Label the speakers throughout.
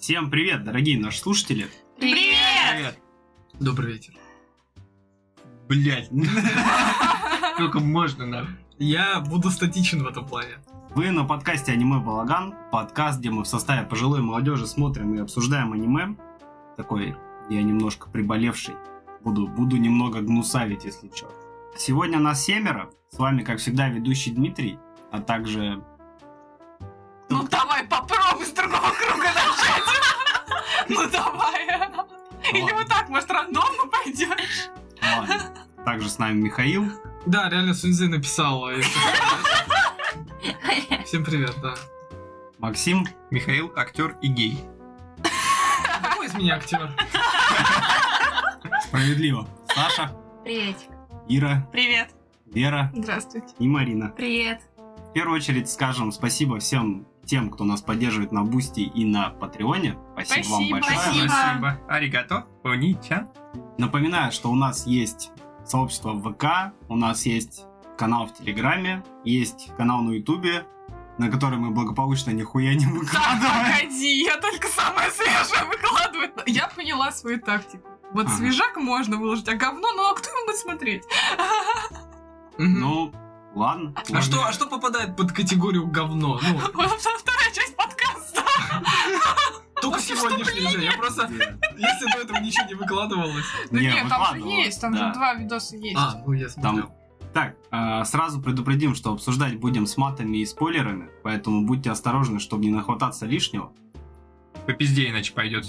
Speaker 1: Всем привет, дорогие наши слушатели.
Speaker 2: Привет!
Speaker 3: Добрый вечер.
Speaker 1: Блять. Сколько можно нам?
Speaker 3: Я буду статичен в этом плане.
Speaker 1: Вы на подкасте «Аниме Балаган», подкаст, где мы в составе пожилой молодежи смотрим и обсуждаем аниме. Такой я немножко приболевший. Буду, буду немного гнусавить, если чё. Сегодня нас семеро. С вами, как всегда, ведущий Дмитрий, а также...
Speaker 2: Ну давай попробуй с другого круга начать. Ну давай. Или вот так, может, рандомно пойдет.
Speaker 1: Ладно. а, Также с нами Михаил.
Speaker 3: Да, реально Сунзи написал. если- Всем привет, да.
Speaker 1: Максим.
Speaker 4: Михаил актер и гей.
Speaker 3: Какой из меня актер?
Speaker 1: Справедливо. Саша.
Speaker 5: Приветик.
Speaker 1: Ира.
Speaker 2: Привет.
Speaker 1: Вера.
Speaker 2: Здравствуйте.
Speaker 1: И Марина.
Speaker 5: Привет.
Speaker 1: В первую очередь скажем спасибо всем тем, кто нас поддерживает на Бусти и на Патреоне. Спасибо, вам
Speaker 2: Спасибо.
Speaker 1: большое.
Speaker 2: Спасибо.
Speaker 4: Аригато. Онича.
Speaker 1: Напоминаю, что у нас есть сообщество в ВК, у нас есть канал в Телеграме, есть канал на Ютубе, на который мы благополучно нихуя не
Speaker 2: Так,
Speaker 1: выкладываем.
Speaker 2: погоди, я только самое свежее выкладываю. Ну, Я поняла свою тактику. Вот
Speaker 1: Ага.
Speaker 2: свежак можно выложить, а говно, ну а кто его будет смотреть?
Speaker 3: Мгм.
Speaker 1: Ну, ладно.
Speaker 3: А что, а что попадает под категорию говно? Ну,
Speaker 2: Вот вторая часть подкаста.
Speaker 3: только
Speaker 2: Вообще
Speaker 3: сегодняшний день. Я просто, если до этого ничего не выкладывалось.
Speaker 2: Да
Speaker 1: Не,
Speaker 2: нет, там же
Speaker 1: выкладывала,
Speaker 2: есть, там
Speaker 1: да.
Speaker 2: же два видоса есть.
Speaker 3: А, ну я смотрел.
Speaker 1: Там- Так, э, сразу предупредим, что обсуждать будем с матами и спойлерами, поэтому будьте осторожны, чтобы не нахвататься лишнего.
Speaker 4: По пизде иначе пойдет.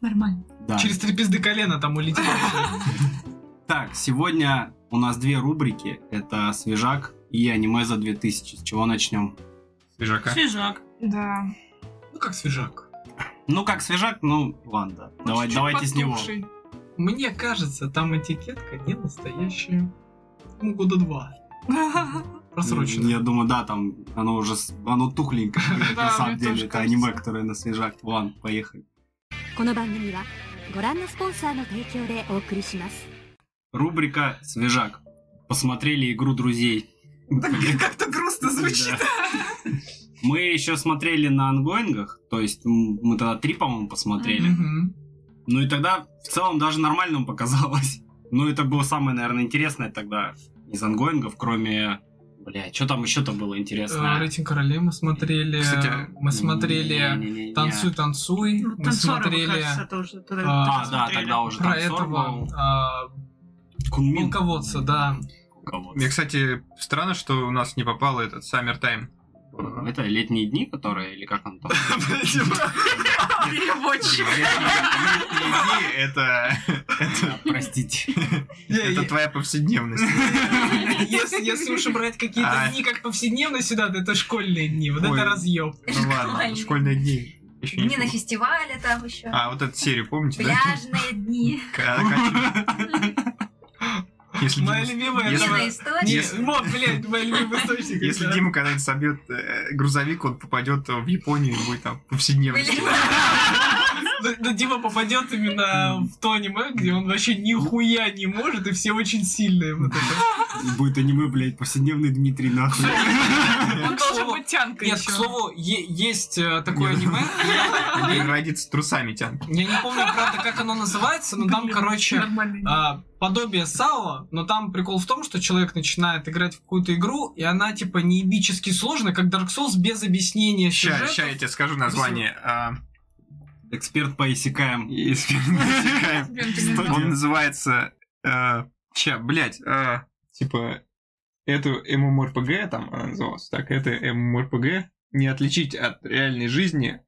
Speaker 2: Нормально.
Speaker 1: Да.
Speaker 3: Через три пизды колена там улетело.
Speaker 1: Так, сегодня у нас две рубрики. Это свежак и аниме за 2000. С чего начнем?
Speaker 4: Свежака.
Speaker 2: Свежак. Да.
Speaker 3: Ну как свежак.
Speaker 1: Ну, как свежак, ну, ладно. Давай,
Speaker 2: Чуть-чуть
Speaker 1: давайте с него.
Speaker 2: подтухший.
Speaker 3: Мне кажется, там этикетка не настоящая. Ну, года два. Просроченная.
Speaker 1: Я думаю, да, там оно уже с- оно тухленькое. блядь,
Speaker 2: Да,
Speaker 1: На
Speaker 2: мне
Speaker 1: самом деле,
Speaker 2: тоже
Speaker 1: это аниме,
Speaker 2: кажется.
Speaker 1: которое на свежак. Ладно, поехали.
Speaker 5: この番組はご覧のスポンサーの提供でお送りします。
Speaker 1: Рубрика «Свежак». Посмотрели игру друзей.
Speaker 2: Как-то грустно
Speaker 1: Да. Мы еще смотрели на ангоингах, то есть м, мы тогда три, по-моему, посмотрели.
Speaker 3: Мгм.
Speaker 1: Ну и тогда в целом даже нормальным показалось. Ну это было самое, наверное, интересное тогда из ангоингов, кроме... Бля, что там еще-то было
Speaker 3: Э,
Speaker 1: интересное?
Speaker 3: Рейтинг королей мы смотрели.
Speaker 4: Кстати,
Speaker 3: мы смотрели
Speaker 1: Не-не-не-не.
Speaker 3: Танцуй, танцуй. Мы смотрели
Speaker 2: тоже.
Speaker 3: А,
Speaker 1: А, да, тогда уже
Speaker 3: про
Speaker 1: танцор
Speaker 3: этого
Speaker 1: был.
Speaker 3: а,
Speaker 1: Кунмин.
Speaker 3: полководца, да.
Speaker 1: Полководца.
Speaker 4: Мне, кстати, странно, что у нас не попало этот Summer Time.
Speaker 1: Это летние дни, которые, или как он там?
Speaker 2: Переводчик.
Speaker 4: Иди, это...
Speaker 1: Да, Простите.
Speaker 3: Я-
Speaker 4: Э, Это
Speaker 3: я-
Speaker 4: твоя повседневность.
Speaker 3: Э, Если если уж брать какие-то
Speaker 4: А.
Speaker 3: дни как повседневно сюда, то это школьные дни. Вот
Speaker 4: Ой.
Speaker 3: это разъеб.
Speaker 4: Ну ладно,
Speaker 5: Школьные.
Speaker 4: школьные дни. Ещё
Speaker 5: Дни на
Speaker 4: ничего.
Speaker 5: фестивале там еще.
Speaker 4: А, вот эту серию, помните, да?
Speaker 5: Пляжные дни.
Speaker 4: Когда Катя- Если
Speaker 3: Моя
Speaker 4: Дима-
Speaker 3: любимая
Speaker 4: Если-
Speaker 5: Мирные
Speaker 3: это...
Speaker 5: истории.
Speaker 3: Не,
Speaker 4: Если-
Speaker 3: Вот, блядь, моя любимая источник.
Speaker 4: Если Дима когда-нибудь собьет э, грузовик, он попадет в Японию и будет там повседневность.
Speaker 5: Блин.
Speaker 3: Но- но Дима попадет именно в то аниме, где он вообще нихуя не может, и все очень сильные. Вот это.
Speaker 1: Будет аниме, блядь, повседневный Дмитрий, нахуй.
Speaker 2: Он
Speaker 3: К
Speaker 2: должен
Speaker 3: слову-
Speaker 2: быть тянкой
Speaker 3: Нет,
Speaker 2: еще.
Speaker 3: к слову, е- есть э, такое
Speaker 4: Нет.
Speaker 3: аниме. Я-
Speaker 4: Родится трусами тянут.
Speaker 3: Я не помню, правда, как оно называется,
Speaker 2: ну,
Speaker 3: но там, короче,
Speaker 2: Нормально.
Speaker 3: а, подобие САО, но там прикол в том, что человек начинает играть в какую-то игру, и она, типа, неебически сложная, как Dark Souls без объяснения
Speaker 4: Ща,
Speaker 3: сюжета.
Speaker 4: ща я тебе скажу название. А,
Speaker 1: Эксперт по исекаям.
Speaker 4: и с фильма пересекаем.
Speaker 2: Блин, ты не
Speaker 1: Что
Speaker 2: знал.
Speaker 4: Он называется... э, Ща, блядь. э, Типа, эту MMORPG там она называлась. Так, это MMORPG не отличить от реальной жизни.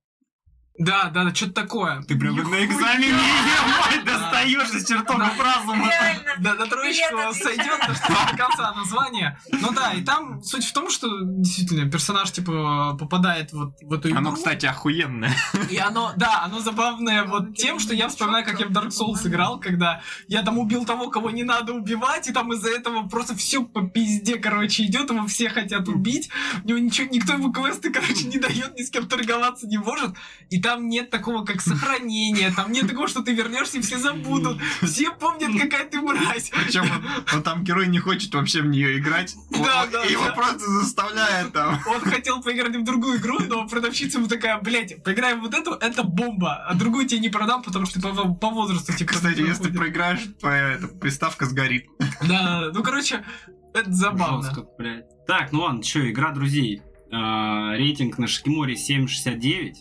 Speaker 3: Да, да, да, что-то такое.
Speaker 1: Ты прям как на экзамене, ебать, достаешь из чертогов разума.
Speaker 5: Реально.
Speaker 3: Да, на троечку
Speaker 4: а
Speaker 5: Привет,
Speaker 3: сойдет,
Speaker 5: отвечаю.
Speaker 3: потому что до конца название. Ну да, и там суть в том, что действительно персонаж, типа, попадает вот в эту игру.
Speaker 4: Оно, кстати, охуенное.
Speaker 3: И оно, да, оно забавное вот тем, что я вспоминаю, как я в Dark Souls играл, когда я там убил того, кого не надо убивать, и там из-за этого просто все по пизде, короче, идет, его все хотят убить, у него ничего, никто ему квесты, короче, не дает, ни с кем торговаться не может, и там нет такого, как сохранение, там нет такого, что ты вернешься и все забудут. Все помнят, какая ты мразь.
Speaker 4: Причем он, он там герой не хочет вообще в нее играть. Он-
Speaker 3: Да,
Speaker 4: он-
Speaker 3: да,
Speaker 4: его
Speaker 3: да.
Speaker 4: просто заставляет там.
Speaker 3: Он хотел поиграть в другую игру, но продавщица ему такая, блядь, поиграем вот эту, это бомба, а другую тебе не продам, потому что ты по, по возрасту типа
Speaker 4: Кстати,
Speaker 3: не
Speaker 4: если
Speaker 3: подходит».
Speaker 4: проиграешь, твоя эта приставка сгорит.
Speaker 3: Да, да, да. ну короче, это забавно.
Speaker 1: Жестко, блядь. Так, ну ладно, что, игра друзей. А, рейтинг на Шикиморе 7.69.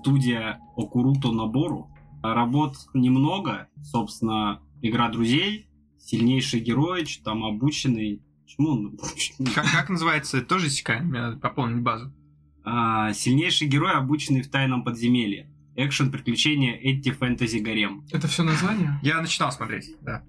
Speaker 1: Студия Окуруто Набору. А, Работ немного. Собственно, игра друзей. Сильнейший герой, чё там обученный. Почему он обученный?
Speaker 4: Как, как называется? Тоже сикай? Мне надо пополнить базу.
Speaker 1: А, сильнейший герой, обученный в тайном подземелье. Экшен, приключения, эти фэнтези гарем.
Speaker 3: Это все название?
Speaker 4: Я начинал смотреть, да.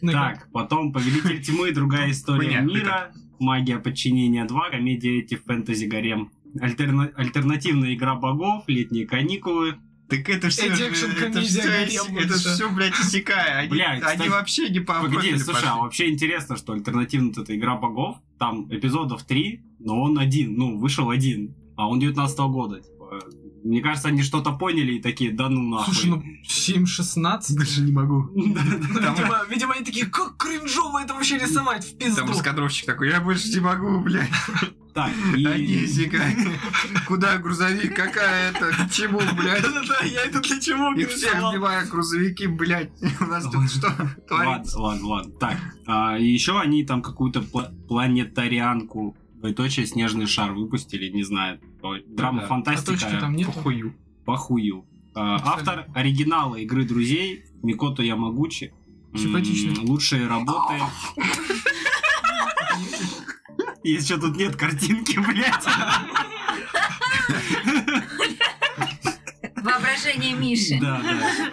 Speaker 3: Ну,
Speaker 1: Так, потом Повелитель тьмы, другая история
Speaker 4: Хуйня,
Speaker 1: мира, Магия подчинения 2, комедия эти фэнтези гарем. Альтерна- Альтернативная игра богов, летние каникулы.
Speaker 4: Так это все,
Speaker 3: Эти экшн-комедия
Speaker 4: это все,
Speaker 3: гарем, вот
Speaker 4: это
Speaker 3: это.
Speaker 4: все, блядь, исекая. Они,
Speaker 1: Бля,
Speaker 4: они
Speaker 1: кстати,
Speaker 4: вообще не по
Speaker 1: Погоди,
Speaker 4: профилю
Speaker 1: слушай,
Speaker 4: пошли.
Speaker 1: а вообще интересно, что альтернативно это игра богов, там эпизодов 3, но он один, ну, вышел один, а он 19 года, типа. Мне кажется, они что-то поняли и такие, да ну нахуй.
Speaker 3: Слушай, ну 7-16.
Speaker 4: Даже не могу.
Speaker 3: Ну,
Speaker 4: Там-
Speaker 3: видимо, видимо, они такие, как кринжово это вообще рисовать в пизду.
Speaker 4: Там раскадровщик такой, я больше не могу, блядь.
Speaker 1: Так,
Speaker 4: Они
Speaker 1: и...
Speaker 4: исекай. Куда грузовик? Какая это? К чему, блядь?
Speaker 3: Да-да-да, я это для чего
Speaker 4: И всех
Speaker 3: рисовал?
Speaker 4: сбивая грузовики, блядь. У нас
Speaker 1: Ой.
Speaker 4: тут что
Speaker 1: Ладно,
Speaker 4: творится?
Speaker 1: ладно, ладно. Так, а, и еще они там какую-то пла- планетарианку, двоеточие, снежный шар выпустили, не знаю. то- Драма,
Speaker 4: да.
Speaker 3: А
Speaker 1: фантастика,
Speaker 3: точки там нет?
Speaker 4: Похую.
Speaker 1: по хую. А, автор оригинала игры «Друзей» Микото Ямагучи. М,
Speaker 3: Симпатично.
Speaker 1: Лучшие работы. Если что, тут нет картинки, блядь.
Speaker 6: Воображение Миши.
Speaker 1: Да, да.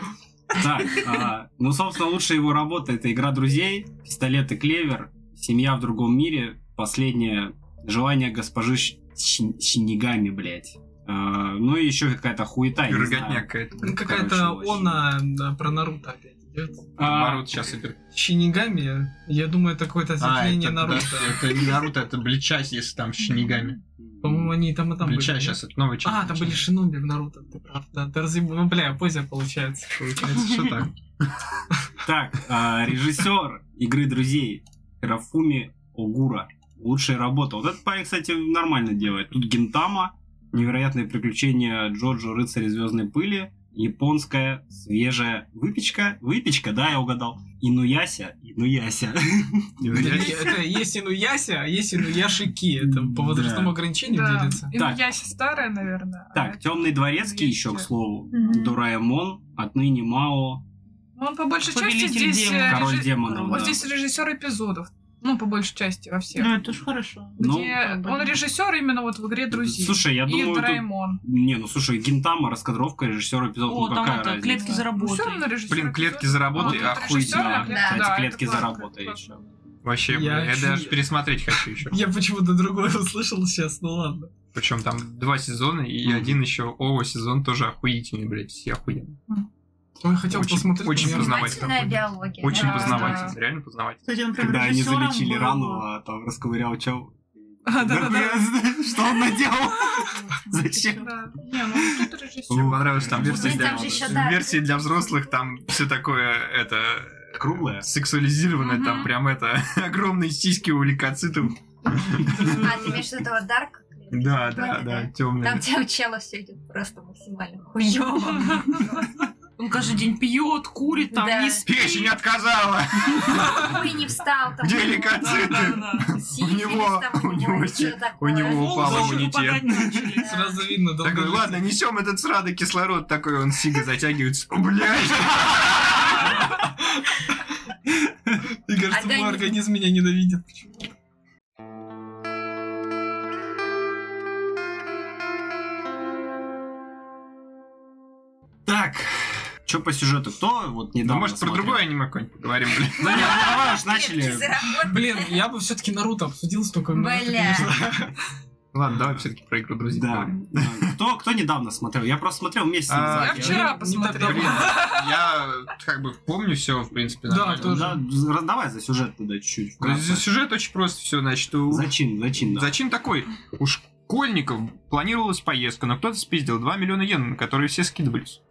Speaker 1: Так, а, ну, собственно, лучшая его работа это игра друзей, пистолет и клевер, семья в другом мире, последнее желание госпожи Щ- Щ- Шинигами, блядь. А, ну и еще какая-то хуета, я не знаю.
Speaker 4: Рогатня какая-то.
Speaker 3: Ну,
Speaker 1: Короче,
Speaker 3: Какая-то
Speaker 1: очень.
Speaker 3: она да, про Наруто опять идет.
Speaker 1: А,
Speaker 4: Наруто сейчас идет.
Speaker 3: Шинигами, я думаю, это какое-то ответвление Наруто.
Speaker 4: А, Это не Наруто, это Бличась, если там с Шинигами.
Speaker 3: По-моему, они и там и там были.
Speaker 4: Бличай
Speaker 3: нет?
Speaker 4: сейчас, это новый часть.
Speaker 3: А, там были шиноби в Наруто, ты прав, да. Ты разъеб- Ну, бля, позже получается.
Speaker 4: Получается, что так.
Speaker 1: Так, а, режиссер игры друзей Крафуми Огура. Лучшая работа. Вот этот парень, кстати, нормально делает. Тут Гентама, невероятные приключения Джорджо Рыцаря Звездной Пыли, японская свежая выпечка. Выпечка, да, я угадал. Инуяся, Инуяся.
Speaker 3: Это
Speaker 4: Инуяся.
Speaker 3: е- Ну, это есть инуяси, а есть инуяшики. Это по возрастному
Speaker 1: Да.
Speaker 3: ограничению
Speaker 2: Да.
Speaker 3: делится.
Speaker 1: Так.
Speaker 2: Я старая, наверное. а
Speaker 1: Так,
Speaker 2: это-
Speaker 1: Темный дворецкий еще, к слову. Дураэмон, отныне Мао,
Speaker 2: Ну, он по большей части
Speaker 7: Повелитель
Speaker 2: здесь... э,
Speaker 7: демонов.
Speaker 1: Король
Speaker 2: режи-
Speaker 1: демонов,
Speaker 2: Он
Speaker 1: да.
Speaker 2: здесь режиссер эпизодов. Ну, по большей части во всех.
Speaker 7: Ну, это ж хорошо.
Speaker 1: Ну,
Speaker 2: где
Speaker 7: как бы,
Speaker 2: он
Speaker 7: да.
Speaker 2: режиссер именно вот в игре «Друзей».
Speaker 1: Слушай, я
Speaker 2: и
Speaker 1: думаю, тут-
Speaker 2: Драймон.
Speaker 1: Не, ну слушай, Гентама, раскадровка, режиссер эпизод,
Speaker 7: О,
Speaker 1: ну
Speaker 7: там
Speaker 1: какая
Speaker 7: это,
Speaker 1: разница?
Speaker 7: клетки за работой.
Speaker 2: Все равно режиссер
Speaker 4: Блин, клетки
Speaker 2: эпизода.
Speaker 4: за работой,
Speaker 2: Вот это режиссер,
Speaker 4: охуенно.
Speaker 1: Да,
Speaker 2: клетки, да,
Speaker 1: кстати,
Speaker 2: это
Speaker 1: клетки за
Speaker 2: классно,
Speaker 1: работой
Speaker 2: это
Speaker 1: еще.
Speaker 4: Вообще,
Speaker 3: Я
Speaker 4: бля, я
Speaker 3: чу-
Speaker 4: даже пересмотреть хочу еще.
Speaker 3: Я почему-то другое услышал сейчас, ну ладно.
Speaker 4: Причем там два сезона и
Speaker 1: Мгм.
Speaker 4: один еще ОВО сезон тоже охуительный, блядь, все охуенно.
Speaker 3: Ой, хотел
Speaker 4: Очень-
Speaker 3: посмотреть.
Speaker 4: очень
Speaker 3: но я-
Speaker 4: познавательно.
Speaker 6: Познавательная биология.
Speaker 4: Очень
Speaker 2: Да,
Speaker 4: познавательно, реально познавательно.
Speaker 7: Кстати, он прям
Speaker 1: Когда они
Speaker 7: режиссёром
Speaker 1: залечили
Speaker 7: был.
Speaker 1: рану, а там расковырял чел.
Speaker 2: А,
Speaker 1: Да
Speaker 2: да-да-да.
Speaker 1: хуя, Что он наделал? Зачем?
Speaker 2: Да. Не, ну тут режиссер.
Speaker 4: Мне понравилось там
Speaker 1: Блин,
Speaker 4: версии
Speaker 6: там
Speaker 4: для,
Speaker 6: же ещё, да.
Speaker 4: ну, версии для взрослых, там все такое, это...
Speaker 1: Круглое.
Speaker 4: Сексуализированное, там
Speaker 2: Мгм.
Speaker 4: прям это, огромные сиськи у лейкоцитов.
Speaker 6: А, ты имеешь в виду этого Дарк?
Speaker 4: Да, да, да,
Speaker 6: Там
Speaker 4: темные.
Speaker 6: тебя учало все идет просто максимально хуёво.
Speaker 7: Он каждый день пьет, курит, там
Speaker 6: Да.
Speaker 7: не спит.
Speaker 4: Печень отказала!
Speaker 6: Хуй не встал. там.
Speaker 4: Где
Speaker 7: Да,
Speaker 4: лейкоциты?
Speaker 7: да, да.
Speaker 6: Сифилис
Speaker 4: У него-
Speaker 6: там
Speaker 4: у него
Speaker 6: и всё
Speaker 4: те-
Speaker 6: такое.
Speaker 4: у него
Speaker 7: Волосы
Speaker 4: упал
Speaker 7: уже
Speaker 4: иммунитет.
Speaker 7: выпадать начали.
Speaker 3: Сразу видно, долго.
Speaker 4: Такой, ладно, несем этот сраный кислород, такой он сига затягивается. Блять!
Speaker 3: Мне кажется, мой
Speaker 6: Организм.
Speaker 3: организм меня ненавидит.
Speaker 1: Так, что по сюжету? Кто вот
Speaker 4: Ну,
Speaker 1: недавно
Speaker 4: может, про
Speaker 1: смотрел?
Speaker 4: другое аниме какое-нибудь поговорим, блин.
Speaker 1: Да нет, давай уж
Speaker 6: Клетки
Speaker 1: начали.
Speaker 6: за работой.
Speaker 3: Блин, я бы все-таки Наруто обсудил столько. но это,
Speaker 6: Бля.
Speaker 3: конечно,
Speaker 4: Ладно, давай все-таки про игру друзей
Speaker 1: Да. Э,
Speaker 4: поговорим.
Speaker 1: Кто, кто недавно смотрел? Я просто смотрел месяц
Speaker 4: А,
Speaker 1: назад.
Speaker 2: Я вчера
Speaker 3: не- не так
Speaker 2: посмотрела.
Speaker 3: давно.
Speaker 4: Я как бы помню все, в принципе,
Speaker 3: Да,
Speaker 4: нормально.
Speaker 3: тоже.
Speaker 1: Да, раз- давай за сюжет туда чуть-чуть.
Speaker 4: То есть
Speaker 1: вкратце.
Speaker 4: Сюжет очень прост, все, значит, у...
Speaker 1: Зачин, зачин. да.
Speaker 4: Зачин такой? У ш- Кольников планировалась поездка, но кто-то спиздил 2 миллиона йен, на которые все скидывались.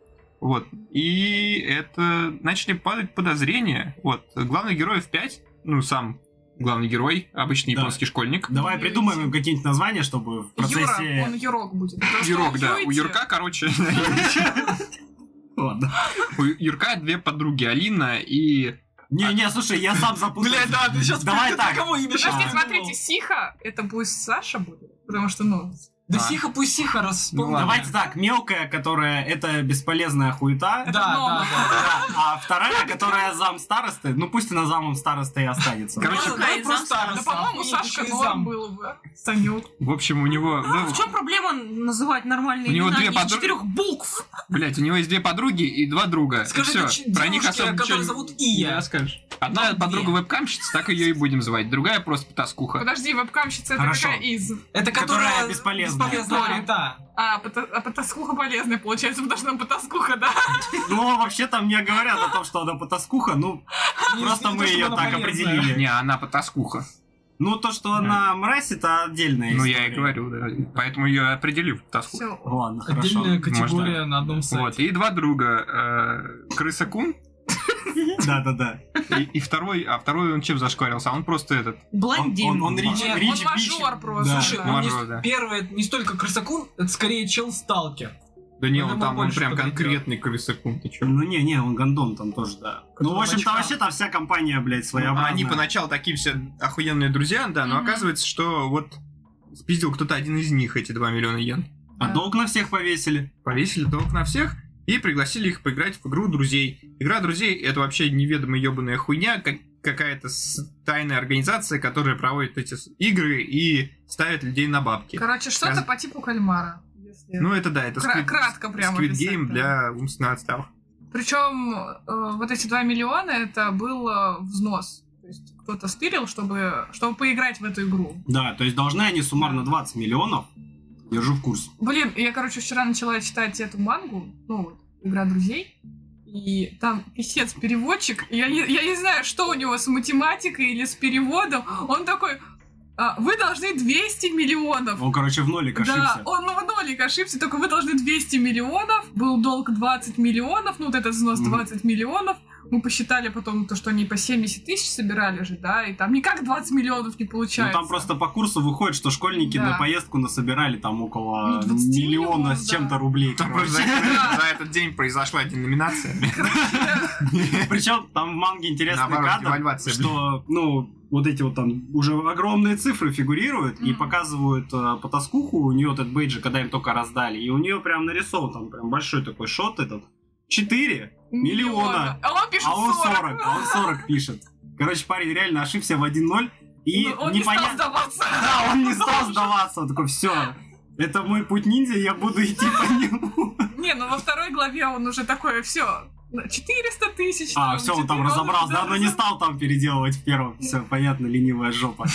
Speaker 4: Вот. И это начали падать подозрения. Вот. Главных героев 5, ну, сам главный герой, обычный
Speaker 1: Да.
Speaker 4: японский школьник.
Speaker 1: Давай
Speaker 7: Юрий.
Speaker 1: придумаем им какие-нибудь названия, чтобы в
Speaker 7: Юра, он
Speaker 1: процессе...
Speaker 7: Юрок будет. Потому что
Speaker 4: Юрок, да. У
Speaker 7: Юйте-
Speaker 4: Юрка, короче,
Speaker 1: Ладно.
Speaker 4: у Юрка две подруги, Алина и...
Speaker 1: Не-не, слушай, я сам запутался.
Speaker 3: Бля, да, ты сейчас...
Speaker 1: Давай
Speaker 3: ты
Speaker 1: так.
Speaker 3: Кого имя сейчас
Speaker 7: Подожди,
Speaker 3: придумал?
Speaker 7: смотрите, Сиха, это пусть Саша будет, потому что, ну,
Speaker 3: Да
Speaker 4: А.
Speaker 3: сиха пусть сиха раз вспомнит.
Speaker 4: Ну ладно.
Speaker 1: Давайте так, мелкая, которая это бесполезная хуета,
Speaker 3: Да, да,
Speaker 7: Гнома.
Speaker 3: да.
Speaker 1: Да, а вторая, которая зам старосты, ну пусть она замом старосты и останется.
Speaker 4: Короче,
Speaker 3: Ну,
Speaker 7: да,
Speaker 3: давай
Speaker 7: и
Speaker 3: про
Speaker 7: зам
Speaker 3: староста.
Speaker 7: Да, по-моему,
Speaker 3: Охуеть,
Speaker 7: Сашка
Speaker 3: Ну, еще и
Speaker 7: норм
Speaker 3: зам.
Speaker 7: был бы. Санек.
Speaker 4: В общем, у него...
Speaker 7: В чем проблема называть нормальные
Speaker 4: У него
Speaker 7: имена
Speaker 4: две
Speaker 7: из
Speaker 4: подруги.
Speaker 7: четырех букв?
Speaker 4: Блять, у него есть две подруги и два друга.
Speaker 3: Скажи,
Speaker 4: Э, Всё,
Speaker 3: это ч-
Speaker 4: про них
Speaker 3: девушки,
Speaker 4: особо ничего
Speaker 3: которые
Speaker 4: не-
Speaker 3: зовут Ия.
Speaker 4: Да, скажешь. Одна
Speaker 3: Ну,
Speaker 4: подруга
Speaker 3: две.
Speaker 4: вебкамщица, так ее и будем звать. Другая просто тоскуха.
Speaker 7: Подожди, вебкамщица это
Speaker 1: Хорошо.
Speaker 7: какая из?
Speaker 3: Это
Speaker 1: Которая
Speaker 3: которая,
Speaker 1: бесполезная.
Speaker 3: бесполезная, да.
Speaker 7: А, пота- а потаскуха полезная получается, потому что она потаскуха, да?
Speaker 1: Ну, вообще там не говорят о том, что она потаскуха, ну,
Speaker 3: Не-
Speaker 1: просто
Speaker 3: не то,
Speaker 1: мы
Speaker 3: чтобы
Speaker 1: ее
Speaker 3: она
Speaker 1: так
Speaker 3: полезная.
Speaker 1: определили.
Speaker 4: Не, она потаскуха.
Speaker 1: Ну, то, что она мразь, это отдельная
Speaker 4: Ну,
Speaker 1: история.
Speaker 4: я и говорю, да. Поэтому ее определив тоскуху.
Speaker 7: Все.
Speaker 1: Ладно, хорошо.
Speaker 3: Отдельная категория
Speaker 4: Можно.
Speaker 3: на одном сайте.
Speaker 4: Вот, и два друга. Э, Крыса Кун
Speaker 1: Да-да-да.
Speaker 4: и, и второй, а второй он чем зашкварился? А Он просто этот.
Speaker 7: Блондин.
Speaker 1: Он- он- он Рич-
Speaker 7: Нет,
Speaker 1: Рич
Speaker 7: он мажор
Speaker 1: Бич.
Speaker 7: просто. ну,
Speaker 1: Да.
Speaker 3: Слушай,
Speaker 7: Да.
Speaker 3: он
Speaker 4: Мажор,
Speaker 3: не с-
Speaker 4: да.
Speaker 3: первое это не столько крысакун, это скорее чел-сталкер.
Speaker 4: Да не,
Speaker 3: Ну,
Speaker 4: он
Speaker 3: ему
Speaker 4: там, он
Speaker 3: больше
Speaker 4: прям
Speaker 3: подойдет.
Speaker 4: конкретный Крыса Кун, ты чё?
Speaker 1: Ну, не-не, он гондон там тоже, да. Ну, в общем-то,
Speaker 3: Очка.
Speaker 1: вообще там вся компания, блядь,
Speaker 4: Ну,
Speaker 1: своя.
Speaker 4: они поначалу такие все охуенные друзья, да, но
Speaker 7: Мгм.
Speaker 4: оказывается, что вот спиздил кто-то один из них эти 2 миллиона йен.
Speaker 1: А долг на всех повесили.
Speaker 4: повесили долг на всех и пригласили их поиграть в игру друзей. Игра друзей — это вообще неведомая ебаная хуйня, как какая-то с- тайная организация, которая проводит эти с- игры и ставит людей на бабки.
Speaker 7: Короче, что-то по типу кальмара. если-
Speaker 4: Ну это да, это
Speaker 7: Кра- кратко прямо
Speaker 4: Squid
Speaker 7: описать,
Speaker 4: Game
Speaker 7: да.
Speaker 4: для умственно отсталых.
Speaker 7: Причем э, вот эти 2 миллиона это был э, взнос. То есть кто-то стырил, чтобы, чтобы поиграть в эту игру.
Speaker 1: Да, то есть должны они суммарно 20 миллионов. Держу в курсе.
Speaker 7: Блин, я, короче, вчера начала читать эту мангу, ну, вот, «Игра друзей», и там писец переводчик, и я, не- я не знаю, что у него с математикой или с переводом, он такой, «А, вы должны 200 миллионов.
Speaker 1: Он, короче, в нолик
Speaker 7: Да,
Speaker 1: ошибся.
Speaker 7: он в нолик ошибся, только вы должны 200 миллионов, был долг 20 миллионов, ну вот этот взнос
Speaker 1: Мгм.
Speaker 7: 20 миллионов, мы посчитали потом то, что они по 70 тысяч собирали же, да, и там никак 20 миллионов не
Speaker 1: Ну,
Speaker 7: получается.
Speaker 1: там просто по курсу выходит, что школьники
Speaker 7: Да.
Speaker 1: на поездку насобирали там около
Speaker 7: Ну, 20
Speaker 1: миллиона с
Speaker 7: миллионов,
Speaker 1: чем-то
Speaker 7: да.
Speaker 1: рублей.
Speaker 4: Там просто за, за этот день произошла деноминация.
Speaker 1: Причем там в манге интересный
Speaker 4: Наоборот,
Speaker 1: кадр,
Speaker 4: девальвация, блин.
Speaker 1: что, ну, вот эти вот там уже огромные цифры фигурируют и
Speaker 7: Мгм.
Speaker 1: показывают э, потаскуху, у нее этот бейджи, когда им только раздали, и у нее прям нарисован там прям большой такой шот этот. 4, миллиона.
Speaker 7: А он пишет
Speaker 1: а он
Speaker 7: 40.
Speaker 1: 40, а он 40 пишет. Короче, парень реально ошибся в 1-0, и
Speaker 7: Ну, он не стал
Speaker 1: непонятно...
Speaker 7: сдаваться.
Speaker 1: Да, он не стал сдаваться, он такой, все, это мой путь ниндзя, я буду идти по нему.
Speaker 7: Не, ну во второй главе он уже такой, все, 400 тысяч.
Speaker 1: А, все, он там
Speaker 7: 400
Speaker 1: разобрался, да,
Speaker 7: тысяч,
Speaker 1: но не стал там переделывать в первом. Все, понятно, ленивая жопа.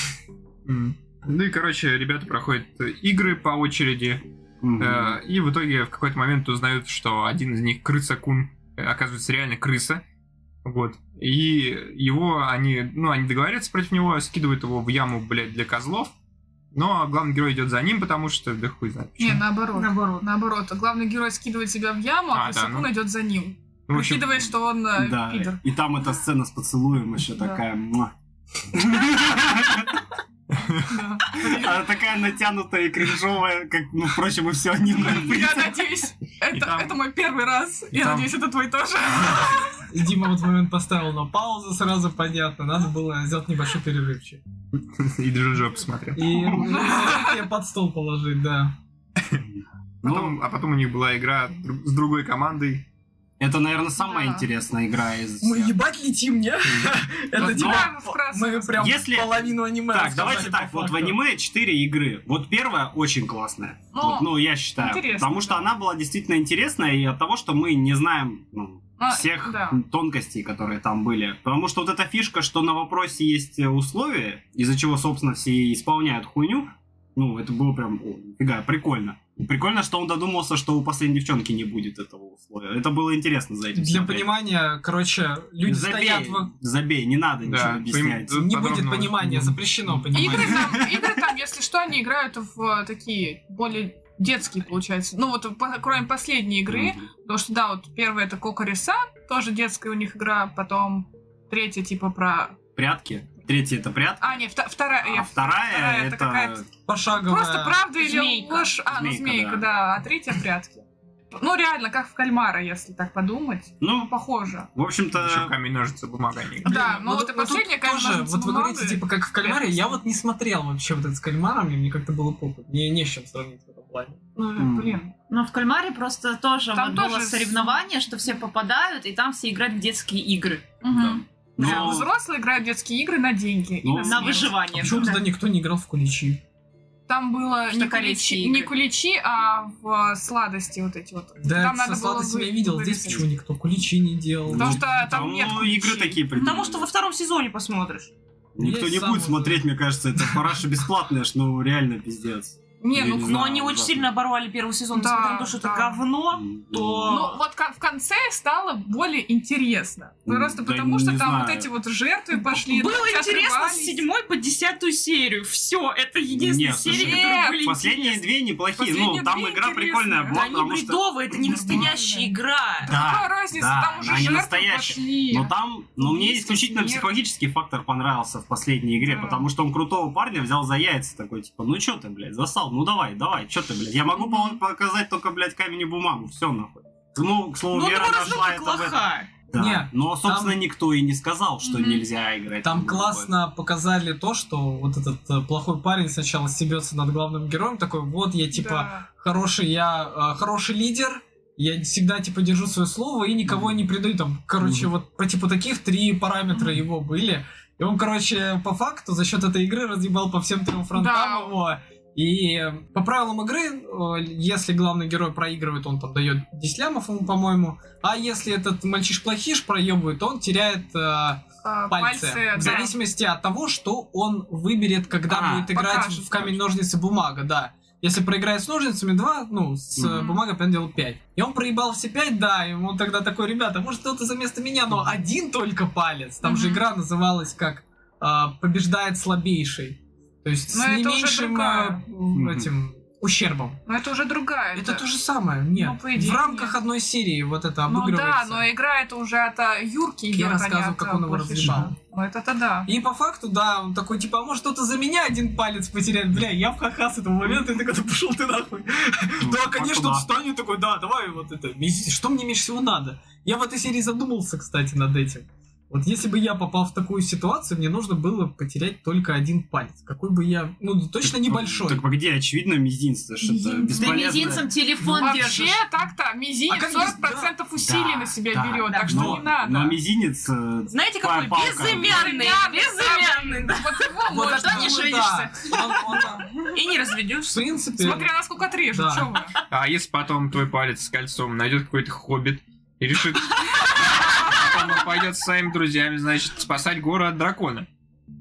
Speaker 4: М. Ну и, короче, ребята проходят э, игры по очереди.
Speaker 1: Мгм.
Speaker 4: Э, И в итоге в какой-то момент узнают, что один из них крыса-кун, э, оказывается, реально крыса. Вот. И его они, ну, они договорятся против него, скидывают его в яму, блядь, для козлов. Но главный герой идет за ним, потому что, да хуй знает. почему.
Speaker 7: Не, наоборот.
Speaker 6: Наоборот.
Speaker 7: Наоборот, главный герой скидывает себя в яму, а,
Speaker 4: А, да,
Speaker 7: Крысакун
Speaker 4: ну.
Speaker 7: идет за ним.
Speaker 4: Ну, в общем,
Speaker 7: Прикидывает, что он э,
Speaker 1: Да,
Speaker 7: пидор.
Speaker 1: и там эта сцена с поцелуем еще
Speaker 7: Да.
Speaker 1: такая. муа.
Speaker 7: Да.
Speaker 1: Она такая натянутая и кринжовая, как, ну, впрочем, и все аниме.
Speaker 7: Я надеюсь, это,
Speaker 4: там-
Speaker 7: это мой первый раз.
Speaker 4: и
Speaker 7: Я
Speaker 4: там-
Speaker 7: надеюсь, это твой тоже.
Speaker 3: Дима в этот момент поставил на паузу, сразу понятно. Надо было сделать небольшой перерывчик.
Speaker 4: И Джоджо посмотрел.
Speaker 3: И я под стол положить, да.
Speaker 1: Ну,
Speaker 4: Потом- а потом у них была игра дру- с другой командой.
Speaker 1: это, наверное, самая
Speaker 7: Да.
Speaker 1: интересная игра из
Speaker 3: Мы
Speaker 1: всех.
Speaker 3: ебать летим, не? Это
Speaker 1: Ну,
Speaker 3: типа...
Speaker 7: в красном.
Speaker 3: Мы прям
Speaker 1: Если-
Speaker 3: половину аниме
Speaker 1: Так,
Speaker 3: рассказали
Speaker 1: давайте
Speaker 3: по
Speaker 1: так, вот в
Speaker 3: факту.
Speaker 1: аниме 4 игры. Вот первая очень классная.
Speaker 7: Ну,
Speaker 1: Вот, ну, я считаю.
Speaker 7: интересно,
Speaker 1: Потому что
Speaker 7: да.
Speaker 1: она была действительно интересная, и от того, что мы не знаем ну,
Speaker 7: А,
Speaker 1: всех
Speaker 7: да.
Speaker 1: тонкостей, которые там были. Потому что вот эта фишка, что на вопросе есть э, условия, из-за чего, собственно, все и исполняют хуйню, Ну, это было прям, о, нифига, прикольно. Прикольно, что он додумался, что у последней девчонки не будет этого условия. Это было интересно за этим
Speaker 3: Для
Speaker 1: смотреть.
Speaker 3: понимания, короче, люди
Speaker 1: забей,
Speaker 3: стоят... в-
Speaker 1: забей, не надо
Speaker 4: Да,
Speaker 1: ничего
Speaker 4: пойм-
Speaker 1: объяснять.
Speaker 4: Тут
Speaker 3: Не
Speaker 4: подробного-
Speaker 3: будет понимания, запрещено
Speaker 7: Игры
Speaker 3: понимание.
Speaker 7: там, игры там, если что, они играют в э, такие более детские, получается. Ну вот, по- кроме последней игры,
Speaker 1: Мгм.
Speaker 7: потому что, да, вот первая это Кокориса, тоже детская у них игра, потом третья типа про...
Speaker 1: Прятки. Третья это прятка.
Speaker 7: А, нет, вта- вторая...
Speaker 1: А
Speaker 7: я-
Speaker 1: вторая
Speaker 7: это какая-то
Speaker 1: это...
Speaker 3: Пошагово.
Speaker 7: Просто правда или
Speaker 6: Змейка.
Speaker 7: ложь? А, ну
Speaker 1: Змейка,
Speaker 7: змейка,
Speaker 1: да.
Speaker 7: да, а третья прятки. Ну реально, как в кальмара, если так подумать.
Speaker 1: Ну,
Speaker 7: Похоже.
Speaker 1: в общем-то...
Speaker 4: Еще камень, ножницы, бумага. они играют.
Speaker 7: Да,
Speaker 3: Блин,
Speaker 7: ну вот и
Speaker 3: тут-
Speaker 7: последняя,
Speaker 3: тут
Speaker 7: конечно,
Speaker 3: тоже,
Speaker 7: ножницы,
Speaker 3: вот вы
Speaker 7: бумага.
Speaker 3: говорите, типа, как в кальмаре, я вот не смотрел вообще вот это с кальмарами, мне как-то было плохо. Мне не с чем сравнить в этом плане.
Speaker 7: Ну,
Speaker 1: М.
Speaker 7: блин.
Speaker 6: Но в кальмаре просто тоже
Speaker 7: Там
Speaker 6: вот было
Speaker 7: тоже с-
Speaker 6: соревнование, что все попадают, и там все играют в детские игры.
Speaker 7: Мгм.
Speaker 3: ну.
Speaker 1: Но-
Speaker 7: Да, взрослые играют в детские игры на деньги. и
Speaker 1: Ну,
Speaker 7: на
Speaker 1: на
Speaker 6: На
Speaker 7: смерть.
Speaker 3: А
Speaker 6: выживание.
Speaker 7: ну
Speaker 3: почему тогда никто не играл в куличи?
Speaker 7: Там было
Speaker 6: Что
Speaker 7: не
Speaker 6: корейские
Speaker 7: куличи,
Speaker 6: игры.
Speaker 7: не куличи, а в э, сладости вот эти вот.
Speaker 3: Да,
Speaker 7: там
Speaker 3: со сладостями
Speaker 7: вы-
Speaker 3: я видел, здесь
Speaker 7: вырезать.
Speaker 3: почему никто куличи не делал.
Speaker 7: Потому что там,
Speaker 1: Там
Speaker 7: нет
Speaker 1: ну,
Speaker 7: куличей.
Speaker 1: игры такие
Speaker 6: Потому
Speaker 1: придумали.
Speaker 6: что во втором сезоне посмотришь.
Speaker 1: Никто
Speaker 3: Есть
Speaker 1: не
Speaker 3: самое-
Speaker 1: будет смотреть, мне кажется, это параша бесплатная, ж, ну реально пиздец.
Speaker 7: Не,
Speaker 1: Я
Speaker 7: ну,
Speaker 1: не
Speaker 6: Но
Speaker 1: знаю,
Speaker 6: они очень
Speaker 1: ужасно.
Speaker 6: сильно оборвали первый сезон,
Speaker 7: Да,
Speaker 6: несмотря на то, что это
Speaker 7: да.
Speaker 6: говно.
Speaker 1: А.
Speaker 6: то-
Speaker 7: Ну, вот ка- в конце стало более интересно.
Speaker 1: М,
Speaker 7: Просто
Speaker 1: да
Speaker 7: потому, что
Speaker 1: не
Speaker 7: там вот
Speaker 1: знаю.
Speaker 7: эти вот жертвы пошли.
Speaker 6: Было
Speaker 7: там все
Speaker 6: интересно с
Speaker 7: отрывались.
Speaker 6: седьмой по десятую серию. Все, это единственные
Speaker 1: Нет,
Speaker 6: серии,
Speaker 1: слушай,
Speaker 6: которые
Speaker 7: нет,
Speaker 6: были
Speaker 1: Последние
Speaker 6: интересны.
Speaker 1: две неплохие,
Speaker 6: Последние
Speaker 1: ну там
Speaker 6: две
Speaker 1: игра
Speaker 6: интересные.
Speaker 1: прикольная была,
Speaker 6: Да они
Speaker 1: потому что...
Speaker 6: бредовые, это не настоящая игра.
Speaker 7: Какая разница,
Speaker 1: А, да,
Speaker 7: там уже
Speaker 1: они
Speaker 7: жертвы
Speaker 1: настоящие.
Speaker 7: пошли.
Speaker 1: Но там, но мне
Speaker 7: Ну, Есть
Speaker 1: исключительно
Speaker 7: мир.
Speaker 1: психологический фактор понравился в последней игре,
Speaker 7: Да.
Speaker 1: потому что он крутого парня взял за яйца такой, типа, ну чё ты, блядь, засал, ну давай, давай, чё ты, блядь, я могу по- показать только, блядь, камень и бумагу, все нахуй. Ну, к слову,
Speaker 6: Ну,
Speaker 1: Вера
Speaker 6: там
Speaker 1: нашла
Speaker 6: раздумка
Speaker 1: это в этом.
Speaker 6: лоха.
Speaker 1: Да.
Speaker 3: Не,
Speaker 1: но, собственно,
Speaker 3: там-
Speaker 1: никто и не сказал, что
Speaker 7: Мгм.
Speaker 1: нельзя играть. в
Speaker 3: Там
Speaker 1: другой.
Speaker 3: классно показали то, что вот этот э, плохой парень сначала стебется над главным героем, такой, вот я типа
Speaker 7: Да.
Speaker 3: хороший, я э, хороший лидер, я всегда типа держу свое слово и никого не предаю. Там, короче,
Speaker 1: Мгм.
Speaker 3: вот по типу таких три параметра
Speaker 7: Мгм.
Speaker 3: его были. И он, короче, по факту за счет этой игры разъебал по всем трем фронтам
Speaker 7: Да.
Speaker 3: его. И э, по правилам игры, э, если главный герой проигрывает, он там дает 10 лямов ему, по-моему. А если этот мальчиш-плохиш проебывает, то он теряет э,
Speaker 7: А,
Speaker 3: пальцы.
Speaker 7: Пальцы,
Speaker 3: в
Speaker 7: да.
Speaker 3: зависимости от того, что он выберет, когда
Speaker 1: А,
Speaker 3: будет играть
Speaker 7: покажет,
Speaker 3: в камень, ножницы, бумага, да. Если проиграет с ножницами 2, ну, с э,
Speaker 1: Мгм.
Speaker 3: бумагой, понятное дело, 5. И он проебал все 5, да, и он тогда такой, ребята, может кто-то за место меня, но один только палец. Там же
Speaker 7: Мгм.
Speaker 3: игра называлась как а, «Побеждает слабейший». То есть
Speaker 7: Но
Speaker 3: с
Speaker 7: это
Speaker 3: не
Speaker 7: уже
Speaker 3: меньшим
Speaker 7: другая.
Speaker 3: э,
Speaker 1: Мгм.
Speaker 3: этим ущербом.
Speaker 7: Но это уже другая.
Speaker 3: Это то же самое, нет.
Speaker 7: Ну, по идее,
Speaker 3: в рамках
Speaker 7: нет.
Speaker 3: одной серии вот это
Speaker 7: Ну да,
Speaker 3: обыгрывается.
Speaker 7: но игра это уже от а, Юрки
Speaker 3: Я
Speaker 7: идет, а не
Speaker 3: рассказываю,
Speaker 7: от,
Speaker 3: как
Speaker 7: а,
Speaker 3: он его
Speaker 7: Плохиша.
Speaker 3: разъебал.
Speaker 7: Ну это-то да.
Speaker 3: И по факту, да, он такой, типа, а может кто-то за меня один палец потеряет? Бля, я в ха-ха с этого момента, и такой, да пошел ты нахуй.
Speaker 1: Ну,
Speaker 3: Да,
Speaker 1: по факту,
Speaker 3: конечно, он
Speaker 1: да.
Speaker 3: встанет такой, да, давай вот это, вези. что мне меньше всего надо? Я в этой серии задумался, кстати, над этим. Вот если бы я попал в такую ситуацию, мне нужно было потерять только один палец. Какой бы я, ну, точно
Speaker 1: Так,
Speaker 3: небольшой.
Speaker 1: Так погоди, очевидно, мизинец, это ж это
Speaker 3: Мизинец.
Speaker 6: Ты
Speaker 1: бесполезно.
Speaker 6: мизинцем телефон
Speaker 7: Ну, Вообще,
Speaker 6: держишь.
Speaker 7: так-то
Speaker 3: А
Speaker 7: мизинец
Speaker 3: как
Speaker 7: 40% усилий
Speaker 1: Да,
Speaker 7: на себя
Speaker 1: да,
Speaker 7: берет,
Speaker 6: да.
Speaker 7: так что
Speaker 1: но,
Speaker 7: не надо.
Speaker 1: Но мизинец... э,
Speaker 6: Знаете, какой
Speaker 1: Палка.
Speaker 6: безымянный, безымянный. да.
Speaker 7: Вот его
Speaker 3: Вот
Speaker 7: можно.
Speaker 6: тогда не
Speaker 3: ну,
Speaker 6: женишься.
Speaker 3: да. Он- он там,
Speaker 6: И не разведешь.
Speaker 3: В принципе...
Speaker 7: Смотря насколько отрежут,
Speaker 3: Да.
Speaker 7: чё вы.
Speaker 4: А если потом твой палец с кольцом найдет какой-то хоббит и решит... Потом он пойдет с своими друзьями, значит, спасать гору от дракона.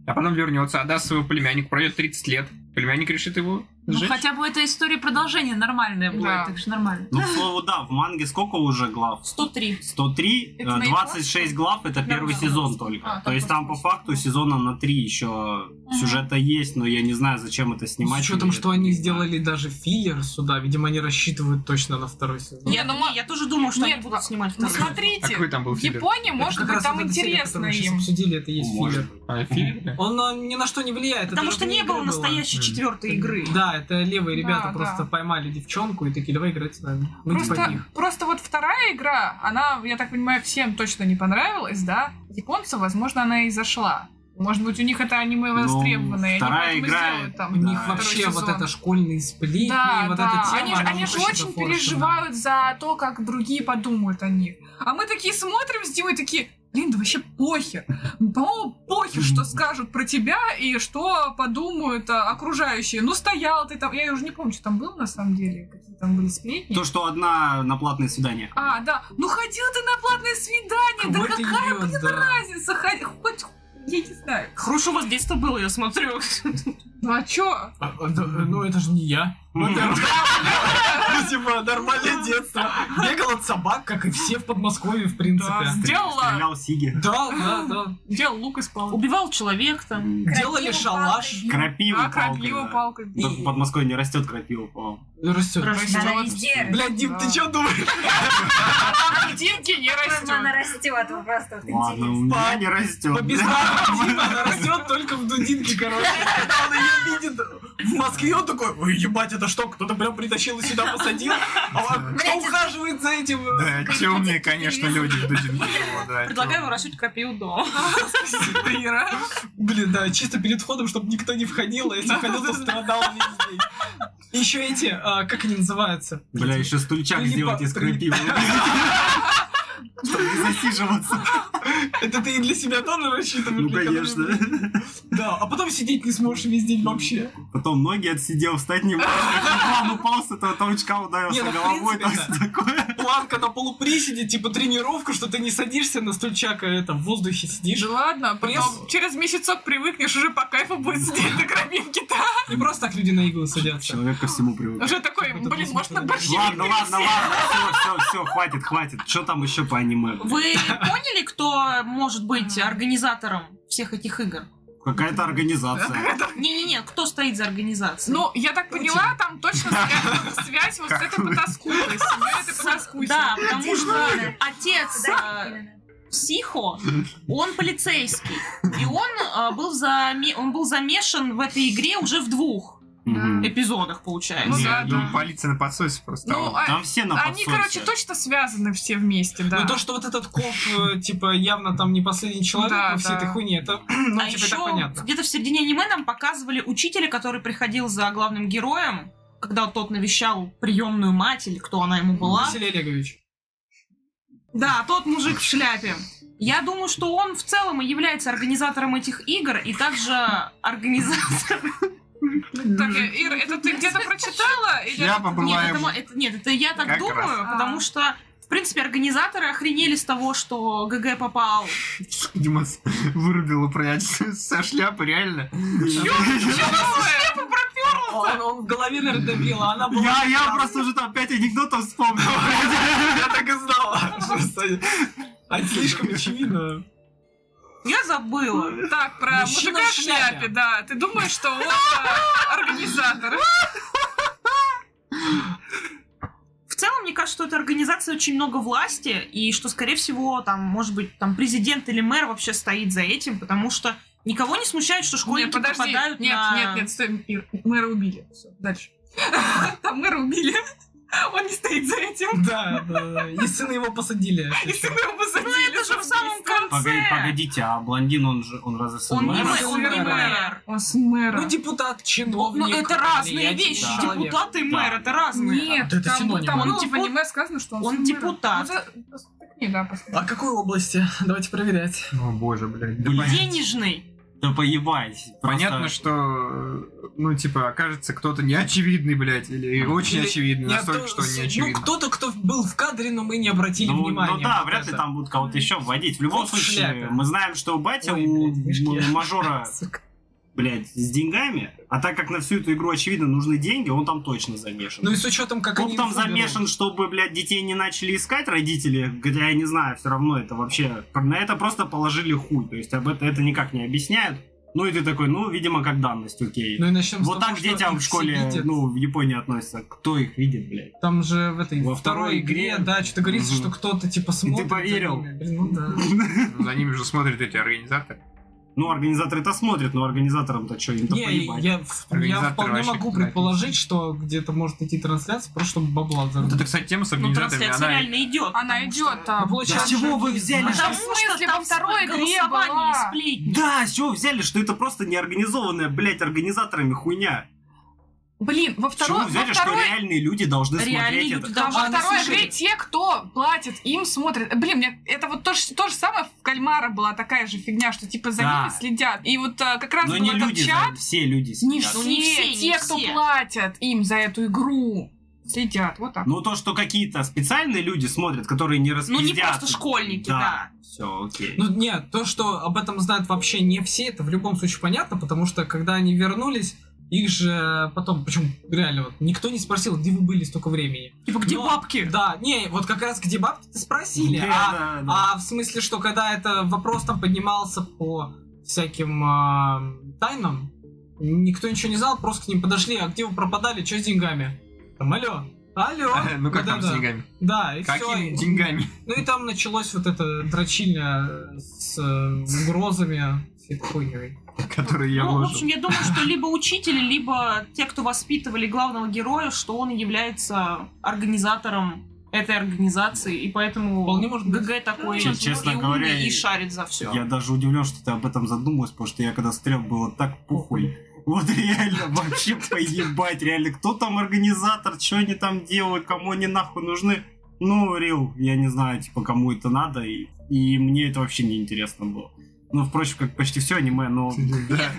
Speaker 4: А потом вернется, отдаст своего племяннику, пройдет 30 лет. Племянник решит его
Speaker 6: Ну,
Speaker 4: сжечь.
Speaker 6: хотя бы эта история продолжение нормальное будет,
Speaker 7: Да.
Speaker 6: так что нормально.
Speaker 1: Ну, к слову, да, в манге сколько уже глав?
Speaker 6: 103.
Speaker 1: 103,
Speaker 7: Это
Speaker 1: э,
Speaker 7: на
Speaker 1: 26 глав, это первый
Speaker 6: да.
Speaker 1: сезон только.
Speaker 7: А,
Speaker 1: То есть там по
Speaker 7: просто
Speaker 1: факту сезона на 3 еще сюжета есть, но я не знаю, зачем это
Speaker 3: С
Speaker 1: снимать.
Speaker 3: учетом,
Speaker 1: или-
Speaker 3: что они сделали даже филлер сюда, видимо, они рассчитывают точно на второй сезон.
Speaker 6: Я, думаю, Ну, я тоже думал, что
Speaker 7: Нет,
Speaker 6: они будут снимать
Speaker 7: Ну
Speaker 6: второй.
Speaker 4: А какой
Speaker 7: смотрите,
Speaker 4: там был
Speaker 7: в
Speaker 4: филлер?
Speaker 7: Японии,
Speaker 3: Это
Speaker 7: может
Speaker 3: как
Speaker 7: быть,
Speaker 3: раз
Speaker 7: там
Speaker 3: вот эта серия,
Speaker 7: интересно
Speaker 3: которую мы сейчас
Speaker 7: им.
Speaker 3: обсудили, это и есть
Speaker 1: Может
Speaker 3: филлер.
Speaker 1: быть.
Speaker 4: А, филлер? да.
Speaker 3: Он а, ни на что не влияет.
Speaker 6: Потому
Speaker 3: это
Speaker 6: что
Speaker 3: же
Speaker 6: не
Speaker 3: игра
Speaker 6: было
Speaker 3: была.
Speaker 6: настоящей
Speaker 4: Мгм.
Speaker 6: четвертой игры.
Speaker 3: Да, это левые ребята
Speaker 7: Да,
Speaker 3: просто
Speaker 7: да.
Speaker 3: поймали девчонку и такие, давай играть с нами. Мы типа
Speaker 7: Просто,
Speaker 3: них.
Speaker 7: просто вот вторая игра, она, я так понимаю, всем точно не понравилась, да? Японцам, возможно, она и зашла. Может быть, у них это аниме
Speaker 1: Ну,
Speaker 7: востребованное, они
Speaker 1: вторая
Speaker 7: поэтому
Speaker 1: игра-
Speaker 7: сделают там.
Speaker 3: У них
Speaker 1: второй
Speaker 3: вообще
Speaker 7: сезон.
Speaker 3: вот это школьные сплетни,
Speaker 7: Да,
Speaker 3: вот
Speaker 7: да.
Speaker 3: эта тема.
Speaker 7: они, же-
Speaker 3: она
Speaker 7: они же
Speaker 3: вообще
Speaker 7: очень
Speaker 3: запорчена.
Speaker 7: переживают за то, как другие подумают о них. А мы такие смотрим с Димой, такие, блин, да вообще похер. По-моему, похер, что скажут про тебя и что подумают а, окружающие. Ну, стоял ты там, я уже не помню, что там было на самом деле, какие там были сплетни.
Speaker 1: То, что одна на платное свидание.
Speaker 7: А, да. Ну ходил ты на платное свидание, да
Speaker 3: Вот и
Speaker 7: какая
Speaker 3: идет, да.
Speaker 7: разница, Ходь- хоть я не знаю.
Speaker 6: Хорошо у вас детство было, я смотрю.
Speaker 7: Ну а чё?
Speaker 3: А, а, да, Ну, это же не я. Вот это- Ну, типа, нормальное детство. Бегал от собак, как и все в Подмосковье, в
Speaker 7: Да,
Speaker 3: принципе.
Speaker 7: сделала,
Speaker 1: Стрелял Сиги.
Speaker 3: Да, да, да.
Speaker 7: делал лук из палки.
Speaker 2: Убивал человек там.
Speaker 3: Делали шалаш.
Speaker 1: Крапиву
Speaker 7: А,
Speaker 1: палкой,
Speaker 7: крапива
Speaker 1: да.
Speaker 7: палкой. бил.
Speaker 1: Только под Москвой не растет крапива, по-моему.
Speaker 3: Растет.
Speaker 7: Растёт.
Speaker 6: Она везде.
Speaker 3: Блядь, Дим, ты
Speaker 7: Да.
Speaker 3: чё думаешь?
Speaker 7: А в Димке не
Speaker 6: По-моему, Она
Speaker 7: растет.
Speaker 6: растет, вы просто вот
Speaker 1: Ладно, у
Speaker 6: интересно.
Speaker 1: меня не растет.
Speaker 3: По бездарному Дима, она растет только в дудинке, короче. Когда он ее видит в Москве, он такой, ой, ебать, это что, кто-то прям притащил и сюда посадил? А кто
Speaker 6: Блядь,
Speaker 3: ухаживает за этим?
Speaker 4: Да, темные, конечно, люди в Дудинке. да,
Speaker 2: Предлагаю
Speaker 4: тёмные.
Speaker 2: ему расшить крапиву дома.
Speaker 7: Спасибо, Ира.
Speaker 3: Блин, да, чисто перед входом, чтобы никто не входил, а если входил, то страдал весь день. Еще эти, а, как они называются?
Speaker 1: Бля, еще стульчак
Speaker 3: Ты не
Speaker 1: сделать
Speaker 3: по-
Speaker 1: из
Speaker 3: ты не-
Speaker 1: крапивы. Чтобы не засиживаться.
Speaker 3: Это ты и для себя тоже рассчитываешь?
Speaker 1: Ну,
Speaker 3: для
Speaker 1: конечно.
Speaker 3: которой- Да, а потом сидеть не сможешь весь день вообще.
Speaker 1: Потом ноги отсидел, встать не можешь. Он упал с этого толчка,
Speaker 3: Не,
Speaker 1: ударился
Speaker 3: ну, в
Speaker 1: головой, там
Speaker 3: принципе,
Speaker 1: все такое.
Speaker 3: Планка на полуприседе, типа тренировка, что ты не садишься на стульчак, а это в воздухе сидишь.
Speaker 7: Да ладно, потом
Speaker 3: Пресс.
Speaker 7: через месяцок привыкнешь, уже по кайфу будет сидеть на крапивке-то.
Speaker 3: Не просто так люди на иглы садятся.
Speaker 1: Человек ко всему привык.
Speaker 7: Уже такой,
Speaker 3: Это
Speaker 7: блин,
Speaker 3: просто
Speaker 7: может на
Speaker 3: так.
Speaker 7: борщи
Speaker 1: Ладно, ладно, ладно, все, все, все, хватит, хватит. Что там еще по аниме?
Speaker 2: Вы поняли, кто может быть организатором всех этих игр?
Speaker 1: Какая-то организация.
Speaker 2: Не-не-не, кто стоит за организацией?
Speaker 7: Ну, я так поняла, там точно связь- связь вот с этой потаскухой, с семьей этой потаскухи.
Speaker 2: да, потому что
Speaker 6: Динозавр.
Speaker 2: отец
Speaker 6: Да,
Speaker 2: э,
Speaker 6: именно.
Speaker 2: Психо, он полицейский, и он э, был заме- он был замешан в этой игре уже в двух
Speaker 1: Мгм.
Speaker 2: эпизодах, получается.
Speaker 7: Ну
Speaker 4: Не,
Speaker 7: да,
Speaker 4: ну,
Speaker 7: да.
Speaker 4: полиция на подсосе просто.
Speaker 7: Ну, а-
Speaker 1: Там все на
Speaker 7: Они,
Speaker 1: подсосе.
Speaker 7: короче, точно связаны все вместе, да.
Speaker 3: Но Ну, то, что вот этот коп, э, типа, явно там не последний человек
Speaker 7: Да,
Speaker 3: во всей
Speaker 7: да.
Speaker 3: этой хуйне, это, ну,
Speaker 2: а
Speaker 3: типа,
Speaker 2: еще
Speaker 3: так понятно.
Speaker 2: где-то в середине аниме нам показывали учителя, который приходил за главным героем, когда тот навещал приемную мать или кто она ему была.
Speaker 3: Василий Олегович.
Speaker 2: Да, тот мужик в шляпе. Я думаю, что он в целом и является организатором этих игр, и также организатором...
Speaker 7: Так, э, Ира, это ты где-то прочитала? Или...
Speaker 4: Шляпа была
Speaker 2: Нет, это,
Speaker 4: ему.
Speaker 2: мо- это- нет, это я так
Speaker 4: Как
Speaker 2: думаю,
Speaker 4: раз.
Speaker 2: потому
Speaker 7: А.
Speaker 2: что, в принципе, организаторы охренели с того, что ГГ попал.
Speaker 4: Дима с- вырубил управлять со шляпы, реально.
Speaker 3: Он, он в голове, наверное, добил, а она была...
Speaker 1: Я, я просто уже там пять анекдотов вспомнил.
Speaker 3: Я так и знал. Просто- А слишком очевидно.
Speaker 2: Я забыла.
Speaker 7: Так, про
Speaker 3: Мужчина
Speaker 7: мужика в
Speaker 3: в шляпе.
Speaker 7: шляпе, да. Ты думаешь, что он э, организатор?
Speaker 2: В целом, мне кажется, что эта организация очень много власти, и что, скорее всего, там, может быть, там президент или мэр вообще стоит за этим, потому что никого не смущает, что школьники
Speaker 7: Нет, подожди.
Speaker 2: попадают
Speaker 7: нет,
Speaker 2: на...
Speaker 7: нет, нет, стой, Ир, мэра убили. Все, дальше. Там мэра убили. Он не стоит за этим.
Speaker 3: Да, да. И сына его посадили.
Speaker 7: И сына его посадили.
Speaker 2: Ну, это же в самом
Speaker 7: убийство.
Speaker 2: конце.
Speaker 1: Погоди, погодите, а блондин, он же, он разве сын
Speaker 2: Он не
Speaker 1: мэра?
Speaker 2: мэр, он не
Speaker 3: Мэра.
Speaker 2: мэр.
Speaker 7: Он с мэра.
Speaker 3: Ну, депутат, чиновник.
Speaker 2: Ну, это разные
Speaker 3: влиятельный
Speaker 2: вещи.
Speaker 1: да.
Speaker 3: человек.
Speaker 2: Депутат и мэр,
Speaker 1: Да.
Speaker 2: это разные.
Speaker 7: Нет,
Speaker 3: Да это
Speaker 7: там,
Speaker 3: синоним.
Speaker 7: там
Speaker 2: Он
Speaker 7: было в
Speaker 2: депут-
Speaker 7: аниме сказано, что Типа, он,
Speaker 2: он
Speaker 7: сын мэра.
Speaker 2: депутат.
Speaker 7: Ну, это- просто так не, да, просто.
Speaker 3: А какой области? Давайте проверять.
Speaker 4: О боже, блядь.
Speaker 1: Блин.
Speaker 2: Денежный.
Speaker 1: Да поебать.
Speaker 4: Понятно,
Speaker 1: Просто
Speaker 4: что, э, ну, типа, окажется кто-то неочевидный, блядь, или очень
Speaker 3: Или-
Speaker 4: очевидный,
Speaker 3: Нет,
Speaker 4: настолько,
Speaker 3: то-
Speaker 4: что
Speaker 3: с-
Speaker 4: неочевидно.
Speaker 3: Ну, кто-то, кто был в кадре, но мы не обратили
Speaker 1: Ну,
Speaker 3: внимания.
Speaker 1: ну да,
Speaker 3: Вот
Speaker 1: вряд ли
Speaker 3: это.
Speaker 1: там будут кого-то еще вводить. В любом
Speaker 3: Кот в
Speaker 1: случае,
Speaker 3: шляпе.
Speaker 1: мы знаем, что у батя,
Speaker 3: Ой,
Speaker 1: у
Speaker 3: блядь, мешки.
Speaker 1: м- мажора,
Speaker 3: Сука.
Speaker 1: блядь, с деньгами. А так как на всю эту игру, очевидно, нужны деньги, он там точно замешан.
Speaker 3: Ну и с учетом, как
Speaker 1: Он
Speaker 3: они...
Speaker 1: там
Speaker 3: его берут.
Speaker 1: замешан, чтобы, блядь, детей не начали искать родители, хотя я не знаю, все равно это вообще... На это просто положили хуй, то есть об это, это никак не объясняют. Ну и ты такой, ну, видимо, как данность, окей.
Speaker 3: Ну и начнем
Speaker 1: вот
Speaker 3: с того,
Speaker 1: так к
Speaker 3: что
Speaker 1: детям
Speaker 3: их
Speaker 1: в
Speaker 3: все
Speaker 1: школе,
Speaker 3: видят.
Speaker 1: ну, в Японии относятся. Кто их видит, блядь?
Speaker 3: Там же в этой
Speaker 1: Во
Speaker 3: во
Speaker 1: второй
Speaker 3: второй игре,
Speaker 1: игре,
Speaker 3: да, что-то говорится,
Speaker 1: мгм.
Speaker 3: что кто-то типа смотрит. за
Speaker 1: поверил?
Speaker 3: ними. Блин, ну да.
Speaker 4: Ну, За ними же смотрят эти организаторы.
Speaker 1: Ну, организаторы-то смотрят, но организаторам-то что, им-то
Speaker 3: Не,
Speaker 1: поебать.
Speaker 3: я, в- я
Speaker 4: Организаторы
Speaker 3: вполне
Speaker 4: вообще
Speaker 3: могу
Speaker 4: фотографии.
Speaker 3: предположить, что где-то может идти трансляция, просто чтобы бабла
Speaker 4: Вот это,
Speaker 3: заработать. А,
Speaker 4: кстати, тема с
Speaker 2: Ну,
Speaker 4: организаторами,
Speaker 2: трансляция
Speaker 4: она...
Speaker 2: реально идет.
Speaker 7: Она
Speaker 2: потому
Speaker 7: идет
Speaker 2: что-
Speaker 7: там.
Speaker 1: Да с чего вы взяли,
Speaker 7: Да
Speaker 1: что...
Speaker 7: в
Speaker 2: Потому что
Speaker 7: смысле,
Speaker 2: там
Speaker 7: во второй игре
Speaker 2: голосование
Speaker 7: была?
Speaker 2: и сплетни.
Speaker 1: Да, с чего взяли, что это просто неорганизованная, блядь, организаторами хуйня?
Speaker 7: Блин, во
Speaker 1: С чего
Speaker 7: второй, во
Speaker 1: взяли, что
Speaker 7: второй
Speaker 1: реальные люди должны
Speaker 2: Реальные
Speaker 1: смотреть
Speaker 2: люди
Speaker 1: это?
Speaker 7: Там
Speaker 2: должны
Speaker 7: во
Speaker 3: А, ну,
Speaker 7: второй
Speaker 3: слушай.
Speaker 7: игре те, кто платит, им смотрят. Блин, мне это вот то, ж- то же самое в Кальмара была такая же фигня, что типа за
Speaker 1: Да.
Speaker 7: ними следят. И вот а, как раз
Speaker 1: Но
Speaker 7: был
Speaker 1: не
Speaker 7: этот
Speaker 1: люди,
Speaker 7: чат.
Speaker 1: да, все люди
Speaker 7: Не
Speaker 1: сидят.
Speaker 7: все,
Speaker 2: Ну, не все, не
Speaker 7: те, кто
Speaker 2: все.
Speaker 7: платят им за эту игру, следят. Вот так.
Speaker 1: Ну, то, что какие-то специальные люди смотрят, которые не
Speaker 2: Ну,
Speaker 1: распиздят.
Speaker 2: не просто школьники, да.
Speaker 1: Все, окей.
Speaker 3: Ну нет, то, что об этом знают вообще не все, это в любом случае понятно, потому что когда они вернулись, Их же э, потом, почему реально, вот, никто не спросил, где вы были столько времени.
Speaker 2: Типа, где
Speaker 3: Но-
Speaker 1: Э.
Speaker 2: бабки?
Speaker 3: Да, не, вот как раз где бабки-то спросили. а,
Speaker 1: Да, да, да.
Speaker 3: а в смысле, что когда это вопрос там поднимался по всяким а, тайнам, никто ничего не знал, просто к ним подошли, а где вы пропадали, что с деньгами? Там, алло, алло.
Speaker 4: Ну как там с
Speaker 3: да-да-да.
Speaker 4: деньгами?
Speaker 3: Да, и
Speaker 4: Какими
Speaker 3: всё.
Speaker 4: деньгами?
Speaker 3: Ну и там началось вот это дрочильня с э, угрозами, всей этой хуйней.
Speaker 4: Которые я
Speaker 2: ну, в общем,
Speaker 4: вложил.
Speaker 2: я думаю, что либо учители, либо те, кто воспитывали главного героя, что он является организатором этой организации, и поэтому
Speaker 3: Вполне может быть.
Speaker 2: ГГ такой
Speaker 1: Че-
Speaker 2: и
Speaker 1: честно
Speaker 2: умный,
Speaker 1: говоря,
Speaker 2: и
Speaker 1: и-
Speaker 2: шарит за все.
Speaker 1: Я даже удивлен, что ты об этом задумалась, потому что я когда стрел было так пухоль. Вот реально, вообще поебать, реально, кто там организатор, что они там делают, кому они нахуй нужны. Ну, Рил, я не знаю, типа, кому это надо, и, и мне это вообще не интересно было. Ну, впрочем, как почти все аниме, но...
Speaker 4: Да.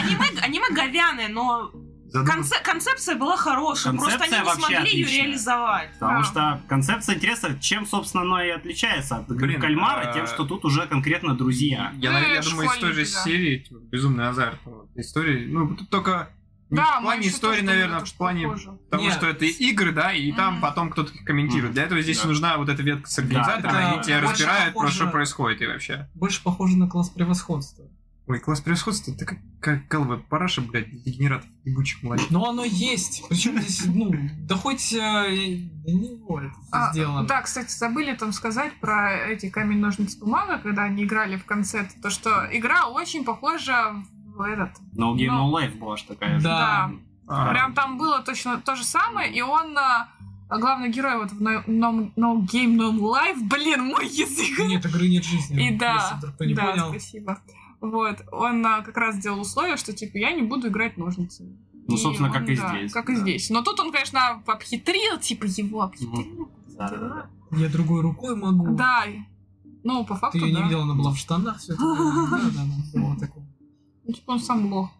Speaker 2: Аниме, аниме говяное, но
Speaker 4: Задумался.
Speaker 2: конце- концепция была хорошая, просто
Speaker 1: Концепция
Speaker 2: они не
Speaker 1: вообще
Speaker 2: смогли ее
Speaker 1: отличная.
Speaker 2: реализовать.
Speaker 1: Потому
Speaker 2: Да.
Speaker 1: что концепция интереса, чем, собственно, она и отличается от
Speaker 4: Блин,
Speaker 1: кальмара,
Speaker 4: а-
Speaker 1: тем, что тут уже конкретно друзья.
Speaker 4: Я,
Speaker 7: Ну,
Speaker 4: наверное,
Speaker 7: и
Speaker 4: думаю, из той же
Speaker 7: школьники, да.
Speaker 4: серии типа, безумный азарт. вот, Истории, ну, тут только не
Speaker 7: Да,
Speaker 4: в плане
Speaker 7: Манчу
Speaker 4: истории,
Speaker 7: тоже
Speaker 4: наверное,
Speaker 7: думала,
Speaker 4: в
Speaker 7: что
Speaker 4: плане
Speaker 7: похоже.
Speaker 4: того,
Speaker 3: Нет.
Speaker 4: что это игры, да, и там
Speaker 7: Мгм.
Speaker 4: потом кто-то комментирует. Для этого здесь
Speaker 1: Да.
Speaker 4: нужна вот эта ветка с организатором,
Speaker 3: Да,
Speaker 4: они
Speaker 3: да.
Speaker 4: тебя
Speaker 3: Больше
Speaker 4: разбирают, про
Speaker 3: похоже-
Speaker 4: что происходит и вообще.
Speaker 3: Больше похоже на класс превосходства.
Speaker 4: Ой, класс превосходства, ты как, как Калва Параша, блядь, дегенерат ебучих молодец.
Speaker 3: Но оно есть. Причем здесь, ну, да хоть э, до него это всё
Speaker 7: А,
Speaker 3: сделано.
Speaker 7: да, кстати, забыли там сказать про эти камень, ножницы, бумага, когда они играли в конце, то что игра очень похожа в этот.
Speaker 1: No Game No
Speaker 7: Но-
Speaker 1: Life была же такая же.
Speaker 3: Да.
Speaker 4: А,
Speaker 7: Прям там было точно то же самое, и он а, главный герой вот в No, No- No Game No Life, блин, мой язык.
Speaker 3: Нет игры, нет жизни.
Speaker 7: И да,
Speaker 3: Если вдруг кто не
Speaker 7: да,
Speaker 3: понял.
Speaker 7: спасибо. Вот, он а, как раз сделал условие, что типа я не буду играть ножницами.
Speaker 1: Ну, собственно,
Speaker 7: он,
Speaker 1: как и
Speaker 7: да,
Speaker 1: здесь.
Speaker 7: Как и
Speaker 1: да.
Speaker 7: здесь. Но тут он, конечно, обхитрил, типа его обхитрил.
Speaker 1: Да-да-да.
Speaker 3: Я другой рукой могу.
Speaker 7: Да. Ну, по
Speaker 3: Ты
Speaker 7: факту,
Speaker 3: ее не
Speaker 7: да.
Speaker 3: видел, она была в штанах. Все это. Да, да, да. было такое.
Speaker 7: Ну, типа он сам лох.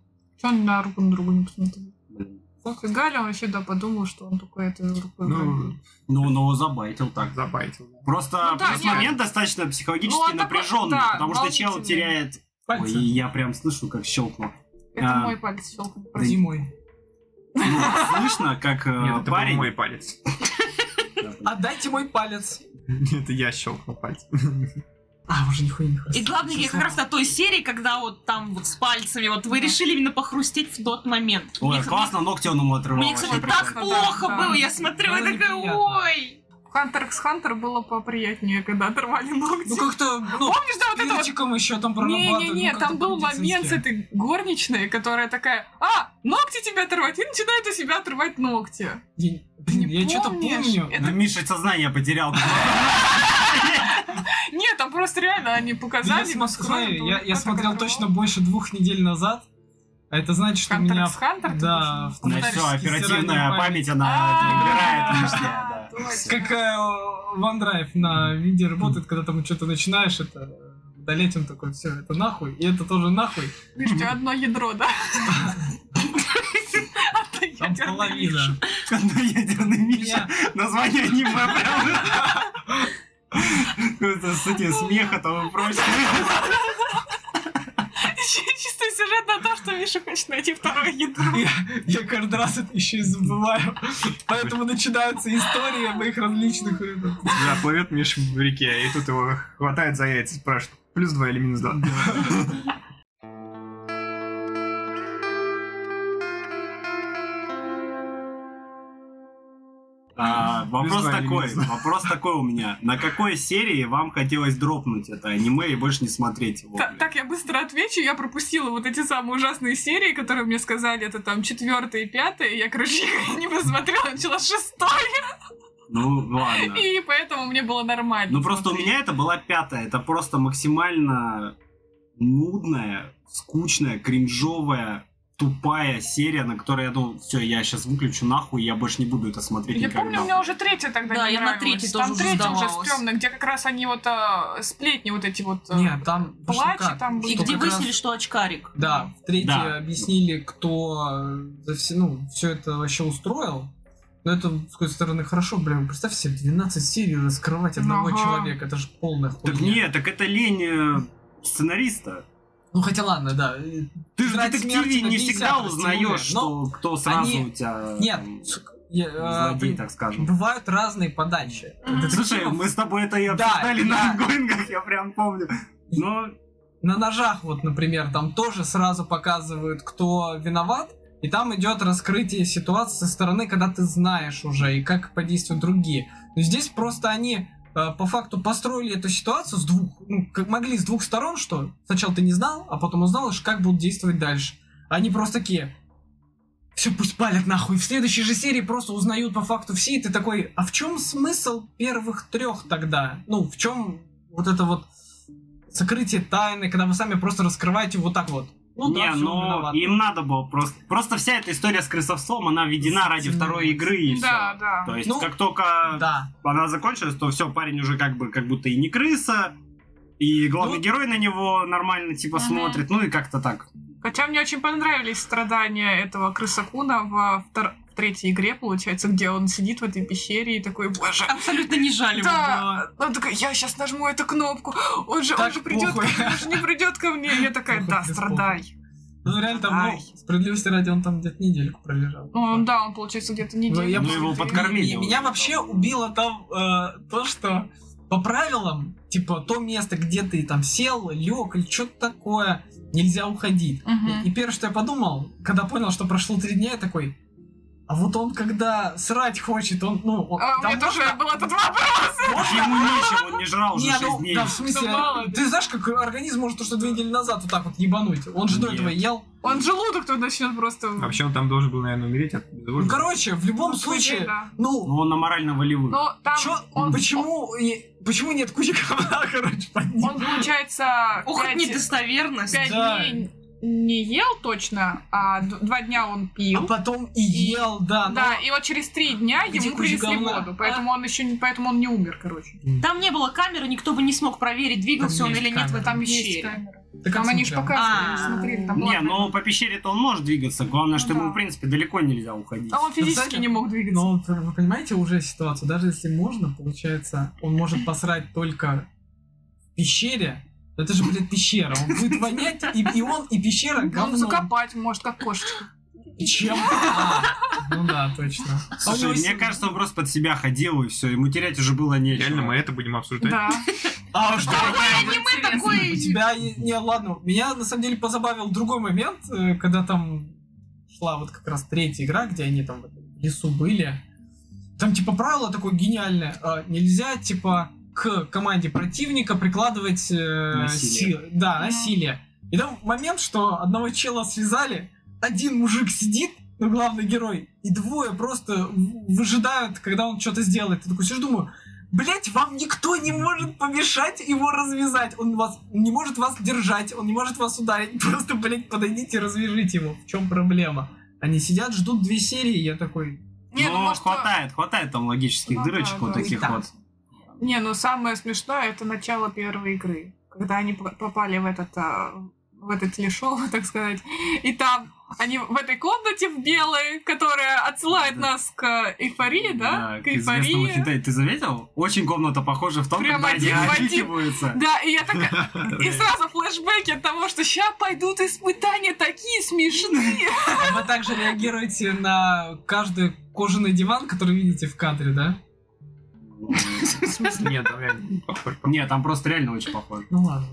Speaker 7: Че он на руку на другу не посмотрел?
Speaker 1: Блин.
Speaker 7: Так, и Галя он вообще, да, подумал, что он такой этой рукой.
Speaker 4: Ну,
Speaker 1: Ну, но забайтил так.
Speaker 4: забайтил. да.
Speaker 1: Просто
Speaker 7: Ну да,
Speaker 1: плюс
Speaker 7: нет.
Speaker 1: момент достаточно психологически
Speaker 7: Ну, он такой,
Speaker 1: напряженный,
Speaker 7: да,
Speaker 1: потому что чел
Speaker 7: волнительный.
Speaker 1: теряет... Ой,
Speaker 3: Пальцы.
Speaker 1: я прям слышу, как щелкнул.
Speaker 7: Это
Speaker 1: а,
Speaker 7: мой палец щелкнул.
Speaker 1: да
Speaker 7: прости.
Speaker 3: Зимой.
Speaker 1: ну, Слышно, как э,
Speaker 4: Нет, это был
Speaker 1: парень...
Speaker 4: мой палец.
Speaker 3: Отдайте мой палец.
Speaker 4: Нет, это я щелкнул палец.
Speaker 3: А, уже нихуя не хватит.
Speaker 2: И главное, я как раз на той серии, когда вот там вот с пальцами, вот вы решили именно похрустеть в тот момент.
Speaker 1: Ой,
Speaker 2: Мне,
Speaker 1: классно, ногти он ему отрывал.
Speaker 2: мне,
Speaker 1: вообще
Speaker 2: кстати, так
Speaker 1: прикольно.
Speaker 7: прикольно.
Speaker 2: плохо
Speaker 7: Да,
Speaker 2: было,
Speaker 7: да.
Speaker 2: я смотрела и
Speaker 3: Было
Speaker 2: такая,
Speaker 3: неприятно.
Speaker 2: ой!
Speaker 7: Хантер x Хантер было поприятнее, когда оторвали ногти.
Speaker 3: Ну как-то, ну,
Speaker 7: Помнишь, да, вот это вот
Speaker 3: пилочком еще там прорабатывать.
Speaker 7: Не-не-не,
Speaker 3: ну, как-то
Speaker 7: там был момент с
Speaker 3: по-медицински.
Speaker 7: этой горничной, которая такая, а, ногти тебе оторвать, и начинает у себя отрывать ногти.
Speaker 3: Я, блин, я что-то
Speaker 7: помнишь?
Speaker 3: помню.
Speaker 1: Ну, Миша сознание потерял.
Speaker 7: Нет, там просто реально они
Speaker 3: Да
Speaker 7: показали.
Speaker 3: я смотрел,
Speaker 7: насколько
Speaker 3: я,
Speaker 7: он
Speaker 3: я
Speaker 7: как
Speaker 3: смотрел
Speaker 7: оторвал.
Speaker 3: точно больше двух недель назад. А это значит, что
Speaker 7: Хантер
Speaker 3: меня...
Speaker 7: икс Хантер, ты
Speaker 3: Да,
Speaker 7: думаешь?
Speaker 3: в
Speaker 1: Ну все,
Speaker 3: товарищеский
Speaker 1: оперативная
Speaker 3: стиральный
Speaker 1: память,
Speaker 7: А,
Speaker 1: она
Speaker 7: да,
Speaker 1: это играет лишняя.
Speaker 3: Как э, OneDrive на виде работает, когда там что-то начинаешь, это удалять он такой, все, это нахуй, и это тоже нахуй.
Speaker 7: Видишь, у тебя одно ядро, да? Одно
Speaker 3: Там
Speaker 7: ядерное
Speaker 3: половина.
Speaker 7: ядро.
Speaker 1: да. Одноядерный Миша.
Speaker 3: Меня-
Speaker 1: Название аниме прям. Это, кстати, смеха того прочего.
Speaker 7: Чистый сюжет на то, что Миша хочет найти второе ядро.
Speaker 3: Я, я каждый раз это еще и забываю. Поэтому начинаются истории моих различных... это,
Speaker 4: Да, плывет Миш в реке, и тут его хватает за яйца и спрашивает, плюс два или минус два.
Speaker 1: А, вопрос
Speaker 4: знаю,
Speaker 1: такой,
Speaker 4: не знаю.
Speaker 1: вопрос такой у меня. На какой серии вам хотелось дропнуть это аниме и больше не смотреть его?
Speaker 7: Та-
Speaker 1: блин?
Speaker 7: Так я быстро отвечу. Я пропустила вот эти самые ужасные серии, которые мне сказали, это там четвертая и пятая. Я, короче, их не посмотрела, начала с шестой,
Speaker 1: Ну, ладно.
Speaker 7: и поэтому мне было нормально.
Speaker 1: Ну, просто у
Speaker 7: смотреть.
Speaker 1: меня это была пятая. Это просто максимально нудная, скучная, кринжовая, тупая серия, на которой я думал, все, я сейчас выключу нахуй, я больше не буду это смотреть
Speaker 7: Я
Speaker 1: никогда.
Speaker 7: помню, у меня уже третья тогда
Speaker 2: Да,
Speaker 7: не
Speaker 2: я на
Speaker 7: нравилась.
Speaker 2: третьей
Speaker 7: Там
Speaker 2: тоже уже
Speaker 7: третья уже
Speaker 2: сдавалась.
Speaker 7: стрёмная, где как раз они вот а, сплетни вот эти вот... а,
Speaker 3: Нет, там... ну,
Speaker 7: Плачи
Speaker 3: что как,
Speaker 7: там были.
Speaker 2: И
Speaker 3: что
Speaker 2: где
Speaker 3: как раз-
Speaker 2: выяснили, что очкарик.
Speaker 3: Да, в третьей
Speaker 1: Да.
Speaker 3: объяснили, кто э, за все, ну, все это вообще устроил. Но это, с какой стороны, хорошо, блин, представь себе, 12 серий раскрывать одного
Speaker 7: Ага.
Speaker 3: человека, это же полная хуйня.
Speaker 1: Так нет, так это лень э, сценариста.
Speaker 3: Ну хотя ладно, да. э,
Speaker 1: Ты же в
Speaker 3: тетрадь смерти
Speaker 1: детективе
Speaker 3: на
Speaker 1: не
Speaker 3: 50
Speaker 1: всегда узнаешь,
Speaker 3: растянули,
Speaker 1: что
Speaker 3: но
Speaker 1: кто сразу
Speaker 3: они-
Speaker 1: у тебя
Speaker 3: Нет,
Speaker 1: там,
Speaker 3: сука, я, э,
Speaker 1: злодей,
Speaker 3: блин,
Speaker 1: так скажем.
Speaker 3: бывают разные подачи.
Speaker 2: Мгм.
Speaker 3: Детективов
Speaker 1: Слушай, мы с тобой это и
Speaker 3: Да,
Speaker 1: обсуждали
Speaker 3: да.
Speaker 1: на ангоингах, я прям помню. Ну, Но
Speaker 3: На ножах, вот, например, там тоже сразу показывают, кто виноват, и там идет раскрытие ситуации со стороны, когда ты знаешь уже, и как подействуют другие. Но здесь просто они э, по факту построили эту ситуацию с двух, ну, как могли с двух сторон, что сначала ты не знал, а потом узнал, и как будут действовать дальше. Они просто такие, все, пусть палят нахуй. В следующей же серии просто узнают по факту все, и ты такой, а в чем смысл первых трех тогда? Ну, в чем вот это вот сокрытие тайны, когда вы сами просто раскрываете вот так вот. Ну,
Speaker 1: не,
Speaker 3: да, всё,
Speaker 1: но
Speaker 3: виноват.
Speaker 1: им надо было просто... Просто вся эта история с крысовством, она введена ради
Speaker 3: Затянулась.
Speaker 1: второй игры и
Speaker 7: Да,
Speaker 1: всё.
Speaker 7: да.
Speaker 1: То есть,
Speaker 3: Ну,
Speaker 1: как только
Speaker 3: Да.
Speaker 1: она закончилась, то все, парень уже как бы как будто и не крыса, и главный
Speaker 3: Ну-
Speaker 1: герой на него нормально типа
Speaker 7: Мгм.
Speaker 1: смотрит, ну и как-то так.
Speaker 7: Хотя мне очень понравились страдания этого крысакуна во втор- в третьей игре, получается, где он сидит в этой пещере и такой, боже,
Speaker 2: Абсолютно не жаль его было.
Speaker 7: да, он такой, я сейчас нажму эту кнопку, он же, он
Speaker 3: Так
Speaker 7: же придет, ко
Speaker 3: похуй.
Speaker 7: мне, он же не придет ко мне. Я такая,
Speaker 3: Похуй,
Speaker 7: да,
Speaker 3: без
Speaker 7: страдай.
Speaker 3: Ну, реально там, ну,
Speaker 7: Ай.
Speaker 3: справедливости ради, он там где-то недельку пролежал.
Speaker 7: Ну, да, он, получается, где-то неделю.
Speaker 1: я
Speaker 7: сидит.
Speaker 1: бы его подкормил.
Speaker 3: М-
Speaker 1: Кормили
Speaker 3: м-
Speaker 1: уже,
Speaker 3: Меня
Speaker 1: да.
Speaker 3: вообще убило там э, то, что по правилам, типа, то место, где ты там сел, лег или что-то такое, нельзя уходить.
Speaker 7: Мгм.
Speaker 3: И, и первое, что я подумал, когда понял, что прошло три дня, я такой, а вот он, когда срать хочет, он, ну... он-
Speaker 7: А, у
Speaker 3: да
Speaker 7: меня тоже
Speaker 3: можно-
Speaker 7: был этот вопрос.
Speaker 1: Ему нечем, он не жрал уже
Speaker 3: Не,
Speaker 1: 6
Speaker 3: ну,
Speaker 1: дней.
Speaker 3: да, в смысле,
Speaker 7: Да мало ли.
Speaker 3: ты знаешь, как организм может то, что две недели назад вот так вот ебануть. Он же до
Speaker 1: Нет.
Speaker 3: этого ел.
Speaker 7: Он желудок тут начнет
Speaker 3: А
Speaker 7: просто...
Speaker 4: А Вообще он там должен был, наверное, умереть от
Speaker 3: Ну,
Speaker 4: бездорожья.
Speaker 3: короче, в любом случае,
Speaker 7: Да.
Speaker 3: ну,
Speaker 1: Но он на морально-волевых.
Speaker 7: Но там
Speaker 3: чё-
Speaker 7: он,
Speaker 3: почему, и- почему нет кучи говна, короче, под ним?
Speaker 7: он, получается,
Speaker 2: Ох,
Speaker 7: пять-
Speaker 2: от недостоверность.
Speaker 7: пять
Speaker 3: Да.
Speaker 7: дней не ел точно, а д- два дня он
Speaker 3: А
Speaker 7: пил.
Speaker 3: потом и ел, да. ну, но-
Speaker 7: Да, и вот через три дня
Speaker 3: А, Где
Speaker 7: ему
Speaker 3: куча
Speaker 7: принесли
Speaker 3: говна?
Speaker 7: воду, поэтому он еще не, поэтому он не умер, короче.
Speaker 2: Там не было камеры, никто бы не смог проверить, двигался
Speaker 3: Там
Speaker 2: он
Speaker 3: есть
Speaker 2: или нет в
Speaker 3: камера.
Speaker 2: этом
Speaker 7: Там есть
Speaker 2: пещере.
Speaker 7: камера.
Speaker 3: Ты как
Speaker 7: Там они же
Speaker 3: смотрел?
Speaker 7: показывали,
Speaker 2: А.
Speaker 7: они смотрели, там
Speaker 1: Не,
Speaker 7: Ну,
Speaker 1: ну,
Speaker 7: ладно.
Speaker 1: но по пещере-то он может двигаться, главное, что
Speaker 7: Ну
Speaker 1: ему,
Speaker 7: да.
Speaker 1: в принципе, далеко нельзя уходить.
Speaker 7: А он физически
Speaker 3: Кстати,
Speaker 7: не мог двигаться.
Speaker 3: Но вы вы понимаете уже ситуацию, даже если можно, получается, он может посрать только в пещере. Это же, блядь, пещера. Он будет вонять, и, и он, и пещера
Speaker 7: Он
Speaker 3: говно.
Speaker 7: закопать может, как кошечка.
Speaker 3: Чем? А, ну да, точно. А у
Speaker 1: Слушай,
Speaker 3: него
Speaker 1: мне
Speaker 3: есть-
Speaker 1: кажется, он просто под себя ходил, и все, ему терять уже было нечего.
Speaker 4: Реально мы это будем обсуждать.
Speaker 7: Да.
Speaker 3: А что?
Speaker 7: Аниме
Speaker 3: У
Speaker 7: такой...
Speaker 3: тебя... е- Не, ладно, меня на самом деле позабавил другой момент, э, когда там шла вот как раз третья игра, где они там в этом лесу были. Там типа правило такое гениальное. а, Нельзя типа к команде противника прикладывать э,
Speaker 1: Насилие.
Speaker 3: сил- Да,
Speaker 7: Мгм.
Speaker 3: насилие. И там момент, что одного чела связали, один мужик сидит, ну, главный герой, и двое просто в- выжидают, когда он что-то сделает. Ты такой сижу, думаю, Блять, вам никто не может помешать его развязать. Он вас не может вас держать, он не может вас ударить. Просто, блять, подойдите и развяжите его. В чем проблема? Они сидят, ждут две серии, я такой.
Speaker 7: Не, ну,
Speaker 1: Но
Speaker 7: может,
Speaker 1: хватает, хватает там логических
Speaker 7: Ну да,
Speaker 1: дырочек вот
Speaker 7: да, и
Speaker 1: таких
Speaker 3: так.
Speaker 1: вот.
Speaker 7: Не, ну самое смешное это начало первой игры, когда они п- попали в этот а, в это телешоу, так сказать, и там они в этой комнате в белой, которая отсылает
Speaker 1: Да.
Speaker 7: нас к эйфории, да,
Speaker 1: к известному Китаю. Ты заметил? Очень комната похожа в том,
Speaker 7: Прям
Speaker 1: когда они
Speaker 7: один в один.
Speaker 1: очухиваются.
Speaker 7: Да, и я такая, и сразу флешбеки от того, что сейчас пойдут испытания такие смешные.
Speaker 3: А вы также реагируете на каждый кожаный диван, который видите в кадре, да?
Speaker 4: Нет, там реально не похоже.
Speaker 1: Не, там просто реально очень похоже.
Speaker 3: Ну ладно.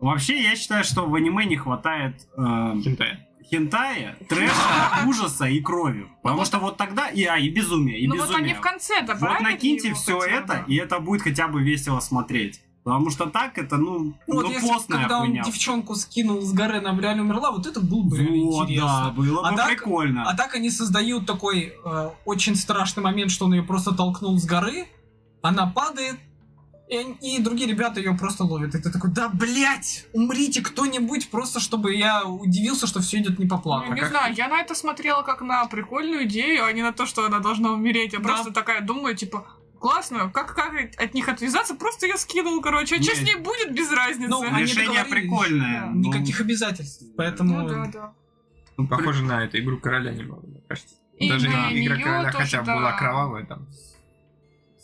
Speaker 1: Вообще, я считаю, что в аниме не хватает эм,
Speaker 4: Хентая.
Speaker 1: хентая, трэша, ужаса и крови. Потому что вот тогда и, а, и безумие, и
Speaker 7: Ну вот они
Speaker 1: безумие.
Speaker 7: в конце
Speaker 1: Вот
Speaker 7: добавили
Speaker 1: накиньте
Speaker 7: его
Speaker 1: все
Speaker 7: хотя бы.
Speaker 1: это, и это будет хотя бы весело смотреть. Потому что так это, ну,
Speaker 3: Ну, вот
Speaker 1: ну,
Speaker 3: если бы,
Speaker 1: постная
Speaker 3: когда он
Speaker 1: хуйня.
Speaker 3: девчонку скинул с горы, она бы реально умерла, вот это было бы реально
Speaker 1: Вот,
Speaker 3: интересно.
Speaker 1: да, было
Speaker 3: А
Speaker 1: бы
Speaker 3: так-
Speaker 1: прикольно.
Speaker 3: А так они создают такой э, очень страшный момент, что он ее просто толкнул с горы, она падает, и, они- и другие ребята ее просто ловят. И ты такой, да блять, умрите кто-нибудь, просто чтобы я удивился, что все идет не по
Speaker 7: Ну,
Speaker 3: плану.
Speaker 7: не
Speaker 4: как-
Speaker 7: знаю, я на это смотрела как на прикольную идею, а не на то, что она должна умереть. Я
Speaker 3: Да.
Speaker 7: просто такая думаю, типа, классно, как, как от них отвязаться? Просто я скинул, короче, а что
Speaker 1: Не.
Speaker 7: с ней будет без разницы?
Speaker 3: Ну, они
Speaker 1: Решение
Speaker 3: договорились,
Speaker 1: прикольное.
Speaker 7: да.
Speaker 1: ну,
Speaker 3: Никаких обязательств. Поэтому.
Speaker 7: Ну да, да.
Speaker 4: Ну, похоже на эту игру короля не было, мне кажется.
Speaker 7: И
Speaker 4: Даже
Speaker 7: на
Speaker 4: игра
Speaker 7: неё
Speaker 4: короля
Speaker 7: тоже,
Speaker 4: хотя бы
Speaker 7: да.
Speaker 4: была кровавая там.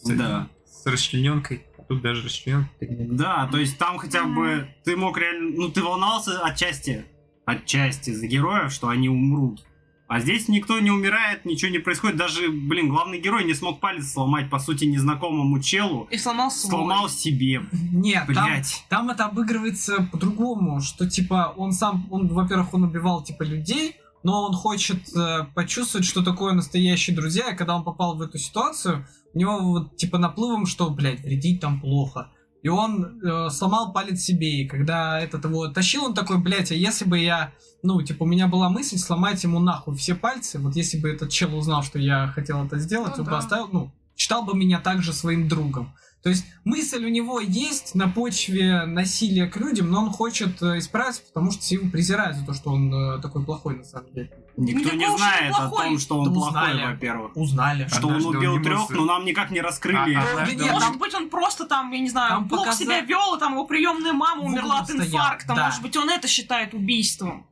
Speaker 4: с-
Speaker 1: Да.
Speaker 4: С расчлененкой. Тут даже расчлененки такие нет.
Speaker 1: Да, то есть там хотя бы ты мог реально... Ну, ты волновался отчасти. Отчасти за героев, что они умрут. А здесь никто не умирает, ничего не происходит. Даже, блин, главный герой не смог палец сломать, по сути, незнакомому челу.
Speaker 2: И сломал свой.
Speaker 1: Сломал себе.
Speaker 3: Нет, там,
Speaker 1: Блять.
Speaker 3: Там это обыгрывается по-другому, что типа он сам, он, во-первых, он убивал типа людей, но он хочет э, почувствовать, что такое настоящие друзья, и когда он попал в эту ситуацию, у него вот типа наплывом, что, блядь, вредить там плохо. И он э, сломал палец себе, и когда этот его тащил, он такой, блядь, а если бы я, ну, типа, у меня была мысль сломать ему нахуй все пальцы, вот если бы этот чел узнал, что я хотел это сделать,
Speaker 7: Ну
Speaker 3: он бы
Speaker 7: да.
Speaker 3: оставил, ну, считал бы меня также своим другом. То есть мысль у него есть на почве насилия к людям, но он хочет э, исправиться, потому что все его презирают за то, что он э, такой плохой на самом деле.
Speaker 1: Никто
Speaker 2: Никакого,
Speaker 1: не
Speaker 2: что
Speaker 1: знает
Speaker 2: он
Speaker 1: о
Speaker 2: плохой.
Speaker 1: том, что он
Speaker 3: Да
Speaker 1: плохой,
Speaker 3: узнали.
Speaker 1: во-первых.
Speaker 3: Узнали.
Speaker 1: Что он
Speaker 4: Однажды он
Speaker 1: убил
Speaker 4: не
Speaker 1: трех,
Speaker 4: мыслит.
Speaker 1: но нам никак не раскрыли.
Speaker 4: А, а,
Speaker 3: Нет,
Speaker 2: Может
Speaker 3: там-
Speaker 2: быть, он просто там, я не знаю,
Speaker 3: Там
Speaker 2: плохо
Speaker 3: показа-
Speaker 2: себя вел, и там его приемная мама
Speaker 3: В углу
Speaker 2: умерла от
Speaker 3: стоял,
Speaker 2: инфаркта.
Speaker 3: да.
Speaker 2: Может быть, он это считает убийством.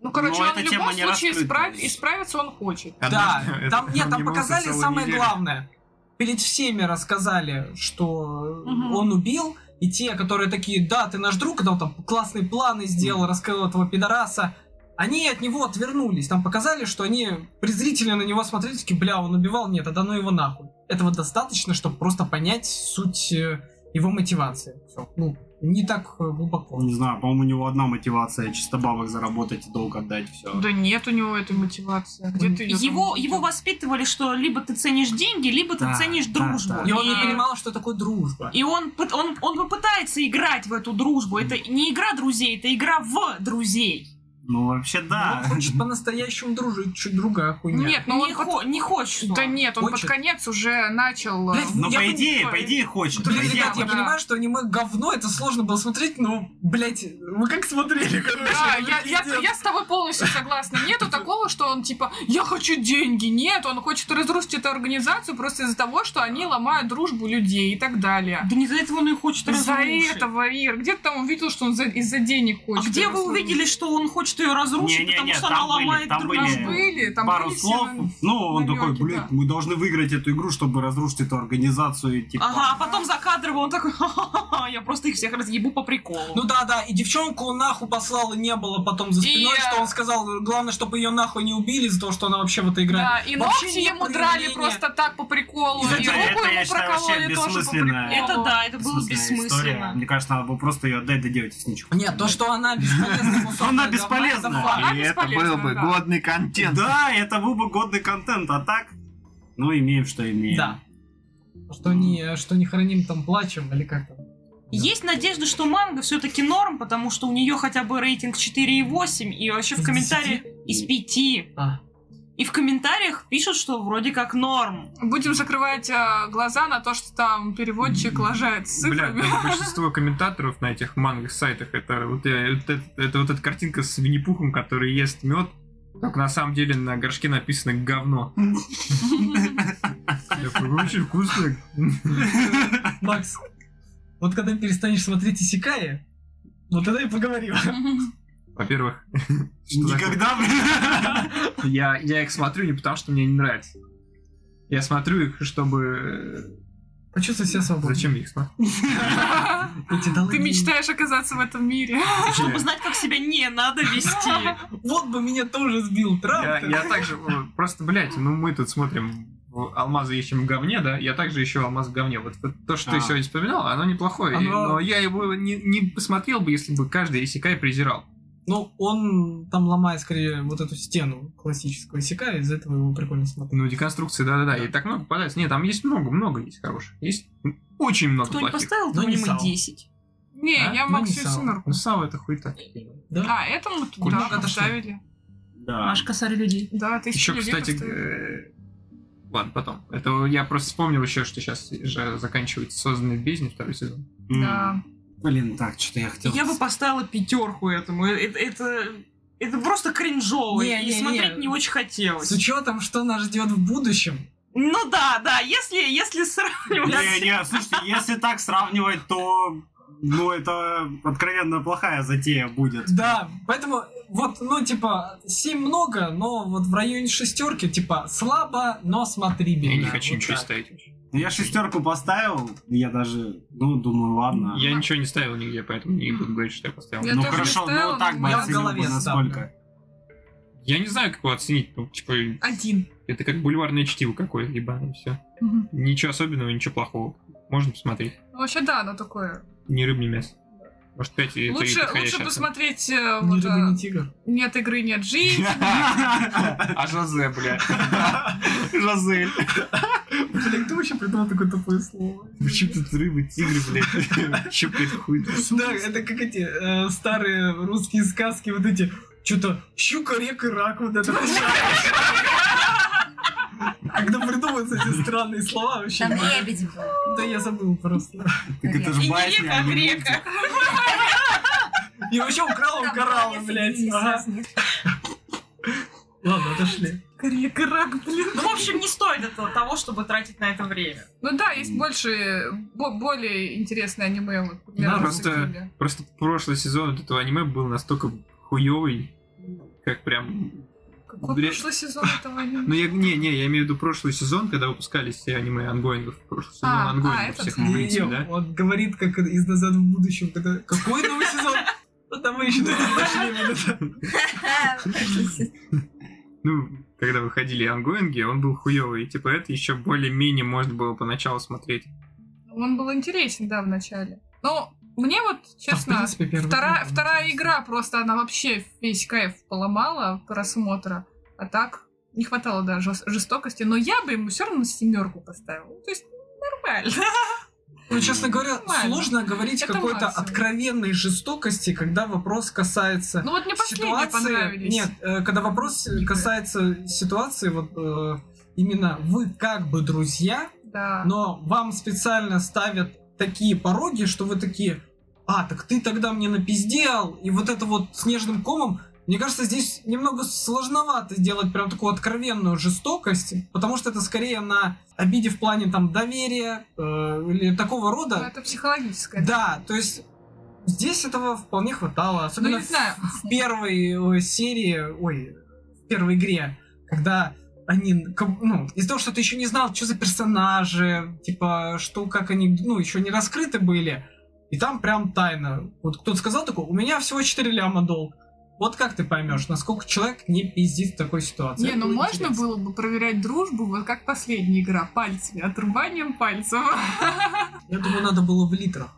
Speaker 7: Ну, короче,
Speaker 1: Но
Speaker 7: он
Speaker 1: эта
Speaker 7: в
Speaker 1: тема
Speaker 7: любом
Speaker 1: не
Speaker 7: случае
Speaker 1: раскрыта.
Speaker 7: исправ- исправиться он хочет.
Speaker 3: Да,
Speaker 4: Однажды А это-
Speaker 3: там, нет, там
Speaker 4: ему
Speaker 3: показали
Speaker 4: целую
Speaker 3: самое
Speaker 4: неделю.
Speaker 3: главное. Перед всеми рассказали, что
Speaker 2: Мгм.
Speaker 3: он убил, и те, которые такие, да, ты наш друг, когда он там классные планы сделал, раскрыл этого пидораса, они от него отвернулись. Там показали, что они презрительно на него смотрели, такие, бля, он убивал, нет, отдано его нахуй. Этого достаточно, чтобы просто понять суть э, его мотивации. Всё. Ну, не так э, глубоко.
Speaker 1: Не знаю, по-моему, у него одна мотивация чисто бабок заработать и долг отдать, все.
Speaker 7: Да нет у него этой мотивации. Где ты её там
Speaker 2: Его,
Speaker 7: увидел?
Speaker 2: его воспитывали, что либо ты ценишь деньги, либо ты
Speaker 1: Да,
Speaker 2: ценишь
Speaker 1: да,
Speaker 2: дружбу.
Speaker 1: да.
Speaker 3: И он не
Speaker 2: И-
Speaker 3: понимал, что такое дружба.
Speaker 2: И он, пыт- он, он попытается играть в эту дружбу. Это не игра друзей, это игра в друзей.
Speaker 1: Ну, вообще, да.
Speaker 3: Он хочет по-настоящему дружить, чуть другая хуйня.
Speaker 7: Нет, ну
Speaker 2: не,
Speaker 7: он... под-
Speaker 2: хо- не хочет.
Speaker 7: Да нет, он под
Speaker 3: Хочет.
Speaker 7: конец уже начал... э,
Speaker 3: Блядь,
Speaker 1: Но
Speaker 3: Я
Speaker 1: по
Speaker 3: бы-
Speaker 1: идее, по идее хочет.
Speaker 3: Блин,
Speaker 1: По идее
Speaker 3: ребят, я
Speaker 7: да.
Speaker 3: понимаю, что аниме говно, это сложно было смотреть, но, блядь, вы как смотрели, короче?
Speaker 7: Да,
Speaker 3: ну,
Speaker 7: А, я, я,
Speaker 3: пиздец.
Speaker 7: я с тобой полностью согласна. Нету такого, что он типа, я хочу деньги. Нет, он хочет разрушить эту организацию просто из-за того, что они ломают дружбу людей и так далее.
Speaker 2: Да не за этого он и хочет
Speaker 7: Из-за
Speaker 2: разрушить.
Speaker 7: этого, Ир, где ты там увидел, что он за- из-за денег
Speaker 2: А
Speaker 7: хочет?
Speaker 2: где
Speaker 7: её
Speaker 2: вы
Speaker 7: разрушить?
Speaker 2: увидели, что он хочет ее разрушить,
Speaker 1: Не-не-не,
Speaker 2: потому что
Speaker 1: там
Speaker 2: она
Speaker 1: были,
Speaker 2: ломает
Speaker 1: там
Speaker 2: друг
Speaker 1: были.
Speaker 7: Там
Speaker 2: дружбу?
Speaker 7: были, там
Speaker 1: пару
Speaker 7: были все
Speaker 1: слов.
Speaker 7: на-
Speaker 1: Ну, он
Speaker 7: намёки,
Speaker 1: такой, блин,
Speaker 7: да.
Speaker 1: мы должны выиграть эту игру, чтобы разрушить эту организацию. и Типа,
Speaker 2: Ага, а потом за кадрово он такой, «Ха-ха-ха, я просто их всех разъебу по приколу.
Speaker 3: Ну да, да, и девчонку он нахуй послал, и не было потом за
Speaker 7: И,
Speaker 3: спиной,
Speaker 7: э,
Speaker 3: что он сказал, главное, чтобы ее нахуй не убили за то, что она вообще в это играет.
Speaker 7: Да, и
Speaker 3: Вообще
Speaker 7: ногти
Speaker 3: нет
Speaker 7: ему драли
Speaker 3: проявления.
Speaker 7: просто так по приколу,
Speaker 1: Кстати,
Speaker 7: и руку
Speaker 1: это, я
Speaker 7: ему
Speaker 1: считаю, вообще
Speaker 7: прокололи тоже по
Speaker 1: бессмысленная-
Speaker 7: приколу.
Speaker 2: Это да, это было
Speaker 1: Бессмысленная история.
Speaker 2: бессмысленно.
Speaker 1: Мне кажется, надо было просто ее отдать, да делать с ничего.
Speaker 3: Нет, то, что она бесполезна. кусок
Speaker 1: Она
Speaker 3: говна,
Speaker 1: бесполезна.
Speaker 3: это факт.
Speaker 7: Она
Speaker 4: И это
Speaker 7: бесполезна,
Speaker 4: был бы
Speaker 7: да.
Speaker 4: годный контент.
Speaker 1: Да, это был бы годный контент, а так... Ну, имеем, что имеем.
Speaker 3: Да. Что не, что не храним, там плачем, или как там.
Speaker 2: Есть надежда, что манга все-таки норм, потому что у нее хотя бы рейтинг 4,8, и вообще в
Speaker 3: Из
Speaker 2: комментариях из 5.
Speaker 3: А.
Speaker 2: И в комментариях пишут, что вроде как норм.
Speaker 7: Будем закрывать э, глаза на то, что там переводчик лажает с
Speaker 4: Бля,
Speaker 7: цифрами.
Speaker 4: там большинство комментаторов на этих манго-сайтах это вот, э, вот это, это вот эта картинка с Винни-Пухом, который ест мед, только на самом деле на горшке написано говно. Такой, Очень вкусно.
Speaker 3: Макс, вот когда перестанешь смотреть Исикая, вот тогда и поговорим.
Speaker 4: Во-первых, что такое?
Speaker 1: Никогда, блин.
Speaker 4: я, я их смотрю не потому, что мне не нравится. Я смотрю их, чтобы...
Speaker 3: Почувствуй себя
Speaker 4: э,
Speaker 3: свободно.
Speaker 4: Зачем я их смотрю?
Speaker 7: Ты мечтаешь оказаться в этом мире.
Speaker 2: Чтобы знать, как себя не надо вести.
Speaker 3: Вот бы меня тоже сбил
Speaker 4: Я,
Speaker 3: трактор.
Speaker 4: я также... э, Просто, блядь, ну мы тут смотрим в алмазы ищем в говне, да? Я также ищу алмаз в говне. Вот то, что
Speaker 1: А.
Speaker 4: ты сегодня вспоминал, оно неплохое. и-
Speaker 3: Оно-
Speaker 4: Но я его не, не посмотрел бы, если бы каждый Исикай презирал.
Speaker 3: Ну, он там ломает скорее вот эту стену классическую Исикая, из-за этого его прикольно смотреть.
Speaker 4: Ну, деконструкции, да-да-да. И так много попадается. Нет, там есть много, много есть хороших. Есть очень много
Speaker 2: Кто-нибудь
Speaker 4: плохих.
Speaker 2: поставил
Speaker 3: Ну, не
Speaker 2: минимум
Speaker 3: сам.
Speaker 2: 10?
Speaker 7: Не,
Speaker 4: А?
Speaker 7: я
Speaker 3: Ну,
Speaker 7: Максу
Speaker 3: не сам.
Speaker 4: Ну, Сава это хуй так.
Speaker 3: Да?
Speaker 7: А, это мы тут,
Speaker 3: Кульман
Speaker 7: да,
Speaker 3: отошли.
Speaker 7: поставили.
Speaker 3: А.
Speaker 1: Да.
Speaker 2: Аж косарь людей.
Speaker 7: Да, ты
Speaker 4: Еще, кстати, э, ладно, потом. Это я просто вспомнил еще, что сейчас же заканчивается созданный в бездне второй сезон.
Speaker 1: М.
Speaker 7: Да.
Speaker 1: Блин, так, что-то я хотел...
Speaker 2: Я бы поставила пятерку этому. Э- э- Это, это просто кринжово.
Speaker 3: Не,
Speaker 2: и
Speaker 3: не, не.
Speaker 2: смотреть не очень хотелось.
Speaker 3: С учетом, что нас ждет в будущем.
Speaker 2: Ну да, да, если, если
Speaker 1: Не,
Speaker 2: сравнивать.
Speaker 1: не, слушайте, если так сравнивать, то... Ну, это откровенно плохая затея будет.
Speaker 3: Да, поэтому вот, ну, типа, 7 много, но вот в районе шестерки, типа, слабо, но смотрибельно.
Speaker 4: я не хочу
Speaker 3: Вот
Speaker 4: ничего
Speaker 3: так.
Speaker 4: ставить. вообще.
Speaker 1: Ну, я шестерку поставил, я даже, ну, думаю, ладно.
Speaker 4: Я ничего не ставил нигде, поэтому не буду говорить, что я поставил.
Speaker 7: Я
Speaker 1: Ну
Speaker 7: тоже
Speaker 1: хорошо,
Speaker 7: поставила,
Speaker 1: ну вот так бы
Speaker 3: я в
Speaker 1: оценил
Speaker 3: голове
Speaker 1: бы на
Speaker 3: ставлю.
Speaker 1: сколько.
Speaker 4: Я не знаю, как его оценить. Ну, типа,
Speaker 7: Один.
Speaker 4: это как бульварное чтиво какое-либо, и все.
Speaker 7: Мгм.
Speaker 4: Ничего особенного, ничего плохого. Можно посмотреть.
Speaker 7: Ну, Вообще, да, оно такое.
Speaker 4: Ни рыб, ни мясо. Может, 5 и
Speaker 7: Лучше,
Speaker 4: 3
Speaker 7: лучше посмотреть... э,
Speaker 3: Ни
Speaker 7: вот,
Speaker 3: рыба, ни
Speaker 7: э,
Speaker 3: тигр.
Speaker 7: Нет игры, нет жизни.
Speaker 4: А Жозе, бля.
Speaker 1: Жазель.
Speaker 3: Блин, кто вообще придумал такое тупое слово?
Speaker 4: Почему тут рыбы, тигры, блядь? Чё, блядь, хуй?
Speaker 3: Да, это как эти э, старые русские сказки, вот эти, что-то щука, рек и рак, вот это. Когда придумываются эти странные слова, вообще.
Speaker 6: Там лебедь был.
Speaker 3: Да я забыл просто.
Speaker 1: Так это
Speaker 6: И
Speaker 1: же
Speaker 6: не
Speaker 1: басня, а не мультик.
Speaker 3: И вообще украла у
Speaker 6: Там
Speaker 3: коралла,
Speaker 6: Аня
Speaker 3: блядь.
Speaker 6: сидит,
Speaker 1: а?
Speaker 3: Ага.
Speaker 6: сейчас нет.
Speaker 3: Ладно, отошли.
Speaker 7: Крик, рак, блин.
Speaker 2: Ну, в общем, не стоит этого того, чтобы тратить на это время.
Speaker 7: Ну да, есть больше, бо- более интересное аниме. Вот, например,
Speaker 4: Да,
Speaker 7: в
Speaker 4: просто-
Speaker 7: Соколе.
Speaker 4: Просто прошлый сезон вот этого аниме был настолько хуёвый, как прям...
Speaker 7: Какой
Speaker 4: Блядь.
Speaker 7: прошлый сезон этого аниме?
Speaker 4: Ну, я... Не, не, я имею в виду прошлый сезон, когда выпускались все аниме ангоингов. Прошлый сезон
Speaker 7: А, а,
Speaker 4: ангоингов
Speaker 7: этот?
Speaker 4: всех мы
Speaker 3: И
Speaker 4: вылетели, да?
Speaker 3: Он говорит, как из «Назад в будущем», когда... Какой новый сезон? Да мы еще дошли. вот это.
Speaker 4: Ну, когда выходили ангоинги, он был хуёвый. И, типа, это еще более-менее можно было поначалу смотреть.
Speaker 7: Он был интересен, да, в начале. Но мне вот,
Speaker 3: Да, А, в
Speaker 7: честно,
Speaker 3: принципе, первый
Speaker 7: вторая,
Speaker 3: сезон.
Speaker 7: вторая игра просто, она вообще весь кайф поломала просмотра. А так не хватало, да, жес- жестокости. Но я бы ему все равно семерку поставила. Ну, То есть нормально.
Speaker 3: Ну, честно говоря,
Speaker 7: Нормально.
Speaker 3: сложно говорить о
Speaker 7: Это
Speaker 3: какой-то
Speaker 7: максимум.
Speaker 3: откровенной жестокости, когда вопрос касается
Speaker 7: Ну вот мне последние
Speaker 3: ситуации.
Speaker 7: понравились.
Speaker 3: Нет, э, когда вопрос
Speaker 7: Игры.
Speaker 3: касается ситуации, вот э, именно вы как бы друзья,
Speaker 7: Да.
Speaker 3: но вам специально ставят такие пороги, что вы такие, а, так ты тогда мне напиздел, и вот это вот снежным комом, мне кажется, здесь немного сложновато сделать прям такую откровенную жестокость, потому что это скорее на обиде в плане там доверия э, или
Speaker 7: Ну,
Speaker 3: такого рода.
Speaker 7: это психологическое.
Speaker 3: Да, то есть здесь этого вполне хватало,
Speaker 7: Ну,
Speaker 3: особенно
Speaker 7: не знаю.
Speaker 3: в первой э, серии, ой, в первой игре, когда они, как- ну, из-за того, что ты еще не знал, что за персонажи, типа, что, как они, ну, еще не раскрыты были, и там прям тайна. Вот кто-то сказал такой, у меня всего 4 ляма долг. Вот как ты поймешь, насколько человек не пиздит в такой ситуации.
Speaker 7: Не,
Speaker 3: Это
Speaker 7: ну
Speaker 3: было
Speaker 7: можно
Speaker 3: интересно.
Speaker 7: было бы проверять дружбу, вот как последняя игра, пальцами, отрубанием пальцев.
Speaker 3: Я думаю, надо было в литрах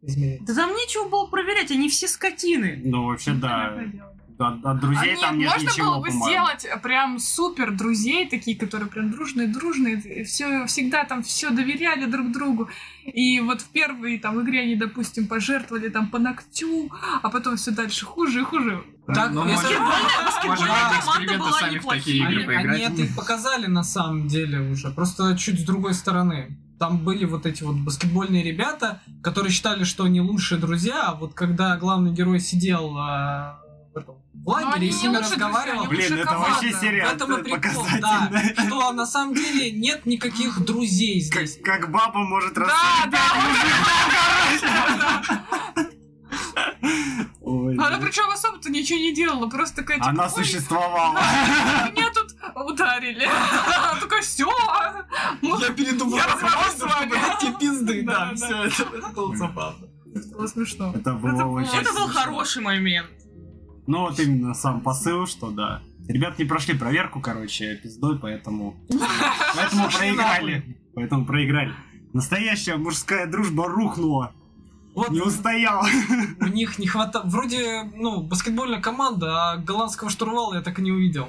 Speaker 3: измерять.
Speaker 2: Да там нечего было проверять, они все скотины.
Speaker 1: Ну, вообще, да.
Speaker 7: Понятное дело.
Speaker 1: От, от
Speaker 7: А
Speaker 1: друзей
Speaker 7: нет,
Speaker 1: там нет
Speaker 7: можно
Speaker 1: ничего,
Speaker 7: было бы
Speaker 1: по-моему.
Speaker 7: сделать прям супер друзей, такие, которые прям дружные, дружные, все, всегда там все доверяли друг другу. И вот в первой там игре они, допустим, пожертвовали там по ногтю, а потом все дальше хуже и хуже.
Speaker 3: Так,
Speaker 4: но
Speaker 3: если-
Speaker 4: можно- можно
Speaker 3: а,
Speaker 4: ради
Speaker 2: команда
Speaker 4: эксперимента
Speaker 2: была
Speaker 4: сами в такие
Speaker 2: неплохие.
Speaker 3: Они,
Speaker 4: игры
Speaker 3: они
Speaker 4: поиграть.
Speaker 3: это и показали на самом деле уже, просто чуть с другой стороны. Там были вот эти вот баскетбольные ребята, которые считали, что они лучшие друзья, а вот когда главный герой сидел а, в, этом,
Speaker 7: Но
Speaker 3: в
Speaker 7: Ну, они
Speaker 3: лагере и с
Speaker 7: не
Speaker 3: ними
Speaker 7: лучшие друзья,
Speaker 3: разговаривал,
Speaker 7: они
Speaker 1: Блин,
Speaker 7: лучше
Speaker 1: это
Speaker 7: команда.
Speaker 1: вообще
Speaker 3: в
Speaker 1: серия
Speaker 3: этом и прикол, да,
Speaker 1: показательная.
Speaker 3: что на самом деле нет никаких друзей
Speaker 1: Как,
Speaker 3: здесь.
Speaker 1: как баба может
Speaker 7: Да,
Speaker 1: рассказать.
Speaker 7: да,
Speaker 1: Ой,
Speaker 7: Она
Speaker 1: блин.
Speaker 7: причем особо-то ничего не делала, просто такая типа,
Speaker 1: Она
Speaker 7: «Ой,
Speaker 1: существовала.
Speaker 7: Меня тут ударили. Она такая, а, все.
Speaker 3: Я передумал,
Speaker 7: Я разговаривал с вами.
Speaker 3: дать тебе пизды, да,
Speaker 7: Да, да.
Speaker 3: все, это, это было забавно.
Speaker 7: Было смешно.
Speaker 1: Это было очень
Speaker 2: Это был
Speaker 1: смешно.
Speaker 2: хороший момент.
Speaker 1: Ну, вот именно сам посыл, что да. Ребят не прошли проверку, короче, пиздой, поэтому... Поэтому
Speaker 3: Пошли
Speaker 1: проиграли. Поэтому проиграли. Настоящая мужская дружба рухнула.
Speaker 3: Вот
Speaker 1: Не устояла.
Speaker 3: у них не хватало, вроде, ну, баскетбольная команда, а голландского штурвала я так и не увидел.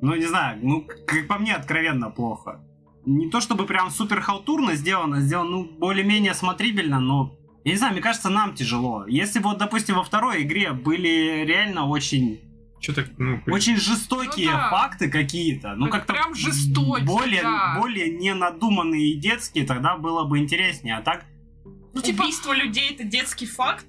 Speaker 1: Ну, не знаю, ну, как по мне, откровенно плохо. Не то чтобы прям супер халтурно сделано, сделано, ну, более-менее смотрибельно, но... Я не знаю, мне кажется, нам тяжело. Если бы, вот, допустим, во второй игре были реально очень
Speaker 4: Что так, ну, при-
Speaker 1: Очень жестокие
Speaker 7: Ну да.
Speaker 1: факты какие-то. Ну,
Speaker 7: Прям
Speaker 1: как-то
Speaker 7: жестокие,
Speaker 1: более,
Speaker 7: да.
Speaker 1: более ненадуманные и детские, тогда было бы интереснее. А так
Speaker 2: Ну, типа... Убийство людей это детский факт.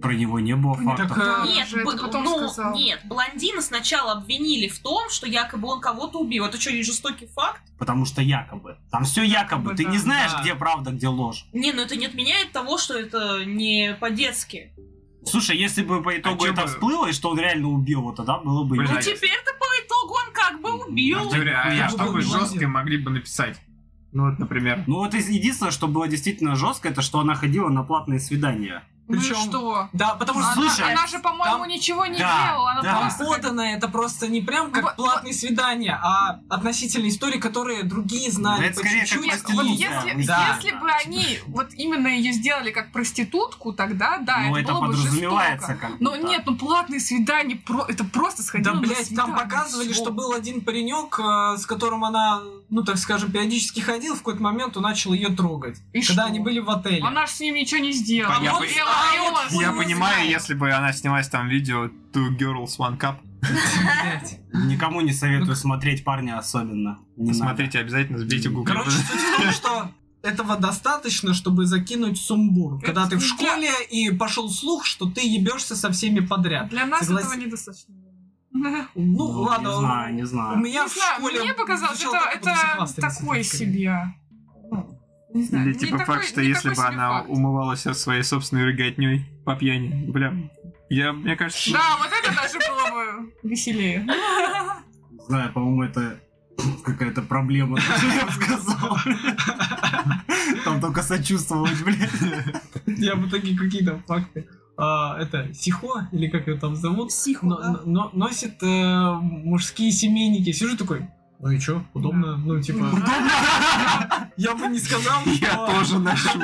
Speaker 1: про него не было
Speaker 7: Ну,
Speaker 1: фактов.
Speaker 3: Так, э,
Speaker 2: Нет,
Speaker 7: же это
Speaker 2: б-
Speaker 7: потом
Speaker 2: ну,
Speaker 7: сказал.
Speaker 2: нет, блондина сначала обвинили в том, что якобы он кого-то убил. Это что, не жестокий факт?
Speaker 1: Потому что якобы. Там все якобы.
Speaker 7: Якобы,
Speaker 1: Ты
Speaker 7: да,
Speaker 1: не знаешь,
Speaker 3: да.
Speaker 1: где правда, где ложь.
Speaker 2: Не, ну это не отменяет того, что это не по-детски. Ну,
Speaker 1: Слушай, если бы по итогу
Speaker 4: чё
Speaker 1: это
Speaker 4: бы-
Speaker 1: всплыло, и что он реально убил, вот тогда было бы...
Speaker 4: Блин,
Speaker 2: Ну
Speaker 4: Да,
Speaker 1: интересно.
Speaker 4: я-
Speaker 3: Ну,
Speaker 2: теперь-то по итогу он как бы
Speaker 4: А в
Speaker 2: убил.
Speaker 4: теории, а
Speaker 3: Я
Speaker 4: что
Speaker 3: бы
Speaker 4: вы
Speaker 3: убил.
Speaker 4: жесткое могли бы написать? Ну вот, например.
Speaker 1: Ну вот из- единственное, что было действительно жестко, это что она ходила на платные свидания.
Speaker 7: Ну и
Speaker 3: Причем-
Speaker 7: что?
Speaker 3: Да, потому что,
Speaker 7: Она,
Speaker 3: слушай,
Speaker 7: она же, по-моему,
Speaker 3: там-
Speaker 7: ничего не
Speaker 1: да,
Speaker 7: делала. Она
Speaker 1: да.
Speaker 3: там
Speaker 7: просто... как-
Speaker 3: подано это просто не прям как
Speaker 7: Вот-
Speaker 3: платные свидания, а относительно истории, которые другие
Speaker 1: Да
Speaker 3: знали
Speaker 1: это
Speaker 3: по
Speaker 1: скорее как
Speaker 3: чуть-чуть.
Speaker 7: Нет,
Speaker 1: проститутка.
Speaker 7: вот если,
Speaker 1: Да.
Speaker 7: если бы они вот именно ее сделали как проститутку, тогда да,
Speaker 1: ну это,
Speaker 7: это, было бы
Speaker 1: подразумевается
Speaker 7: жестоко.
Speaker 1: как
Speaker 7: Но
Speaker 1: будто.
Speaker 7: нет, ну платные свидания, про... это просто сходило
Speaker 3: Да,
Speaker 7: на
Speaker 3: блядь, там
Speaker 7: свидание,
Speaker 3: показывали,
Speaker 7: всё.
Speaker 3: что был один паренек, э, с которым она, ну, так скажем, периодически ходил, в какой-то момент он начал ее трогать.
Speaker 7: И
Speaker 3: когда
Speaker 7: что?
Speaker 3: они были в отеле.
Speaker 7: Она же с ним ничего не сделала.
Speaker 4: А я
Speaker 7: Вот
Speaker 4: бы-
Speaker 7: дело
Speaker 3: а, вот
Speaker 7: Айола,
Speaker 3: хуй
Speaker 4: Я
Speaker 7: хуй
Speaker 4: понимаю,
Speaker 7: знает.
Speaker 4: если бы она снялась там видео Two Girls One Cup,
Speaker 3: Блядь.
Speaker 1: Никому не советую
Speaker 3: Ну, к-
Speaker 1: смотреть парня особенно. Не
Speaker 4: смотрите обязательно, сбейте гугл.
Speaker 3: Короче, суть в том, что этого достаточно, чтобы закинуть сумбур.
Speaker 7: Это
Speaker 3: Когда ты в
Speaker 7: не
Speaker 3: школе и пошел слух, что ты ебешься со всеми подряд.
Speaker 7: А Для нас
Speaker 3: Согласен.
Speaker 7: этого недостаточно.
Speaker 1: надо.
Speaker 3: Ну,
Speaker 1: Ну,
Speaker 3: ладно.
Speaker 1: Не знаю, не
Speaker 3: У
Speaker 1: знаю.
Speaker 3: меня
Speaker 7: не
Speaker 3: в
Speaker 7: знаю,
Speaker 3: школе
Speaker 7: мне показалось,
Speaker 3: звучало
Speaker 7: это,
Speaker 3: так, будто все
Speaker 7: это
Speaker 3: хвастались
Speaker 7: такой
Speaker 3: этим.
Speaker 7: себе. Ну, Не знаю,
Speaker 4: Или
Speaker 7: не
Speaker 4: типа
Speaker 7: такой-
Speaker 4: факт, что
Speaker 7: не
Speaker 4: если бы
Speaker 7: такой себе
Speaker 4: она
Speaker 7: факт.
Speaker 4: умывалась своей собственной рогатней по пьяни, бля, я, мне кажется,
Speaker 7: Да, вот это даже было бы веселее.
Speaker 1: Не знаю, по-моему, это какая-то проблема, даже я бы сказал. Там только сочувствовать, блядь.
Speaker 3: Я в итоге какие-то факты. А, это Сихо, или как ее там зовут,
Speaker 2: Сихо,
Speaker 3: но-
Speaker 2: да.
Speaker 3: но- носит э, мужские семейники. Сижу такой, ну и чё, удобно, ну типа... Я бы не сказал,
Speaker 4: я
Speaker 3: что-
Speaker 4: тоже ношу.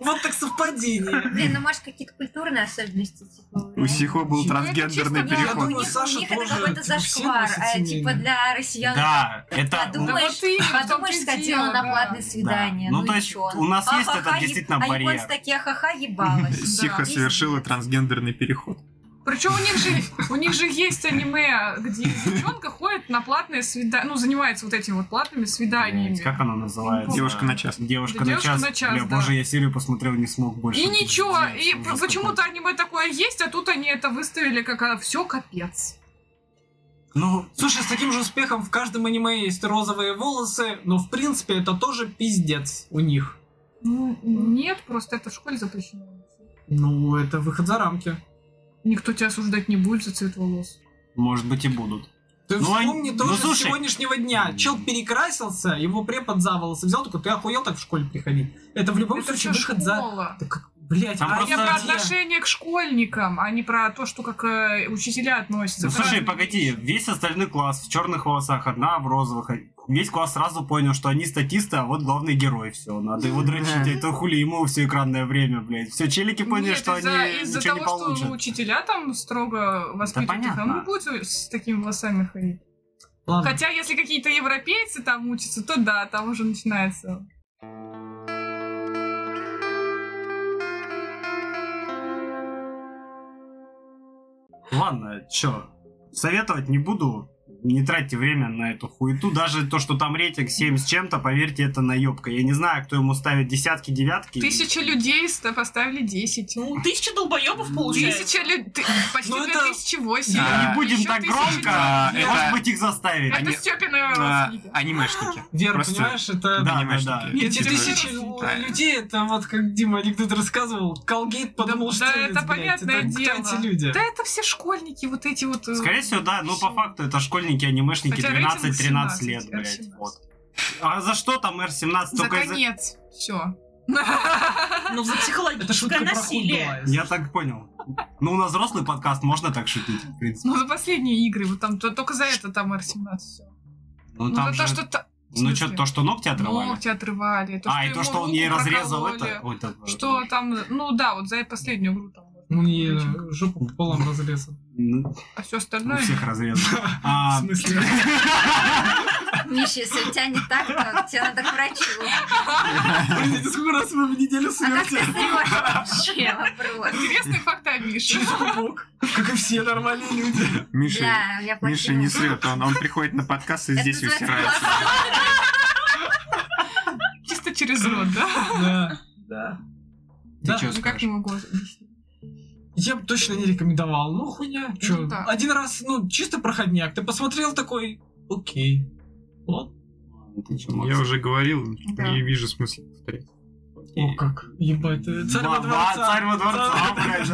Speaker 3: Вот так совпадение.
Speaker 6: Блин, ну может какие-то культурные особенности. типа,
Speaker 4: У Сихо был
Speaker 3: Ну, это
Speaker 4: трансгендерный
Speaker 6: Ну, я думаю,
Speaker 4: переход.
Speaker 6: у них,
Speaker 3: Саша
Speaker 6: у них это
Speaker 3: тоже,
Speaker 6: какой-то
Speaker 3: типа, все
Speaker 6: зашквар,
Speaker 3: носят
Speaker 6: а
Speaker 3: семейные.
Speaker 6: типа для россиян...
Speaker 1: Да, это...
Speaker 7: Да
Speaker 6: Подумай,
Speaker 7: вот именно, в том-то
Speaker 6: Подумаешь,
Speaker 7: и
Speaker 6: сходила
Speaker 7: дело,
Speaker 6: на
Speaker 7: да.
Speaker 6: платное свидание.
Speaker 1: Ну, то
Speaker 6: и
Speaker 1: есть
Speaker 6: чё?
Speaker 1: у нас есть
Speaker 6: Ахаха,
Speaker 1: этот
Speaker 6: еб-
Speaker 1: действительно
Speaker 6: А
Speaker 1: барьер.
Speaker 6: японцы такие ха-ха ебалась.
Speaker 4: Сихо
Speaker 6: Да.
Speaker 4: совершила трансгендерный переход.
Speaker 7: Причем у них же у них же есть аниме, где девчонка ходит на платные свидания, ну занимается вот этими вот платными свиданиями.
Speaker 1: Блядь, Как она называется?
Speaker 4: Девушка на час.
Speaker 1: Девушка
Speaker 7: Да,
Speaker 1: на
Speaker 7: девушка
Speaker 1: час.
Speaker 7: на час,
Speaker 1: Бля,
Speaker 7: да.
Speaker 1: боже, я серию посмотрел, не смог больше.
Speaker 7: И ничего,
Speaker 1: Пиздец,
Speaker 7: и
Speaker 1: ужас
Speaker 7: п-
Speaker 1: какой.
Speaker 7: почему-то аниме такое есть, а тут они это выставили как все капец.
Speaker 1: Ну,
Speaker 3: Слушай, с таким же успехом в каждом аниме есть розовые волосы, но в принципе это тоже пиздец у них.
Speaker 7: Ну, нет, просто это в школе запрещено.
Speaker 3: Ну, это выход за рамки.
Speaker 7: Никто тебя осуждать не будет за цвет волос.
Speaker 1: может быть и будут.
Speaker 3: Ты
Speaker 1: Ну, они-
Speaker 3: вспомни
Speaker 1: ну,
Speaker 3: тоже с
Speaker 1: слушай.
Speaker 3: сегодняшнего дня. Чел перекрасился, его препод за волосы взял, такой, ты охуел так в школе приходить? Это в любом
Speaker 7: Это
Speaker 3: случае
Speaker 7: всё
Speaker 3: выход за...
Speaker 7: школа.
Speaker 3: Да как, блядь,
Speaker 1: Там
Speaker 3: а
Speaker 1: просто
Speaker 7: Я про
Speaker 3: где?
Speaker 7: отношение к школьникам, а не про то, что как э, учителя относятся.
Speaker 1: Ну,
Speaker 7: Это
Speaker 1: слушай,
Speaker 7: разные
Speaker 1: погоди,
Speaker 7: вещи.
Speaker 1: весь остальной класс в черных волосах, одна в розовых. Весь класс сразу понял, что они статисты, а вот главный герой. Все, надо его дрочить, а это хули ему все экранное время, блядь. Все, челики поняли,
Speaker 7: Нет,
Speaker 1: что они
Speaker 7: из-за, из-за
Speaker 1: ничего
Speaker 7: того,
Speaker 1: не
Speaker 7: что ну,
Speaker 1: получат.
Speaker 7: учителя там строго воспитывают их, а
Speaker 1: понятно.
Speaker 7: ну будет с такими волосами ходить.
Speaker 3: Ладно.
Speaker 7: Хотя, если какие-то европейцы там учатся, то да, там уже начинается.
Speaker 1: Ладно, чё, советовать не буду. Не тратьте время на эту хуету. Даже то, что там рейтинг 7 с чем-то, поверьте, это наебка. Я не знаю, кто ему ставит десятки, девятки.
Speaker 7: Тысяча людей ста- поставили 10.
Speaker 2: Ну, тысяча долбоебов получается.
Speaker 7: Тысяча людей, почти
Speaker 3: Ну,
Speaker 7: две
Speaker 3: это-
Speaker 7: тысячи восемь.
Speaker 1: Да, не будем
Speaker 7: Еще
Speaker 1: так
Speaker 7: тысяча
Speaker 1: громко.
Speaker 4: А,
Speaker 7: девять.
Speaker 1: Может
Speaker 4: это-
Speaker 1: быть, их заставили.
Speaker 7: Это
Speaker 4: Они-
Speaker 7: Степина
Speaker 4: А,
Speaker 7: родственники.
Speaker 4: Анимешники.
Speaker 3: Вера,
Speaker 4: Просто
Speaker 3: понимаешь, это...
Speaker 1: Да,
Speaker 4: анимешники.
Speaker 1: да, да.
Speaker 3: Нет, Эти
Speaker 4: Типа,
Speaker 3: тысячи э,
Speaker 4: Да.
Speaker 3: людей, это вот как Дима анекдот рассказывал, Колгейт подумал,
Speaker 7: да
Speaker 3: что
Speaker 7: это понятное
Speaker 3: это,
Speaker 7: дело.
Speaker 3: Кто эти люди?
Speaker 7: Да это все школьники, вот эти вот... э,
Speaker 1: а- Скорее всего, да, ну по факту это школьники, анимешники
Speaker 7: Хотя рейтинг
Speaker 1: 12-13 лет,
Speaker 7: 17,
Speaker 1: блядь.
Speaker 7: 17.
Speaker 1: Вот. А за что там R17
Speaker 7: За
Speaker 1: только из-за-
Speaker 7: конец. Все.
Speaker 2: Ну, за
Speaker 3: Это шутка
Speaker 2: психологическое
Speaker 3: про хуй была,
Speaker 2: насилие.
Speaker 3: если
Speaker 1: Я так понял. Ну, у нас взрослый подкаст, можно так шутить, в принципе.
Speaker 7: Ну, за последние игры, вот там, то- только за это там R17 все.
Speaker 1: Ну,
Speaker 7: Ну,
Speaker 1: там
Speaker 7: за то,
Speaker 1: же-
Speaker 7: что та-
Speaker 1: Ну,
Speaker 7: в
Speaker 1: что,
Speaker 7: смысле?
Speaker 1: то, что ногти отрывали?
Speaker 7: ногти отрывали. То,
Speaker 1: а, и
Speaker 7: ему
Speaker 1: то, что он ей
Speaker 7: руку
Speaker 1: разрезал
Speaker 7: прокололи,
Speaker 1: это... Ой, это-
Speaker 7: Что там, ну да, вот за последнюю игру там.
Speaker 3: Ну, и э, жопу полом разрезал.
Speaker 1: Ну,
Speaker 7: А все
Speaker 1: у
Speaker 7: остальное...
Speaker 1: всех разрезал.
Speaker 3: В
Speaker 1: А,
Speaker 3: смысле?
Speaker 6: Миша, если у тебя не так, то тебе надо к врачу.
Speaker 3: Блин, сколько раз вы в неделю
Speaker 6: А как ты
Speaker 3: смеете?
Speaker 6: стрешь вообще? Вопрос.
Speaker 7: Интересные факты о Мише.
Speaker 3: Через пупок. Как и все нормальные люди.
Speaker 4: Миша,
Speaker 6: Да, я
Speaker 4: Миша
Speaker 6: плохие.
Speaker 4: не срет, он, он приходит на подкаст и
Speaker 6: Это
Speaker 4: здесь
Speaker 6: называется
Speaker 4: вытирается.
Speaker 7: Чисто через рот, да?
Speaker 3: Да. Да.
Speaker 1: ты что
Speaker 7: Ну как
Speaker 1: скажешь?
Speaker 7: не могу объяснить.
Speaker 3: Я бы точно не рекомендовал. Ну, хуйня. Чё,
Speaker 7: Ну да.
Speaker 3: один раз, ну, чисто проходняк. Ты посмотрел такой, окей. Вот.
Speaker 1: Ты чё, Макс?
Speaker 4: Я уже говорил,
Speaker 7: Да.
Speaker 4: не вижу смысла повторять.
Speaker 1: Э.
Speaker 3: О, как. Ебать, ты царь во
Speaker 1: Ба- ба-
Speaker 3: дворца.
Speaker 1: а, Царь во дворца, блядь.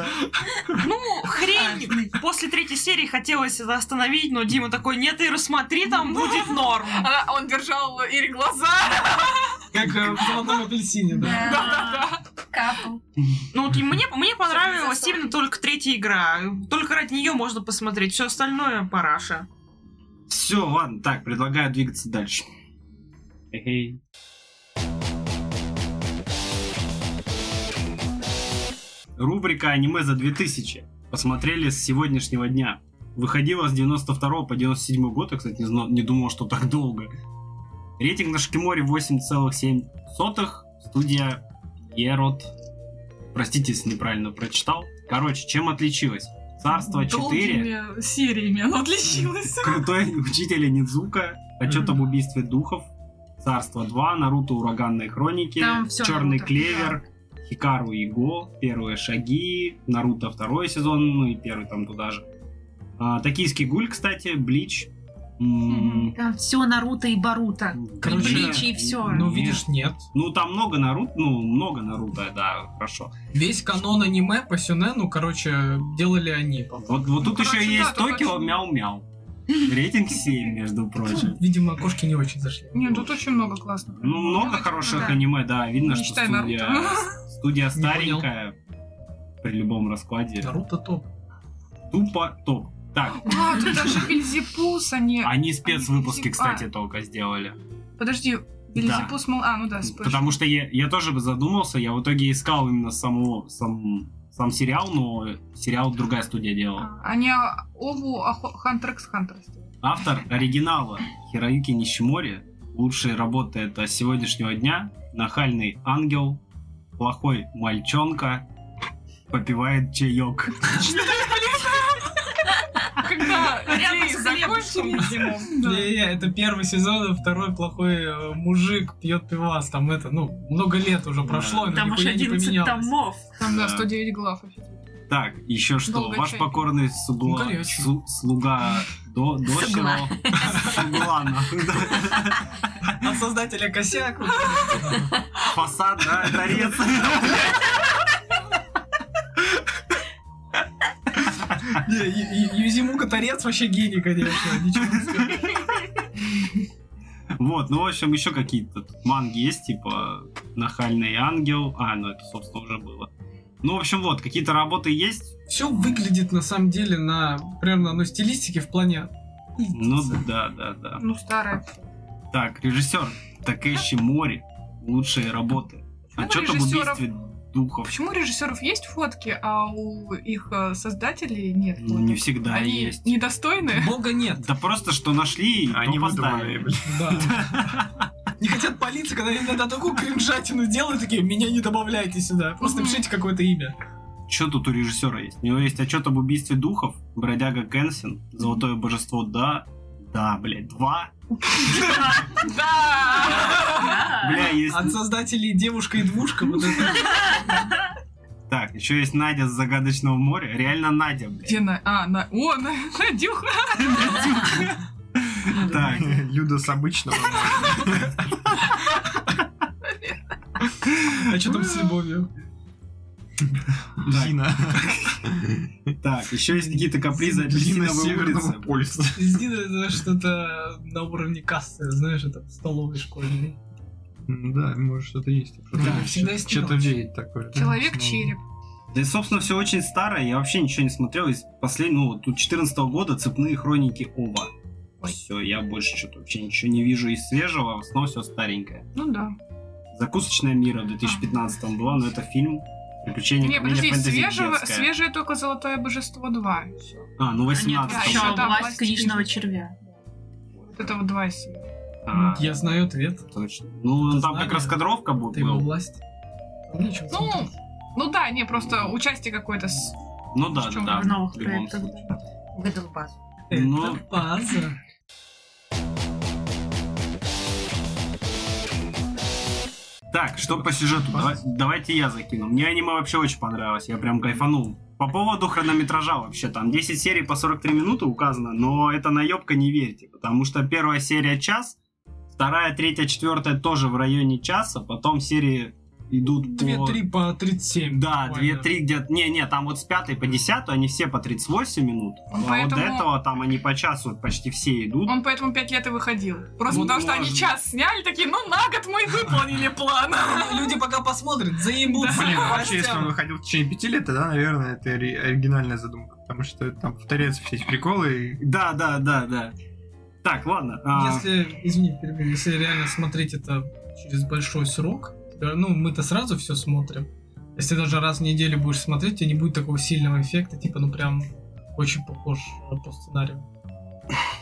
Speaker 7: Ну,
Speaker 2: хрень! После третьей серии хотелось это остановить, но Дима такой, нет, и рассмотри, там будет норм.
Speaker 7: Она-
Speaker 1: А,
Speaker 7: Он держал Ире глаза.
Speaker 3: Как э, в золотом апельсине, да.
Speaker 7: Да-да-да.
Speaker 6: Капу.
Speaker 2: Ну вот и мне, мне понравилась
Speaker 6: засохнет.
Speaker 2: именно только третья игра. Только ради нее можно посмотреть. Все остальное параша.
Speaker 1: Все, ладно, так, предлагаю двигаться дальше. Эхей. Рубрика «Аниме за 2000». Посмотрели с сегодняшнего дня. Выходила с 92 по 97 год. Я, кстати, не, зна- не думал, что так долго. Рейтинг на Шкиморе 8,7. Студия Ерот. Простите, если неправильно прочитал. Короче, чем отличилась? Царство 4.
Speaker 7: Долгими сериями она отличилась.
Speaker 1: Крутой учитель а Нидзука, отчет об убийстве духов, Царство 2, Наруто Ураганные хроники,
Speaker 8: Там всё
Speaker 1: Черный
Speaker 8: Наруто,
Speaker 1: клевер, Хикару Иго, Первые шаги, Наруто второй сезон, ну и первый там туда же. А, Токийский гуль, кстати, Блич. М,
Speaker 8: Там все Наруто и Баруто.
Speaker 3: Короче,
Speaker 8: Блич и всё.
Speaker 3: Ну, видишь, нет.
Speaker 1: Ну, там много Наруто, ну, много Наруто, да, хорошо.
Speaker 3: Весь канон аниме по сюнену, короче, делали они.
Speaker 1: Вот, вот
Speaker 8: Ну,
Speaker 1: тут
Speaker 7: короче,
Speaker 1: еще
Speaker 7: да,
Speaker 1: есть
Speaker 7: тут
Speaker 1: Токио
Speaker 7: очень-
Speaker 1: Мяу-Мяу. Рейтинг 7, между прочим.
Speaker 3: Видимо, кошки не очень зашли.
Speaker 7: Нет, тут очень много классных.
Speaker 1: Ну, много
Speaker 7: Давайте,
Speaker 1: хороших
Speaker 7: да.
Speaker 1: аниме, да, видно,
Speaker 7: Не
Speaker 1: что
Speaker 7: считай
Speaker 1: студия,
Speaker 7: Наруто.
Speaker 1: студия
Speaker 3: Не понял.
Speaker 1: старенькая при любом раскладе.
Speaker 3: Наруто топ.
Speaker 1: Тупо топ. Так,
Speaker 7: А, тут даже Вильзипус, они...
Speaker 1: они спецвыпуски,
Speaker 7: А.
Speaker 1: кстати, только сделали.
Speaker 7: Подожди, Вильзипус, мол... А, ну да, вспыш.
Speaker 1: Потому что я, я тоже бы задумался, я в итоге искал именно саму, сам, сам сериал, но сериал другая студия делала.
Speaker 7: А, Они а, Ову Ахо- Хантер x Хантер. сделали.
Speaker 1: Автор оригинала Хироюки Нищимори. Лучшие работы это с сегодняшнего дня. Нахальный ангел. Плохой мальчонка. Попивает чаек. А
Speaker 7: Когда
Speaker 2: Рядом
Speaker 7: идеи
Speaker 2: с хлебом.
Speaker 7: закончились,
Speaker 3: Не-не, это первый сезон, а второй плохой э, мужик пьет пивас. Там это, ну, много лет уже прошло, и
Speaker 2: Там аж
Speaker 3: нихуя не
Speaker 2: 11
Speaker 3: поменялось.
Speaker 2: томов.
Speaker 7: Там,
Speaker 1: Да.
Speaker 7: да, 109 глав. офигеть.
Speaker 1: Так, еще что?
Speaker 7: Долго
Speaker 1: Ваш
Speaker 7: чай.
Speaker 1: покорный сугла-
Speaker 3: Ну, горячий.
Speaker 1: су- слуга до, дочеро. Сугла, нахуй, да.
Speaker 3: От А, создателя косяк.
Speaker 1: Фасад, да, торец.
Speaker 3: Не, Ю- Ю- Юзимука Торец вообще гений, конечно. Ничего не скажешь.
Speaker 1: Вот, ну, в общем, еще какие-то тут манги есть, типа «Нахальный ангел». А, ну, это, собственно, уже было. Ну, в общем, вот, какие-то работы есть.
Speaker 3: Все выглядит на самом деле на примерно ну, стилистике в плане.
Speaker 1: Ну, да, да, да.
Speaker 7: Ну, старая.
Speaker 1: Так, режиссер Такэши Мори. Лучшие работы.
Speaker 7: Почему
Speaker 1: Отчет об
Speaker 7: Ну, режиссеров-
Speaker 1: убийстве духов.
Speaker 7: Почему у режиссеров есть фотки, а у их э, создателей нет?
Speaker 1: Ну,
Speaker 7: фоток?
Speaker 1: не всегда
Speaker 7: Они
Speaker 1: есть.
Speaker 7: недостойны?
Speaker 3: Бога нет.
Speaker 1: Да просто, что нашли, и
Speaker 4: Они
Speaker 1: то поставили.
Speaker 4: выдуманные, блин.
Speaker 3: Да. Не хотят палиться, когда иногда такую кринжатину делают, такие, меня не добавляйте сюда. Просто
Speaker 7: Мгм.
Speaker 3: пишите какое-то имя.
Speaker 1: Что тут у режиссера есть? У него есть отчет об убийстве духов, бродяга Кенсин, золотое божество, да, да, блядь, два. Бля, есть...
Speaker 3: От создателей девушка и двушка. вот это.
Speaker 1: Так, еще есть Надя с загадочного моря. Реально Надя, блядь.
Speaker 7: Где на... А, на... О, на... Надюха!
Speaker 1: Так,
Speaker 4: Люда с обычного.
Speaker 3: А что там с любовью?
Speaker 4: Зина.
Speaker 1: так, еще есть какие-то капризы
Speaker 4: Зина
Speaker 1: апельсиновой улицы.
Speaker 4: Северного полюса.
Speaker 3: Зина это что-то на уровне кассы, знаешь, это в столовой школьной.
Speaker 4: Ну Да, может что-то есть.
Speaker 3: Да, всегда есть
Speaker 4: Что-то
Speaker 3: мелочь.
Speaker 4: веет такое. да, Ну,
Speaker 7: Человек-череп.
Speaker 1: Да и, собственно, все очень старое. Я вообще ничего не смотрел. Из последнего, ну, вот тут 14 года цепные хроники оба. Все, я больше что-то вообще ничего не вижу из свежего. В основном все старенькое.
Speaker 7: Ну да.
Speaker 1: Закусочная мира в 2015 была, но это фильм. Приключения
Speaker 7: Не,
Speaker 1: Камиля
Speaker 7: подожди,
Speaker 1: фэнтези
Speaker 7: свежего,
Speaker 1: детское.
Speaker 7: свежее только «Золотое божество 2».
Speaker 1: А, ну
Speaker 8: Нет,
Speaker 1: 18
Speaker 7: ещё
Speaker 8: еще
Speaker 7: там
Speaker 8: власть
Speaker 7: власть книжного
Speaker 8: книжного червя.
Speaker 7: Вот это вот два из свежих.
Speaker 1: А,
Speaker 3: Я знаю ответ.
Speaker 1: Точно. Ну,
Speaker 3: Ты
Speaker 1: там
Speaker 3: знаю.
Speaker 1: как раскадровка бу-
Speaker 3: Ты его
Speaker 1: была.
Speaker 3: власть. Там нечего
Speaker 7: Ну,
Speaker 3: смотреть.
Speaker 7: ну да, не, просто участие какое-то. с-
Speaker 1: Ну да,
Speaker 7: в
Speaker 1: да,
Speaker 7: чём
Speaker 1: да.
Speaker 8: в новых
Speaker 1: в любом
Speaker 8: проектах,
Speaker 1: случае.
Speaker 6: Выдал базу.
Speaker 3: Это
Speaker 1: ну.
Speaker 3: база.
Speaker 1: Так, что по сюжету? Давай- давайте я закину. Мне аниме вообще очень понравилось, я прям кайфанул. По поводу хронометража вообще, там 10 серий по 43 минуты указано, но это наебка не верьте, потому что первая серия час, вторая, третья, четвертая тоже в районе часа, потом серии идут по...
Speaker 3: 2-3 по 37.
Speaker 1: Да,
Speaker 3: буквально.
Speaker 1: 2-3 где-то... Не-не, там вот с 5 по 10 они все по 38 минут.
Speaker 7: Он
Speaker 1: а
Speaker 7: Ну,
Speaker 1: вот
Speaker 7: поэтому-
Speaker 1: до этого там они по часу почти все идут.
Speaker 7: Он поэтому пять лет и выходил. Просто
Speaker 1: Ну,
Speaker 7: потому, что они
Speaker 1: ладно.
Speaker 7: час сняли, такие, ну на год мы выполнили план.
Speaker 3: Ну, Люди пока посмотрят, заебутся.
Speaker 4: Блин,
Speaker 3: Растянут.
Speaker 4: вообще, если он выходил в течение пяти лет, тогда, наверное, это ори- оригинальная задумка. Потому что там повторяются все эти приколы. И...
Speaker 1: Да, да, да, да. Так, ладно. а,
Speaker 3: Если, извини, перебью, если реально смотреть это через большой срок, да, ну, мы-то сразу все смотрим. Если даже раз в неделю будешь смотреть, у тебя не будет такого сильного эффекта, типа, ну, прям очень похож э, по сценарию.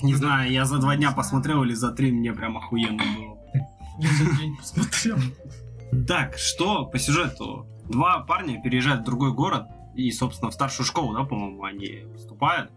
Speaker 1: Не знаю, я за два дня посмотрел или за три, мне прям охуенно было.
Speaker 3: Я за день посмотрел.
Speaker 1: Ну, Так, что по сюжету? Два парня переезжают в другой город и, собственно, в старшую школу, да, по-моему, они поступают.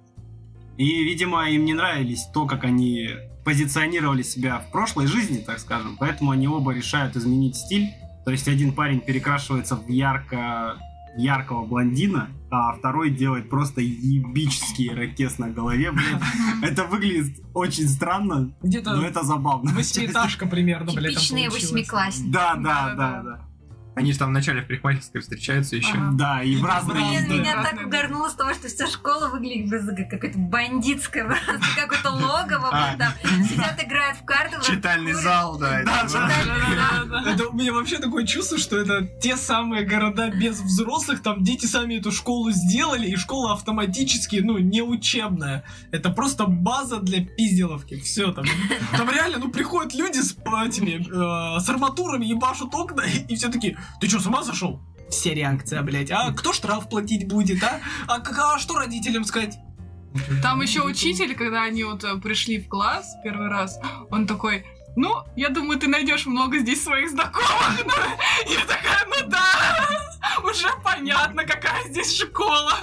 Speaker 1: И, видимо, им не нравились то, как они позиционировали себя в прошлой жизни, так скажем, поэтому они оба решают изменить стиль. То есть один парень перекрашивается в ярко яркого блондина, а второй делает просто ебический ракес на голове, блядь. Это выглядит очень странно, но
Speaker 3: Где-то
Speaker 1: это забавно.
Speaker 3: восьмиэтажка примерно, Ну, блядь, там
Speaker 6: Типичные
Speaker 3: получилось.
Speaker 6: восьмиклассники.
Speaker 1: Да, да, да,
Speaker 7: Да, да.
Speaker 1: да.
Speaker 4: Они же там вначале в парикмахерской встречаются еще.
Speaker 7: Ага.
Speaker 1: Да, и в разные...
Speaker 6: Блин,
Speaker 1: да.
Speaker 6: меня
Speaker 7: Разные
Speaker 6: так угорнуло с того, что вся школа выглядит просто как какое-то бандитское, просто какое-то логово,
Speaker 4: А.
Speaker 6: блин, там сидят, играют в карты. вот,
Speaker 4: Читальный
Speaker 6: курят.
Speaker 4: зал, да.
Speaker 1: Да,
Speaker 4: это
Speaker 1: да,
Speaker 4: было.
Speaker 3: Это у меня вообще такое чувство, что это те самые города без взрослых, там дети сами эту школу сделали, и школа автоматически, ну, не учебная. Это просто база для пизделовки, все там. Там реально, ну, приходят люди с э, этими, э, с арматурами, ебашут окна, и все такие, ты что, с ума сошел? Все реакция, блядь. А кто штраф платить будет, а? А, как- а что родителям сказать?
Speaker 7: Там еще учитель, когда они вот э, пришли в класс первый раз, он такой, ну, я думаю, ты найдешь много здесь своих знакомых. Я такая, ну да, уже понятно, какая здесь школа.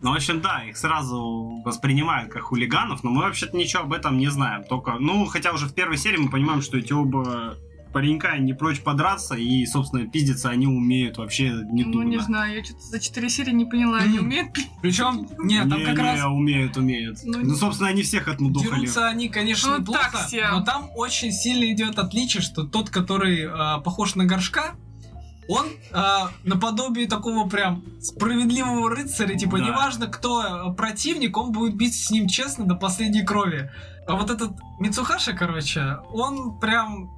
Speaker 1: Ну, в общем, да, их сразу воспринимают как хулиганов, но мы вообще-то ничего об этом не знаем. Только, ну, хотя уже в первой серии мы понимаем, что эти оба паренька не прочь подраться, и, собственно, пиздиться они умеют вообще не
Speaker 7: Ну, не
Speaker 1: дурно.
Speaker 7: знаю, я что-то за 4 серии не поняла, они
Speaker 3: Мгм.
Speaker 7: умеют пи-
Speaker 3: Причем, нет, там
Speaker 1: Не,
Speaker 3: как
Speaker 1: не,
Speaker 3: раз
Speaker 1: умеют, умеют.
Speaker 7: Ну,
Speaker 1: Ну,
Speaker 7: не-
Speaker 1: собственно, они всех отмудохали.
Speaker 3: Дерутся они, конечно,
Speaker 7: Ну,
Speaker 3: плохо,
Speaker 7: так себе.
Speaker 3: но там очень сильно идет отличие, что тот, который а, похож на горшка, он а, наподобие такого прям справедливого рыцаря, типа
Speaker 1: Да.
Speaker 3: неважно кто э, противник, он будет бить с ним честно до последней крови. А вот этот Мицухаша, короче, он прям...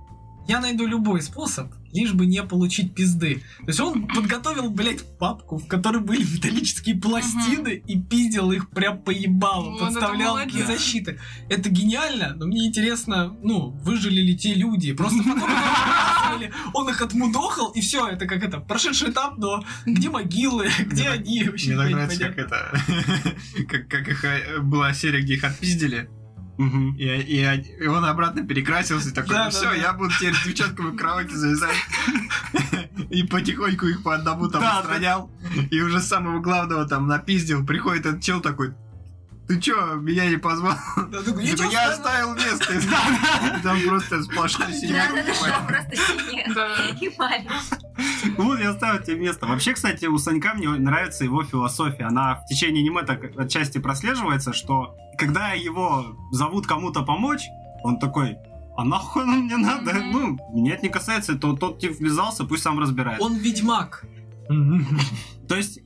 Speaker 3: Я найду любой способ, лишь бы не получить пизды. То есть он подготовил, блядь, папку, в которой были металлические пластины и пиздил их прям по ебалу,
Speaker 7: Вон, это
Speaker 3: подставлял для
Speaker 7: молодец.
Speaker 3: защиты. Это гениально, но мне интересно, ну, выжили ли те люди. Просто потом его выбрасывали, он их отмудохал, и все, это как это, прошедший этап, но где могилы, где они вообще?
Speaker 4: Мне так
Speaker 3: блядь,
Speaker 4: нравится, как
Speaker 3: понятно.
Speaker 4: это... Как как их э, была серия, где их отпиздили,
Speaker 1: Мгм.
Speaker 4: и- и они- и он обратно перекрасился и такой,
Speaker 3: Да,
Speaker 4: ну
Speaker 3: да,
Speaker 4: все,
Speaker 3: да.
Speaker 4: я буду теперь девчонками кровати завязать. И потихоньку их по одному там
Speaker 1: Да,
Speaker 4: устранял. И уже самого главного там напиздил. Приходит этот чел такой, ты чё, меня не позвал?
Speaker 3: Да, такой,
Speaker 4: Я,
Speaker 3: Типа, «Я тебя
Speaker 4: я
Speaker 3: оставил».
Speaker 4: оставил место. Там просто сплошной
Speaker 6: Да, да,
Speaker 4: синяк.
Speaker 6: да, просто синие.
Speaker 7: Да.
Speaker 6: И маленькие.
Speaker 1: Вот я ставлю тебе место. Вообще, кстати, у Санька мне нравится его философия. Она в течение аниме так отчасти прослеживается, что когда его зовут кому-то помочь, он такой, а нахуй оно мне надо?
Speaker 7: Мгм.
Speaker 1: Ну, меня это не касается, то тот не ввязался, пусть сам разбирается.
Speaker 3: Он ведьмак.
Speaker 1: То есть,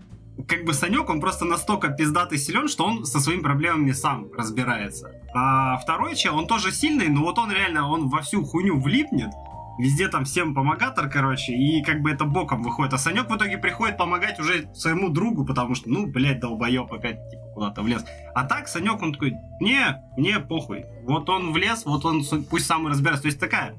Speaker 1: как бы Санек, он просто настолько пиздатый силен, что он со своими проблемами сам разбирается. А второй чел, он тоже сильный, но вот он реально, он во всю хуйню влипнет, везде там всем помогатор, короче, и как бы это боком выходит. А Санек в итоге приходит помогать уже своему другу, потому что, ну, блядь, долбоеб опять типа, куда-то влез. А так Санек, он такой, не, не, похуй. Вот он влез, вот он с- пусть сам и разбирается. То есть такая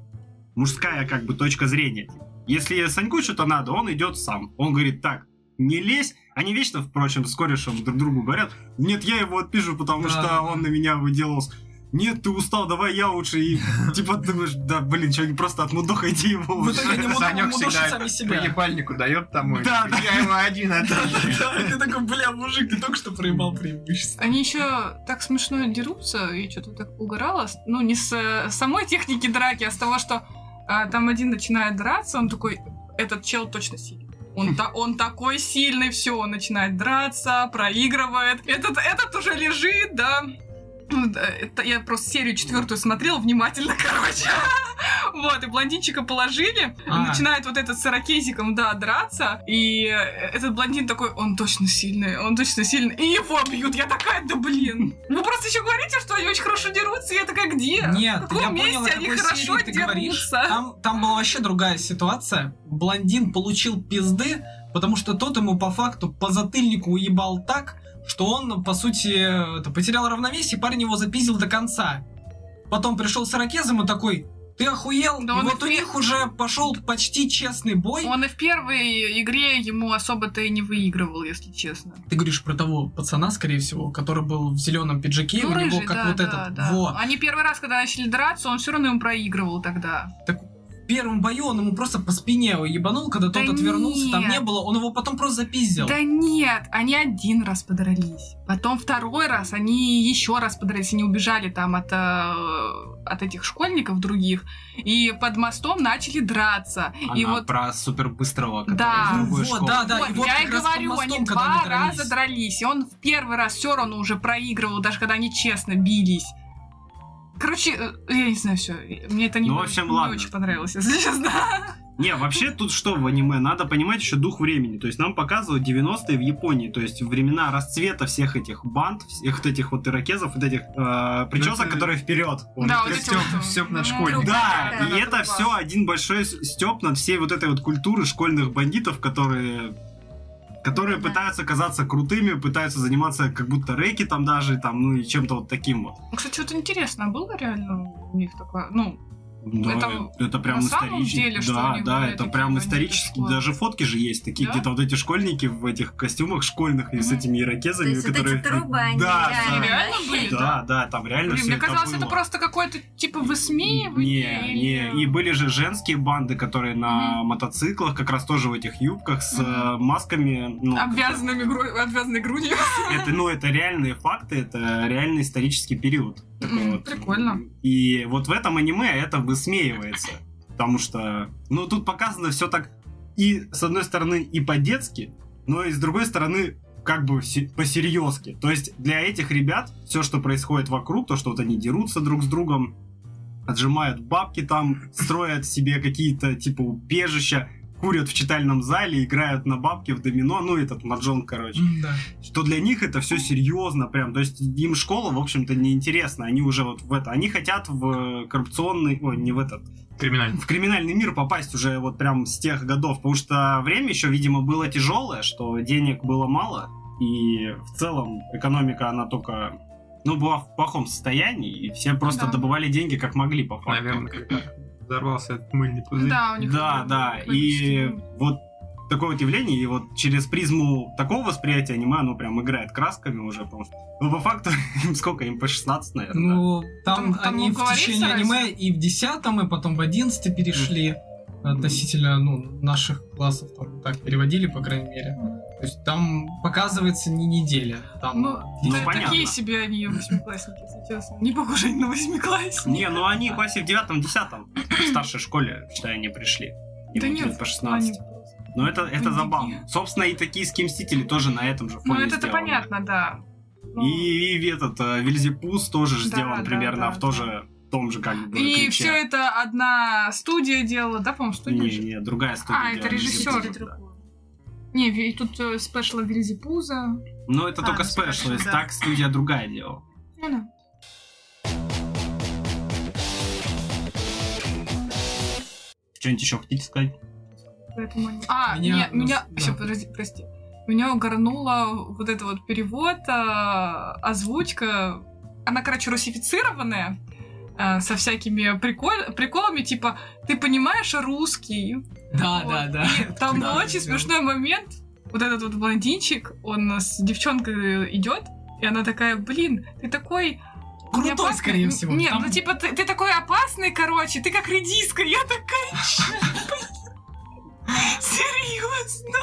Speaker 1: мужская как бы точка зрения. типа. Если Саньку что-то надо, он идет сам. Он говорит, так, не лезь. Они вечно, впрочем, с корешем друг другу говорят, нет, я его отпишу, потому
Speaker 3: Да,
Speaker 1: что
Speaker 3: да, да.
Speaker 1: он на меня выделался. Нет, ты устал, давай я лучше. И типа ты думаешь, да, блин, человек просто отмудохайте его
Speaker 3: В
Speaker 1: уже.
Speaker 3: итоге они мудо-
Speaker 4: Санек
Speaker 3: мудошат
Speaker 4: всегда
Speaker 3: сами себя.
Speaker 4: По Типа ебальнику дает тому. и
Speaker 1: Да,
Speaker 4: такой, Я ему один а отдам.
Speaker 3: Да, ты такой, бля, мужик, ты только что проебал преимущество.
Speaker 7: Они еще так смешно дерутся, и что-то так угорало. Ну, не с э, самой техники драки, а с того, что а, там один начинает драться, он такой, этот чел точно сильный. Он, та- он такой сильный, все, он начинает драться, проигрывает. Этот, этот уже лежит, да, Ну, да, это я просто серию четвертую смотрела внимательно, короче. Вот, и блондинчика положили,
Speaker 3: А.
Speaker 7: начинает вот этот с ирокезиком, да, драться, и э, этот блондин такой, он точно сильный, он точно сильный, и его бьют, я такая, да блин. Вы просто еще говорите, что они очень хорошо дерутся, и я такая, где?
Speaker 3: Нет,
Speaker 7: в каком
Speaker 3: я
Speaker 7: месте
Speaker 3: понял, о
Speaker 7: они
Speaker 3: какой
Speaker 7: хорошо
Speaker 3: серии ты говоришь. А
Speaker 7: дерутся?
Speaker 3: Там, там была вообще другая ситуация. Блондин получил пизды, потому что тот ему по факту по затыльнику уебал так, что он, по сути, это, потерял равновесие, парень его запиздил до конца. Потом пришел с ракезом и такой, ты охуел?
Speaker 7: Да
Speaker 3: и
Speaker 7: он
Speaker 3: вот у
Speaker 7: охуел.
Speaker 3: них уже пошел почти честный бой.
Speaker 7: Он и в первой игре ему особо-то и не выигрывал, если честно.
Speaker 3: Ты говоришь про того пацана, скорее всего, который был в зеленом пиджаке, и у
Speaker 7: ну,
Speaker 3: него
Speaker 7: рыжий,
Speaker 3: как
Speaker 7: да,
Speaker 3: вот
Speaker 7: да,
Speaker 3: этот.
Speaker 7: да.
Speaker 3: Во.
Speaker 7: Они первый раз, когда начали драться, он все равно им проигрывал тогда.
Speaker 3: В первом бою он ему просто по спине его ебанул, когда
Speaker 7: Да
Speaker 3: тот отвернулся, там не
Speaker 7: нет.
Speaker 3: было, он его потом просто запиздил.
Speaker 7: Да нет, они один раз подрались. Потом второй раз они еще раз подрались. Они убежали там от, э, от этих школьников других. И под мостом начали драться. и
Speaker 9: Она
Speaker 7: вот
Speaker 9: про супербыстрого, который
Speaker 7: Да.
Speaker 9: из другой
Speaker 3: Вот,
Speaker 9: школы.
Speaker 3: да, да,
Speaker 7: вот,
Speaker 3: и вот
Speaker 7: я и
Speaker 3: как раз под
Speaker 7: говорю,
Speaker 3: мостом,
Speaker 7: они
Speaker 3: когда
Speaker 7: два
Speaker 3: они дрались.
Speaker 7: раза дрались. И он в первый раз все равно уже проигрывал, даже когда они честно бились. Короче, э, я не знаю, все. Мне это не,
Speaker 1: Ну, в общем,
Speaker 7: не
Speaker 1: ладно.
Speaker 7: очень понравилось, если честно.
Speaker 1: Не, вообще тут что в аниме? Надо понимать еще дух времени. То есть нам показывают 90-е в Японии. То есть времена расцвета всех этих банд, всех вот этих вот ирокезов, вот этих э, причесок,
Speaker 4: Это-
Speaker 1: которые вперед. Помнишь,
Speaker 7: Да, вот
Speaker 1: причёсок?
Speaker 7: эти вот-
Speaker 4: Стёп над
Speaker 7: Ну,
Speaker 4: школьником.
Speaker 1: Да,
Speaker 6: Да,
Speaker 1: и
Speaker 6: да,
Speaker 1: это
Speaker 6: класс.
Speaker 1: все один большой степ над всей вот этой вот культуры школьных бандитов, которые которые
Speaker 6: Да.
Speaker 1: пытаются казаться крутыми, пытаются заниматься как будто рэки там даже, там, ну и чем-то вот таким вот.
Speaker 7: Ну, Кстати, вот интересно, а было реально у них такое, ну,
Speaker 1: Да, э,
Speaker 7: Это
Speaker 1: это, прям
Speaker 7: на самом
Speaker 1: исторически.
Speaker 7: деле, что
Speaker 1: да,
Speaker 7: они
Speaker 1: да,
Speaker 7: были
Speaker 1: это
Speaker 7: такие
Speaker 1: прям
Speaker 7: бандиты
Speaker 1: исторически.
Speaker 7: школы?
Speaker 1: Даже фотки же есть такие,
Speaker 7: Да?
Speaker 1: где-то вот эти школьники в этих костюмах школьных и с
Speaker 7: Мгм.
Speaker 1: этими
Speaker 6: То
Speaker 1: ирокезами,
Speaker 6: есть вот
Speaker 1: которые.
Speaker 6: эти трубы, они
Speaker 1: да,
Speaker 7: Они
Speaker 1: да,
Speaker 7: реально были,
Speaker 1: да, да, там реально
Speaker 7: Блин,
Speaker 1: все
Speaker 7: мне казалось,
Speaker 1: это
Speaker 7: это
Speaker 1: было.
Speaker 7: просто какое-то типа высмеивание.
Speaker 1: Не,
Speaker 7: или-
Speaker 1: не. И были же женские банды, которые на мотоциклах, как раз тоже в этих юбках с э,
Speaker 7: Мгм. А
Speaker 1: масками. Ну, как-
Speaker 7: Обвязанными гру- обвязанной грудью.
Speaker 1: это, ну, это реальные факты, это реальный исторический период. Такой
Speaker 7: Мгм,
Speaker 1: вот.
Speaker 7: прикольно.
Speaker 1: И вот в этом аниме это высмеивается. Потому что, ну, тут показано все так и, с одной стороны, и по-детски, но и с другой стороны, как бы по серьезке То есть для этих ребят все, что происходит вокруг, то, что вот они дерутся друг с другом, отжимают бабки там, строят себе какие-то, типа, убежища, курят в читальном зале, играют на бабки в домино, ну, этот маджон, короче
Speaker 3: М, да.
Speaker 1: что для них это все серьезно прям, то есть им школа, в общем-то, неинтересна, они уже вот в это, они хотят в э, коррупционный, ой, не в этот,
Speaker 4: Криминально.
Speaker 1: в криминальный мир попасть уже вот прям с тех годов, потому что время еще, видимо, было тяжелое, что денег было мало, и в целом экономика, она только, ну, была в плохом состоянии, и все просто
Speaker 7: Да.
Speaker 1: добывали деньги как могли, по факту.
Speaker 4: Наверное, когда взорвался этот мыльный пузырь.
Speaker 7: Да, у них.
Speaker 1: Да, да, и вот такое вот явление, и вот через призму такого восприятия аниме оно прям играет красками уже, потому что, ну, по факту, им сколько, им по 16, наверное, да?
Speaker 3: Ну, там,
Speaker 7: Там- там
Speaker 3: они
Speaker 7: ну,
Speaker 3: в
Speaker 7: говорится
Speaker 3: течение
Speaker 7: разве?
Speaker 3: аниме и в десятом, и потом в одиннадцатый перешли. Относительно, ну, наших классов там так переводили, по крайней мере. То есть там показывается не неделя. Там...
Speaker 7: Ну,
Speaker 1: Ну,
Speaker 7: да,
Speaker 1: понятно.
Speaker 7: такие себе они восьмиклассники, если честно. Не похожи они на восьмиклассники.
Speaker 1: Не, ну они в классе в девятом, десятом, в старшей школе, считай, они пришли. Им
Speaker 7: Да
Speaker 1: лет
Speaker 7: нет,
Speaker 1: по 16.
Speaker 7: Они просто-
Speaker 1: Но это, это
Speaker 7: бандюги.
Speaker 1: забавно. Собственно, и токийские мстители тоже на этом же фоне
Speaker 7: Ну, это-то
Speaker 1: сделаны.
Speaker 7: понятно, да. Ну,
Speaker 1: И, и этот э, Вильзипус тоже же
Speaker 7: Да,
Speaker 1: сделан
Speaker 7: да,
Speaker 1: примерно
Speaker 7: да,
Speaker 1: в
Speaker 7: да.
Speaker 1: тоже том же как бы
Speaker 7: И
Speaker 1: ключе.
Speaker 7: все это одна студия делала, да, по-моему, студия?
Speaker 1: Не,
Speaker 7: же?
Speaker 1: не, другая студия.
Speaker 7: А, это
Speaker 1: делала
Speaker 7: режиссер.
Speaker 1: «Вильзипуса», да.
Speaker 7: Не, и тут э, спешл Гризи Пуза.
Speaker 1: Но это
Speaker 2: А,
Speaker 1: только
Speaker 2: ну,
Speaker 3: типа,
Speaker 1: спешл,
Speaker 2: спешл,
Speaker 1: то есть
Speaker 2: да.
Speaker 1: так студия другая делала.
Speaker 7: Ну да.
Speaker 1: Что-нибудь еще хотите сказать?
Speaker 7: Поэтому они- А,
Speaker 3: Меня-
Speaker 7: меня...
Speaker 3: ну,
Speaker 7: меня...
Speaker 3: да.
Speaker 7: Всё, подожди, прости. Меня угорнуло вот это вот перевод, а, озвучка. Она, короче, русифицированная, а, со всякими прикол- приколами, типа, ты понимаешь русский.
Speaker 3: Да,
Speaker 7: Вот.
Speaker 3: да, А, да.
Speaker 7: И там
Speaker 3: Да,
Speaker 7: был очень
Speaker 3: да.
Speaker 7: смешной момент. Вот этот вот блондинчик, он с девчонкой идет, и она такая, блин, ты такой...
Speaker 3: Крутой,
Speaker 7: неопасный».
Speaker 3: скорее всего.
Speaker 7: Нет,
Speaker 3: Там-
Speaker 7: ну типа, ты, ты такой опасный, короче, ты как редиска. Я такая, «Чё, блин?» Серьезно?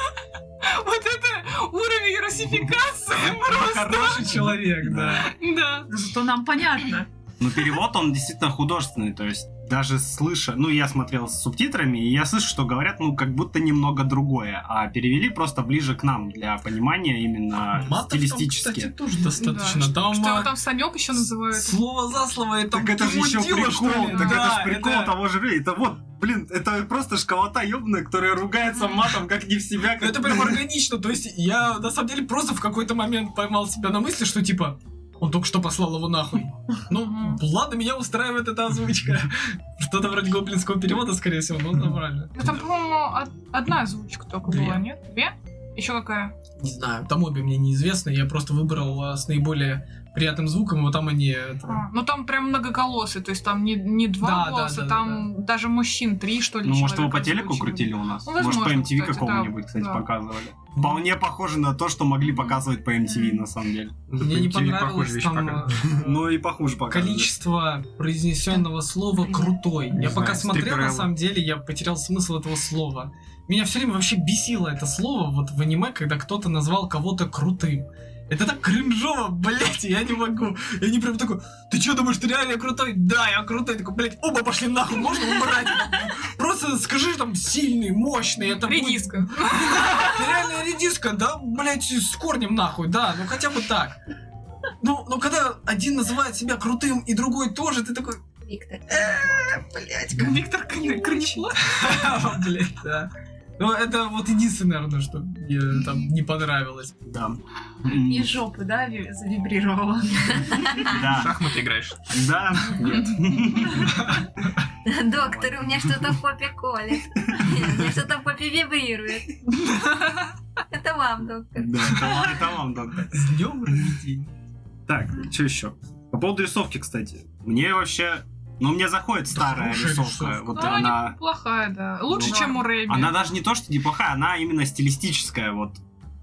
Speaker 7: Вот это уровень русификации просто.
Speaker 3: Хороший человек, да.
Speaker 7: Да.
Speaker 8: Зато нам понятно.
Speaker 1: Ну, Но перевод, он действительно художественный, то есть даже слыша, ну я смотрел с субтитрами, и я слышу, что говорят, ну как будто немного другое, а перевели просто ближе к нам для понимания именно
Speaker 3: А, Матов там,
Speaker 1: стилистически.
Speaker 3: кстати, тоже достаточно.
Speaker 7: Да,
Speaker 3: Там,
Speaker 7: Что его
Speaker 3: а,
Speaker 7: там Санек еще называют?
Speaker 3: слово за слово, это
Speaker 1: Так это же еще
Speaker 3: мудила,
Speaker 1: прикол,
Speaker 3: что ли?
Speaker 1: так это
Speaker 3: Да,
Speaker 1: же прикол
Speaker 3: это-
Speaker 1: того же времени. Это вот, блин, это просто школота ебаная, которая ругается матом как не в себя.
Speaker 3: Ну,
Speaker 1: Как...
Speaker 3: это прям органично. То есть я на самом деле просто в какой-то момент поймал себя на мысли, что типа он только что послал его нахуй. Ну,
Speaker 2: Мгм.
Speaker 3: ладно, меня устраивает эта озвучка. Что-то вроде гоблинского перевода, скорее всего, но набрали.
Speaker 7: Ну, там, по-моему, од- одна озвучка только
Speaker 3: Две.
Speaker 7: была, нет? Две? Еще какая?
Speaker 3: Не знаю, там обе мне неизвестны. Я просто выбрал а, с наиболее приятным звуком, вот там они...
Speaker 8: типа.
Speaker 3: это,
Speaker 7: А, ну, там прям многоголосый, то есть там не, не
Speaker 3: Да,
Speaker 7: два
Speaker 3: да,
Speaker 7: голоса,
Speaker 3: да, да,
Speaker 7: там даже мужчин три, что ли,
Speaker 1: Ну, может, его
Speaker 7: человека
Speaker 1: по телеку
Speaker 7: озвучивают.
Speaker 1: крутили у нас?
Speaker 7: Ну,
Speaker 1: может, по
Speaker 7: возможно,
Speaker 1: MTV
Speaker 7: кстати,
Speaker 1: какому-нибудь,
Speaker 7: да,
Speaker 1: кстати,
Speaker 7: да.
Speaker 1: показывали. Вполне похоже на то, что могли показывать по MTV, на самом деле.
Speaker 3: Мне не
Speaker 4: Тебе похожая
Speaker 3: понравилось
Speaker 4: вещь
Speaker 3: там
Speaker 4: пока.
Speaker 3: а,
Speaker 1: Ну и похуже показывали.
Speaker 3: количество произнесенного слова крутой.
Speaker 4: Не
Speaker 3: Я
Speaker 4: знаю,
Speaker 3: пока смотрел, на
Speaker 4: Striptease.
Speaker 3: самом деле, я потерял смысл этого слова. Меня все время вообще бесило это слово вот в аниме, когда кто-то назвал кого-то крутым. Это так кринжово, блять, я не могу. Я не прям такой, ты что думаешь, ты реально крутой? Да, я крутой. Я такой, блять, оба пошли нахуй, можно убрать? Просто скажи там сильный, мощный, это будет-
Speaker 7: Редиска.
Speaker 3: Реальная редиска, да, блять, с корнем нахуй, да, ну хотя бы так. Ну, ну когда один называет себя крутым и другой тоже, ты такой,
Speaker 6: Виктор.
Speaker 3: блять, Виктор Кон- Корнеплох. Блять, да. Ну, это вот единственное, наверное, что мне там не понравилось.
Speaker 1: Да.
Speaker 8: И жопы, да, ви- завибрировала.
Speaker 4: В
Speaker 1: Да,
Speaker 4: шахматы играешь.
Speaker 1: да, нет.
Speaker 6: Доктор, у меня что-то в попе колет. У меня что-то в попе вибрирует. Это вам, доктор.
Speaker 1: Да, это вам- это вам, доктор.
Speaker 3: С днем рождения.
Speaker 1: Так, что еще? По поводу рисовки, кстати. Мне вообще... Ну, мне заходит старая
Speaker 3: хорошая
Speaker 1: рисовка.
Speaker 3: рисовка.
Speaker 1: Вот
Speaker 7: Ну, она
Speaker 1: она...
Speaker 7: неплохая, да. Лучше,
Speaker 1: Ну,
Speaker 7: чем у Рэби.
Speaker 1: Она даже не то, что неплохая, она именно стилистическая. Вот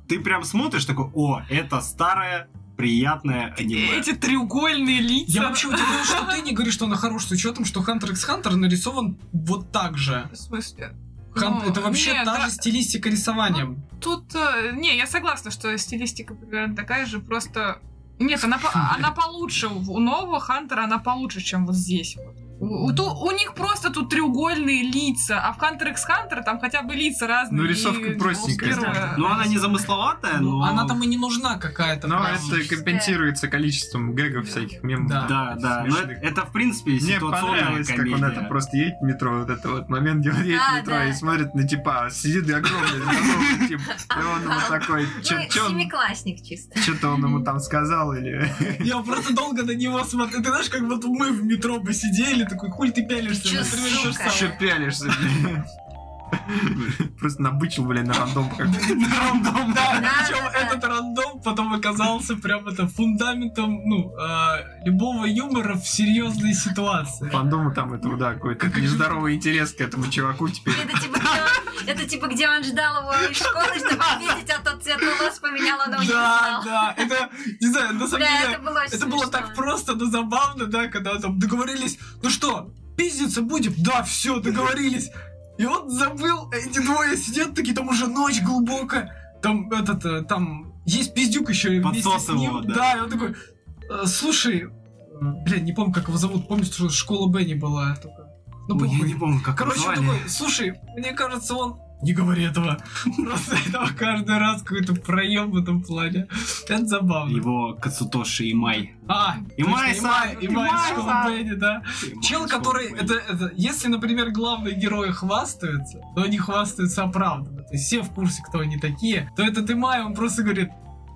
Speaker 1: ты прям смотришь такой, о, это старое, приятное аниме.
Speaker 7: Эти треугольные лица.
Speaker 3: Я вообще удивлен, что ты не говоришь, что она хорошая, с учетом, что Hunter x Hunter нарисован вот так же.
Speaker 7: В смысле?
Speaker 3: Хан-
Speaker 7: Ну,
Speaker 3: это вообще
Speaker 7: нет,
Speaker 3: та
Speaker 7: да.
Speaker 3: же стилистика рисования.
Speaker 7: Тут, э, не, я согласна, что стилистика примерно такая же, просто... Нет, она, по- она получше. У нового Хантера она получше, чем вот здесь. вот. У, у ту- у них просто тут треугольные лица, а в Hunter x Hunter там хотя бы лица разные.
Speaker 4: Ну, рисовка
Speaker 7: и
Speaker 4: простенькая,
Speaker 7: первая-
Speaker 1: Ну, она не замысловатая,
Speaker 3: Ну,
Speaker 1: но...
Speaker 3: Она там и не нужна какая-то.
Speaker 4: Но
Speaker 3: прям.
Speaker 4: это компенсируется количеством гэгов всяких мемов.
Speaker 3: Да.
Speaker 1: Да, да, но это,
Speaker 4: смешных.
Speaker 1: это, в принципе,
Speaker 4: Мне
Speaker 1: ситуационная
Speaker 4: понравилось, как он
Speaker 1: комедия.
Speaker 4: это просто едет в метро, вот это вот момент, где он едет в
Speaker 6: Да,
Speaker 4: метро
Speaker 6: да.
Speaker 4: и смотрит на типа, сидит огромный здоровый тип, и он ему такой,
Speaker 6: Ну, семиклассник чисто.
Speaker 4: что-то он ему там сказал, или...
Speaker 3: Я просто долго на него смотрю. Ты знаешь, как вот мы в метро бы сидели, такой, хуй ты пялишься.
Speaker 6: Чё,
Speaker 3: Вот примерно то же
Speaker 6: сука?
Speaker 3: самое.
Speaker 4: Еще пялишься, блин. Просто набычил, блин, на рандом какой-то.
Speaker 3: Рандом, да.
Speaker 6: Да,
Speaker 3: Причем
Speaker 6: да, да.
Speaker 3: этот рандом потом оказался прям это фундаментом, ну, э, любого юмора в серьезной ситуации.
Speaker 4: Фандому там этого, да, какой-то нездоровый интерес к этому чуваку теперь.
Speaker 6: Это типа, где он, это типа, где он ждал его из школы, чтобы видеть, а тот цвет волос поменял, он его не
Speaker 3: Да,
Speaker 6: знал.
Speaker 3: да, это, не знаю, на самом
Speaker 6: Бля,
Speaker 3: деле,
Speaker 6: это было очень
Speaker 3: это было
Speaker 6: смешно.
Speaker 3: так просто, но забавно, да, когда там договорились, ну что, пиздиться будем? Да, все, договорились. И он забыл, а эти двое сидят такие, там уже ночь глубокая, там этот, э, там есть пиздюк еще вместе с
Speaker 1: Подсос его,
Speaker 3: ним.
Speaker 1: да.
Speaker 3: Да, и он такой, «Э, слушай, бля, не помню, как его зовут, помню, что школа Бенни была только. Ну,
Speaker 1: Ой, я
Speaker 3: похуй.
Speaker 1: не помню, как
Speaker 3: Короче, он
Speaker 1: назвали.
Speaker 3: такой, слушай, мне кажется, он... Не говори этого. Просто этого каждый раз какой-то проем в этом плане. Это забавно.
Speaker 1: Его Кацутоши Имай.
Speaker 3: А,
Speaker 1: Имай-сан,
Speaker 3: Имай, Имай, из
Speaker 1: Имай-сан.
Speaker 3: школы Бенни, да. Чел, который... Это, это- если, например, главные герои хвастаются, то они хвастаются оправданно. То есть все в курсе, кто они такие. То этот Имай, он просто говорит,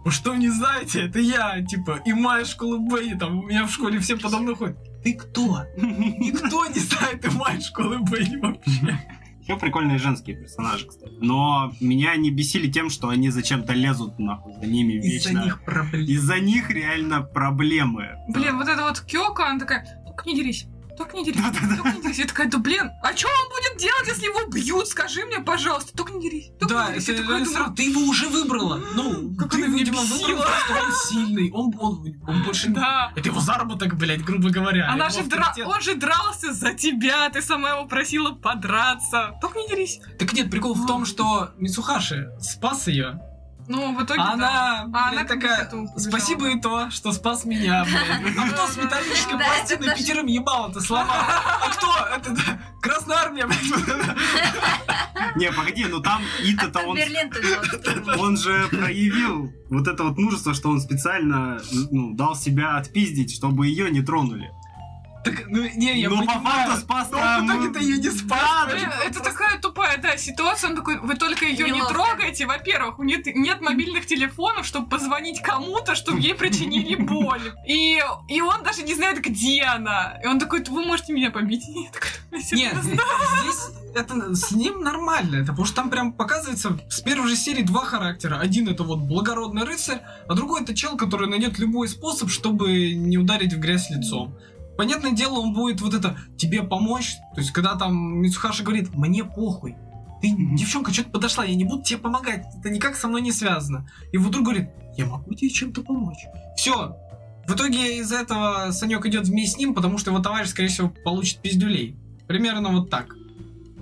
Speaker 3: вы что не знаете, это я, типа, Имай из школы Бенни, там, у меня в школе все подо мной ходят. Ты кто? Никто не знает Имай из школы Бенни вообще.
Speaker 1: Еще прикольные женские персонажи, кстати. Но меня они бесили тем, что они зачем-то лезут нахуй за ними вечно.
Speaker 3: Из-за них проблем.
Speaker 1: Из-за них реально проблемы.
Speaker 7: Блин, вот эта вот Кёка, она такая, только не дерись. Только не дерись, только не дерись. Я такая, да блин, а что он будет делать, если его бьют? Скажи мне, пожалуйста, только не дерись. Только
Speaker 3: Да,
Speaker 7: не дерись.
Speaker 3: это
Speaker 7: Я такая
Speaker 3: реально
Speaker 7: думаю,
Speaker 3: сразу, ты его уже выбрала. Ну,
Speaker 7: Как
Speaker 3: ты,
Speaker 7: она меня
Speaker 3: видимо,
Speaker 7: бесила.
Speaker 3: выбрала, что он сильный. Он, он, он больше...
Speaker 7: Да.
Speaker 3: Это его заработок, блядь, грубо говоря.
Speaker 7: Она
Speaker 3: его
Speaker 7: же А дра-
Speaker 3: авторитет.
Speaker 7: Он же дрался за тебя, ты сама его просила подраться. Только не дерись.
Speaker 3: Так нет, прикол в том, что Мисухаши спас ее.
Speaker 7: Ну, в итоге,
Speaker 3: А
Speaker 7: да.
Speaker 3: она,
Speaker 7: А
Speaker 3: блин,
Speaker 7: она как
Speaker 3: такая,
Speaker 7: к этому побежала.
Speaker 3: спасибо и то, что спас меня, блин. Ну кто с металлической
Speaker 6: Да,
Speaker 3: пластиной
Speaker 6: это даже-
Speaker 3: Питером ебало-то сломал? А кто? Это да, Красная Армия, блин.
Speaker 1: Не, погоди, ну там
Speaker 6: А
Speaker 1: Ита-то
Speaker 6: там
Speaker 1: он...
Speaker 6: Берлин тут был.
Speaker 1: Он же проявил вот это вот мужество, что он специально ну, дал себя отпиздить, чтобы ее не тронули.
Speaker 3: Так, ну не, я
Speaker 1: Но по
Speaker 3: понимаю.
Speaker 1: факту спас
Speaker 3: Но он в итоге-то ее не спас.
Speaker 7: Блин, Э, Это такая тупая, да, ситуация. Он такой, вы только ее не
Speaker 6: Неловко.
Speaker 7: трогаете. Во-первых, у нет, нет мобильных телефонов, чтобы позвонить кому-то, чтобы ей причинили боль. И, и он даже не знает, где она. И он такой, вы можете меня побить? И я такая, «Да, если
Speaker 3: Нет, э,
Speaker 7: ты знаешь».
Speaker 3: здесь это с ним нормально, это потому что там прям показывается с первой же серии два характера. Один это вот благородный рыцарь, а другой это чел, который найдет любой способ, чтобы не ударить в грязь лицом. Понятное дело, он будет вот это тебе помочь. То есть, когда там Мицухаши говорит, мне похуй. Ты, девчонка, что-то подошла, я не буду тебе помогать. Это никак со мной не связано. И вот друг говорит, я могу тебе чем-то помочь. Все. В итоге из-за этого Санек идет вместе с ним, потому что его товарищ, скорее всего, получит пиздюлей. Примерно вот так.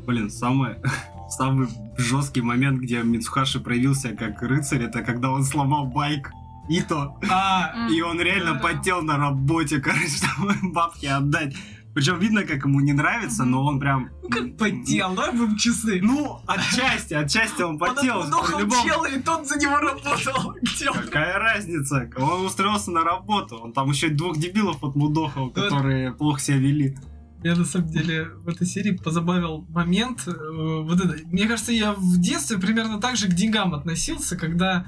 Speaker 1: Блин, самое... Самый жесткий момент, где Мицухаши проявился как рыцарь, это когда он сломал байк Ито,
Speaker 3: А,
Speaker 7: М,
Speaker 1: и он реально
Speaker 7: да.
Speaker 1: потел на работе, короче, чтобы бабки отдать. Причем видно, как ему не нравится, но он прям...
Speaker 3: ну как потел, да, будем честны.
Speaker 1: Ну, отчасти, отчасти он потел.
Speaker 3: Он отмудохал
Speaker 1: при любом-
Speaker 3: чела, и тот за него работал. Где он?
Speaker 1: Какая разница? Он устроился на работу. Он там еще двух дебилов отмудохал, которые плохо себя вели.
Speaker 3: Я на самом деле в этой серии позабавил момент. э, вот это. Мне кажется, я в детстве примерно так же к деньгам относился, когда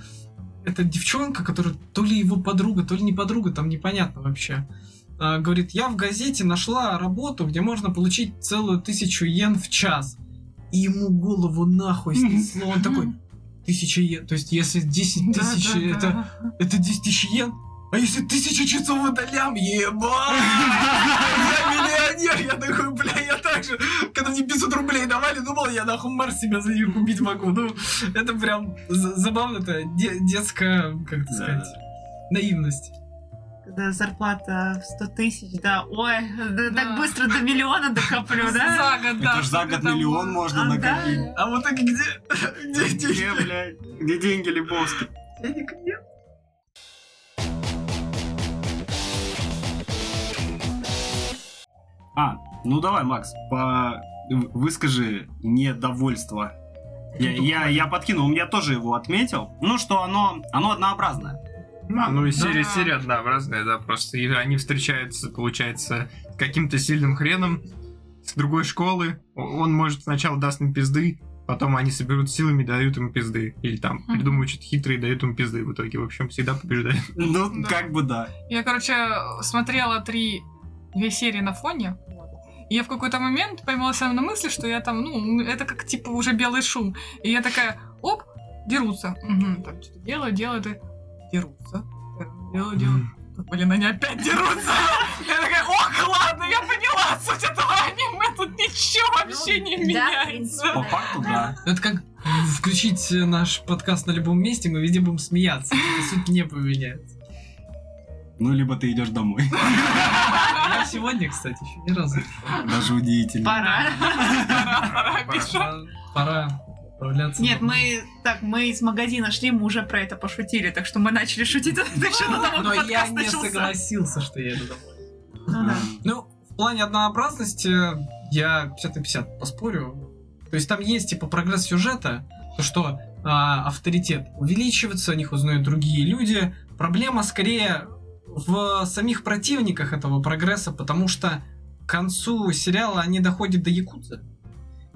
Speaker 3: эта девчонка, которая то ли его подруга, то ли не подруга, там непонятно вообще. а, Говорит, я в газете нашла работу, где можно получить целую тысячу йен в час. И ему голову нахуй снесло. Он такой, тысяча йен. То есть, если 10
Speaker 7: Да,
Speaker 3: тысяч,
Speaker 7: да,
Speaker 3: это
Speaker 7: да.
Speaker 3: это 10 тысяч йен? А если тысяча часов в долям? Ебать! Я миллионер! Я такой, бля, я так же, когда мне 500 рублей давали, думал, я нахуй Марс себя за них купить могу. Ну, это прям з- забавно, это де- детская, как это
Speaker 1: Да.
Speaker 3: сказать, наивность.
Speaker 8: Когда зарплата в 100 тысяч, да, ой, да,
Speaker 7: Да.
Speaker 8: так быстро до миллиона докоплю, да?
Speaker 7: За год, да.
Speaker 1: Это ж за
Speaker 7: что-то
Speaker 1: год
Speaker 7: там
Speaker 1: миллион
Speaker 7: было.
Speaker 1: можно
Speaker 8: А, да.
Speaker 1: накопить.
Speaker 3: А вот так где? Где деньги?
Speaker 1: Где, блядь? Где деньги, Лебовский?
Speaker 3: Денег нет.
Speaker 1: А, ну давай, Макс, по... в- выскажи недовольство. Я, я, я подкинул, у меня тоже его отметил. Ну, что оно, оно однообразное.
Speaker 4: А, ну и серия,
Speaker 7: Да.
Speaker 4: серия однообразная, да, просто. И они встречаются, получается, с каким-то сильным хреном с другой школы. О- Он, может, сначала даст им пизды, потом они соберут силами и дают им пизды. Или там
Speaker 7: Мгм.
Speaker 4: придумывают что-то хитрое и дают им пизды. В итоге, в общем, всегда побеждают.
Speaker 1: Ну,
Speaker 7: Да.
Speaker 1: как бы да.
Speaker 7: Я, короче, смотрела три две серии на фоне. И я в какой-то момент поймала себя на мысли, что я там, ну, это как типа уже белый шум. И я такая, оп, дерутся. Мгм, там что-то делаю, делаю, это дерутся. Так, Делаю, делаю. Так, Блин, они опять дерутся. Я такая, ох, ладно, я поняла суть этого аниме, тут ничего вообще не
Speaker 6: Ну, да, в
Speaker 7: меняется.
Speaker 1: По факту, да.
Speaker 3: Ну, Это как включить э, наш подкаст на любом месте, мы везде будем смеяться. Это суть не поменяется.
Speaker 1: Ну, либо ты идешь домой.
Speaker 3: Я сегодня, кстати, еще ни разу не шел.
Speaker 1: Даже удивительно.
Speaker 8: Пора.
Speaker 7: Пора, пора, Миша.
Speaker 3: Пора, пора отправляться.
Speaker 8: Нет,
Speaker 3: домой.
Speaker 8: мы так, мы из магазина шли, мы уже про это пошутили, так что мы начали шутить а еще до того,
Speaker 3: Но
Speaker 8: как
Speaker 3: я
Speaker 8: подкаст
Speaker 3: не
Speaker 8: начался.
Speaker 3: согласился, что я иду домой.
Speaker 8: Ну да.
Speaker 3: Ну, в плане однообразности я 50 на 50 поспорю. То есть там есть, типа, прогресс сюжета, то, что а, авторитет увеличивается, о них узнают другие люди. Проблема скорее в самих противниках этого прогресса, потому что к концу сериала они доходят до Якудзы.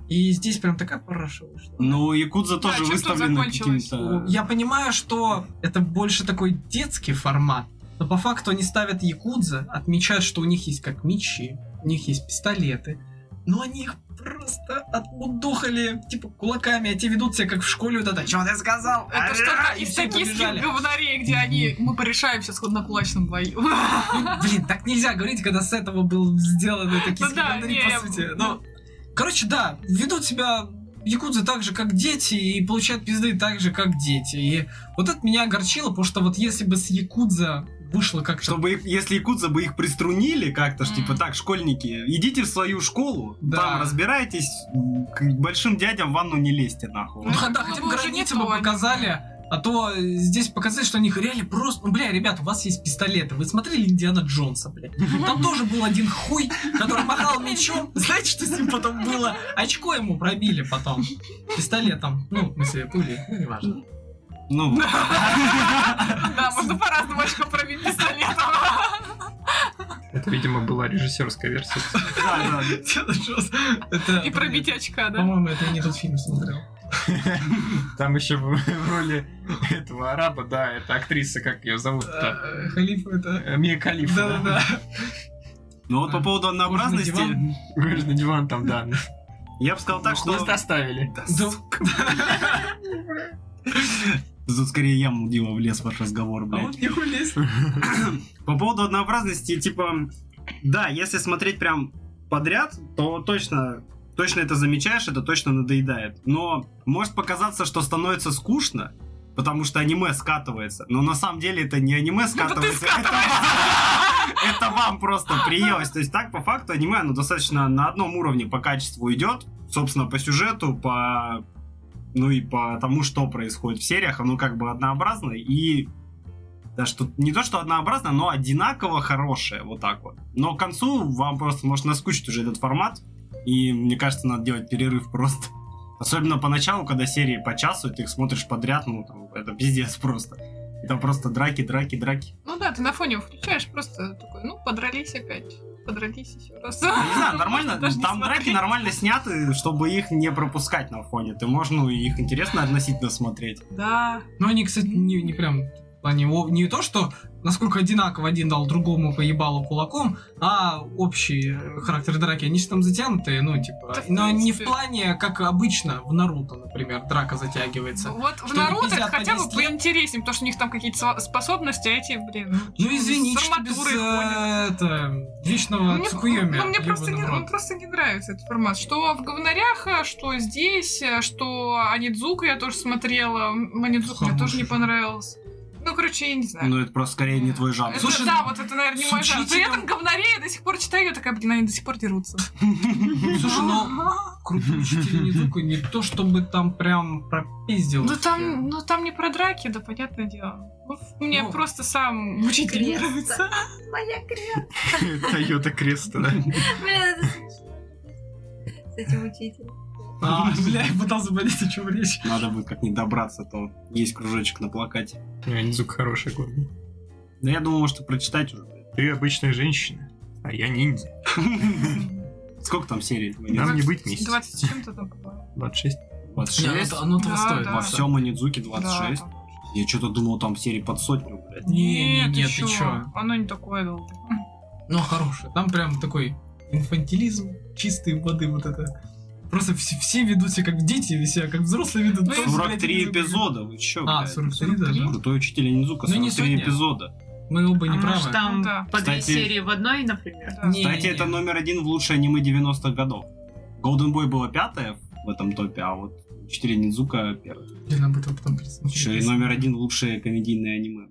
Speaker 3: И здесь прям такая параша вышла.
Speaker 1: Ну, Якудза тоже
Speaker 7: чем тут
Speaker 1: выставлена
Speaker 7: закончилось?
Speaker 1: каким-то...
Speaker 3: Ну, Я понимаю, что это больше такой детский формат, но по факту они ставят якудза, отмечают, что у них есть как мечи, у них есть пистолеты, но они их просто отмудохали, типа, кулаками, а те ведут себя как в школе вот это, что ты сказал?
Speaker 7: Это
Speaker 3: Ара!»
Speaker 7: что-то
Speaker 3: И
Speaker 7: из
Speaker 3: все побежали.
Speaker 7: токийских говнарей, где они... Мы порешаемся с хладнокулачным бою.
Speaker 3: Ну, Блин, так нельзя говорить, когда с этого был сделаны такие
Speaker 7: Ну да,
Speaker 3: скандалы,
Speaker 7: не,
Speaker 3: по сути.
Speaker 7: ну-
Speaker 3: Ну, короче, да, ведут себя якудзы так же, как дети, и получают пизды так же, как дети. И вот это меня огорчило, потому что вот если бы с якудза вышло как-то...
Speaker 1: Чтобы их, если якудза бы их приструнили как-то, ж,
Speaker 7: М.
Speaker 1: типа, так, школьники, идите в свою школу,
Speaker 3: Да.
Speaker 1: там разбирайтесь, м, к большим дядям в ванну не лезьте, нахуй.
Speaker 3: Да, да,
Speaker 7: Ну,
Speaker 3: хотя
Speaker 7: было
Speaker 3: бы
Speaker 7: бы уже не
Speaker 3: границы
Speaker 7: то
Speaker 3: бы показали, А то э, здесь показать, что у них реально просто... Ну, бля, ребят, у вас есть пистолеты. Вы смотрели Индиана Джонса, бля? Там тоже был один хуй, который махал мечом. Знаете, что с ним потом было? Очко ему пробили потом. Пистолетом. Ну, в смысле, пули. Ну, неважно.
Speaker 1: Ну, вот.
Speaker 7: Да, можно по-разному очко пробить пистолетом.
Speaker 4: Это, видимо, была режиссерская версия.
Speaker 1: да, да.
Speaker 3: Индиана Джонс. Это-
Speaker 7: И пробить очка, да?
Speaker 3: По-моему, это я не тот фильм смотрел.
Speaker 4: Там еще в, в роли этого араба, да, это актриса, как ее зовут-то?
Speaker 3: Э, Халиф это...
Speaker 4: Э, Мия Калиф.
Speaker 3: Да-да-да.
Speaker 1: Ну вот по поводу однообразности,
Speaker 4: Говоришь, на диван там, да.
Speaker 1: я бы сказал так, что...
Speaker 4: Хвост оставили.
Speaker 3: Ну, Да,
Speaker 1: Тут скорее я, Дима, влез в ваш разговор,
Speaker 3: а
Speaker 1: блядь.
Speaker 3: он не лез.
Speaker 1: По поводу однообразности, типа, да, если смотреть прям подряд, то точно, точно это замечаешь, это точно надоедает. Но может показаться, что становится скучно, потому что аниме скатывается. Но на самом деле это не аниме скатывается, это вам- это вам просто приелось. То есть так, по факту, аниме, оно достаточно на одном уровне по качеству идет, собственно, по сюжету, по ну и по тому, что происходит в сериях, оно как бы однообразно и да, что не то, что однообразно, но одинаково хорошее, вот так вот. Но к концу вам просто может наскучить уже этот формат, и мне кажется, надо делать перерыв просто. Особенно поначалу, когда серии по часу, и ты их смотришь подряд, ну, там, это пиздец просто. И Там просто драки, драки, драки.
Speaker 7: Ну да, ты на фоне его включаешь, просто такой, ну, подрались опять. Подрались еще раз.
Speaker 1: Я Ну, не знаю, нормально,
Speaker 7: Даже не
Speaker 1: там драки
Speaker 7: смотреть.
Speaker 1: нормально сняты, чтобы их не пропускать на фоне. Ты можешь, ну, их интересно относительно смотреть.
Speaker 7: Да.
Speaker 3: Но они, кстати, не, не прям... Они не то, что насколько одинаково один дал другому поебалу кулаком, а общий э, характер драки, они же там затянутые, ну, типа...
Speaker 7: Да, в
Speaker 3: но не в
Speaker 7: принципе.
Speaker 3: плане, как обычно в Наруто, например, драка затягивается.
Speaker 7: Ну Вот в
Speaker 3: Что, не
Speaker 7: Наруто
Speaker 3: 50
Speaker 7: это
Speaker 3: по
Speaker 7: хотя бы
Speaker 3: 10 лет?
Speaker 7: поинтереснее, потому что у них там какие-то сва- способности, а эти, блин,
Speaker 3: Ну, извините,
Speaker 7: с
Speaker 3: что без
Speaker 7: арматурой ходят.
Speaker 3: э, это, вечного
Speaker 7: Ну, мне-
Speaker 3: цукуеми.
Speaker 7: ну, мне просто не,
Speaker 3: ебаного
Speaker 7: ну,
Speaker 3: рода.
Speaker 7: просто не нравится этот формат. Что в «Говнарях», а, что здесь, а, что «Анидзука» я тоже смотрела. М, «Анидзука» мне
Speaker 3: Хороший
Speaker 7: тоже не
Speaker 3: фильм.
Speaker 7: понравилось. Ну, короче, я не знаю.
Speaker 1: Ну, это просто скорее не твой жанр.
Speaker 7: Это-
Speaker 3: слушай,
Speaker 7: да, вот это, наверное, не мой жанр. При
Speaker 3: сучителем-
Speaker 7: этом говнаре я до сих пор читаю, я такая, блин, они до сих пор дерутся.
Speaker 3: Слушай, ну, крутые учителя не только не то, чтобы там прям пропиздил.
Speaker 7: Ну там, ну там не про драки, да, понятное дело. Ну, Мне
Speaker 3: Ну.
Speaker 7: просто сам учитель не
Speaker 6: Крест.
Speaker 7: нравится.
Speaker 6: Моя крем.
Speaker 4: Тойота Креста, да.
Speaker 6: Блин, это смешно. С этим учителем.
Speaker 3: А, бля, я пытался понять, о чем речь.
Speaker 1: Надо будет как-нибудь добраться, а то есть кружочек на плакате.
Speaker 4: Ниндзюк Ну, хороший год.
Speaker 1: Да я думал, что прочитать уже. блядь.
Speaker 4: Ты обычная женщина, а я ниндзя.
Speaker 1: Сколько там серий?
Speaker 4: Нам не быть вместе.
Speaker 7: 20 с чем-то там было.
Speaker 4: 26.
Speaker 1: 26?
Speaker 3: оно
Speaker 7: того стоит.
Speaker 1: Во
Speaker 7: Да.
Speaker 1: всем Анидзуке
Speaker 7: Да,
Speaker 1: 26.
Speaker 7: там.
Speaker 1: Я что-то думал, там серии под сотню, блядь.
Speaker 3: Не,
Speaker 7: Нет,
Speaker 3: нет,
Speaker 7: ты
Speaker 3: ты чё?
Speaker 7: Оно не такое долго.
Speaker 3: Но Ну, а хорошее. Там прям такой инфантилизм чистой воды вот это. Просто все, все ведут себя как дети, себя как взрослые ведут.
Speaker 7: Ну,
Speaker 3: Тоже, блядь,
Speaker 1: 43 эпизода, вы чё,
Speaker 3: А,
Speaker 1: блядь?
Speaker 3: 43 даже.
Speaker 1: Крутой учитель Низука,
Speaker 3: Ну, не
Speaker 1: 43
Speaker 3: сотня.
Speaker 1: эпизода.
Speaker 3: Мы оба не
Speaker 8: А может,
Speaker 3: правы.
Speaker 7: Ну
Speaker 8: там
Speaker 7: да.
Speaker 8: по две
Speaker 1: Кстати-
Speaker 8: серии в одной, например.
Speaker 7: Да.
Speaker 3: Не,
Speaker 1: Кстати,
Speaker 3: не,
Speaker 1: это
Speaker 3: не.
Speaker 1: номер один в лучшие аниме 90-х годов. Golden Boy было пятое в этом топе, а вот учитель Низука первое.
Speaker 3: Блин, об этом потом присмотрю.
Speaker 1: Еще и номер один в лучшие комедийные аниме.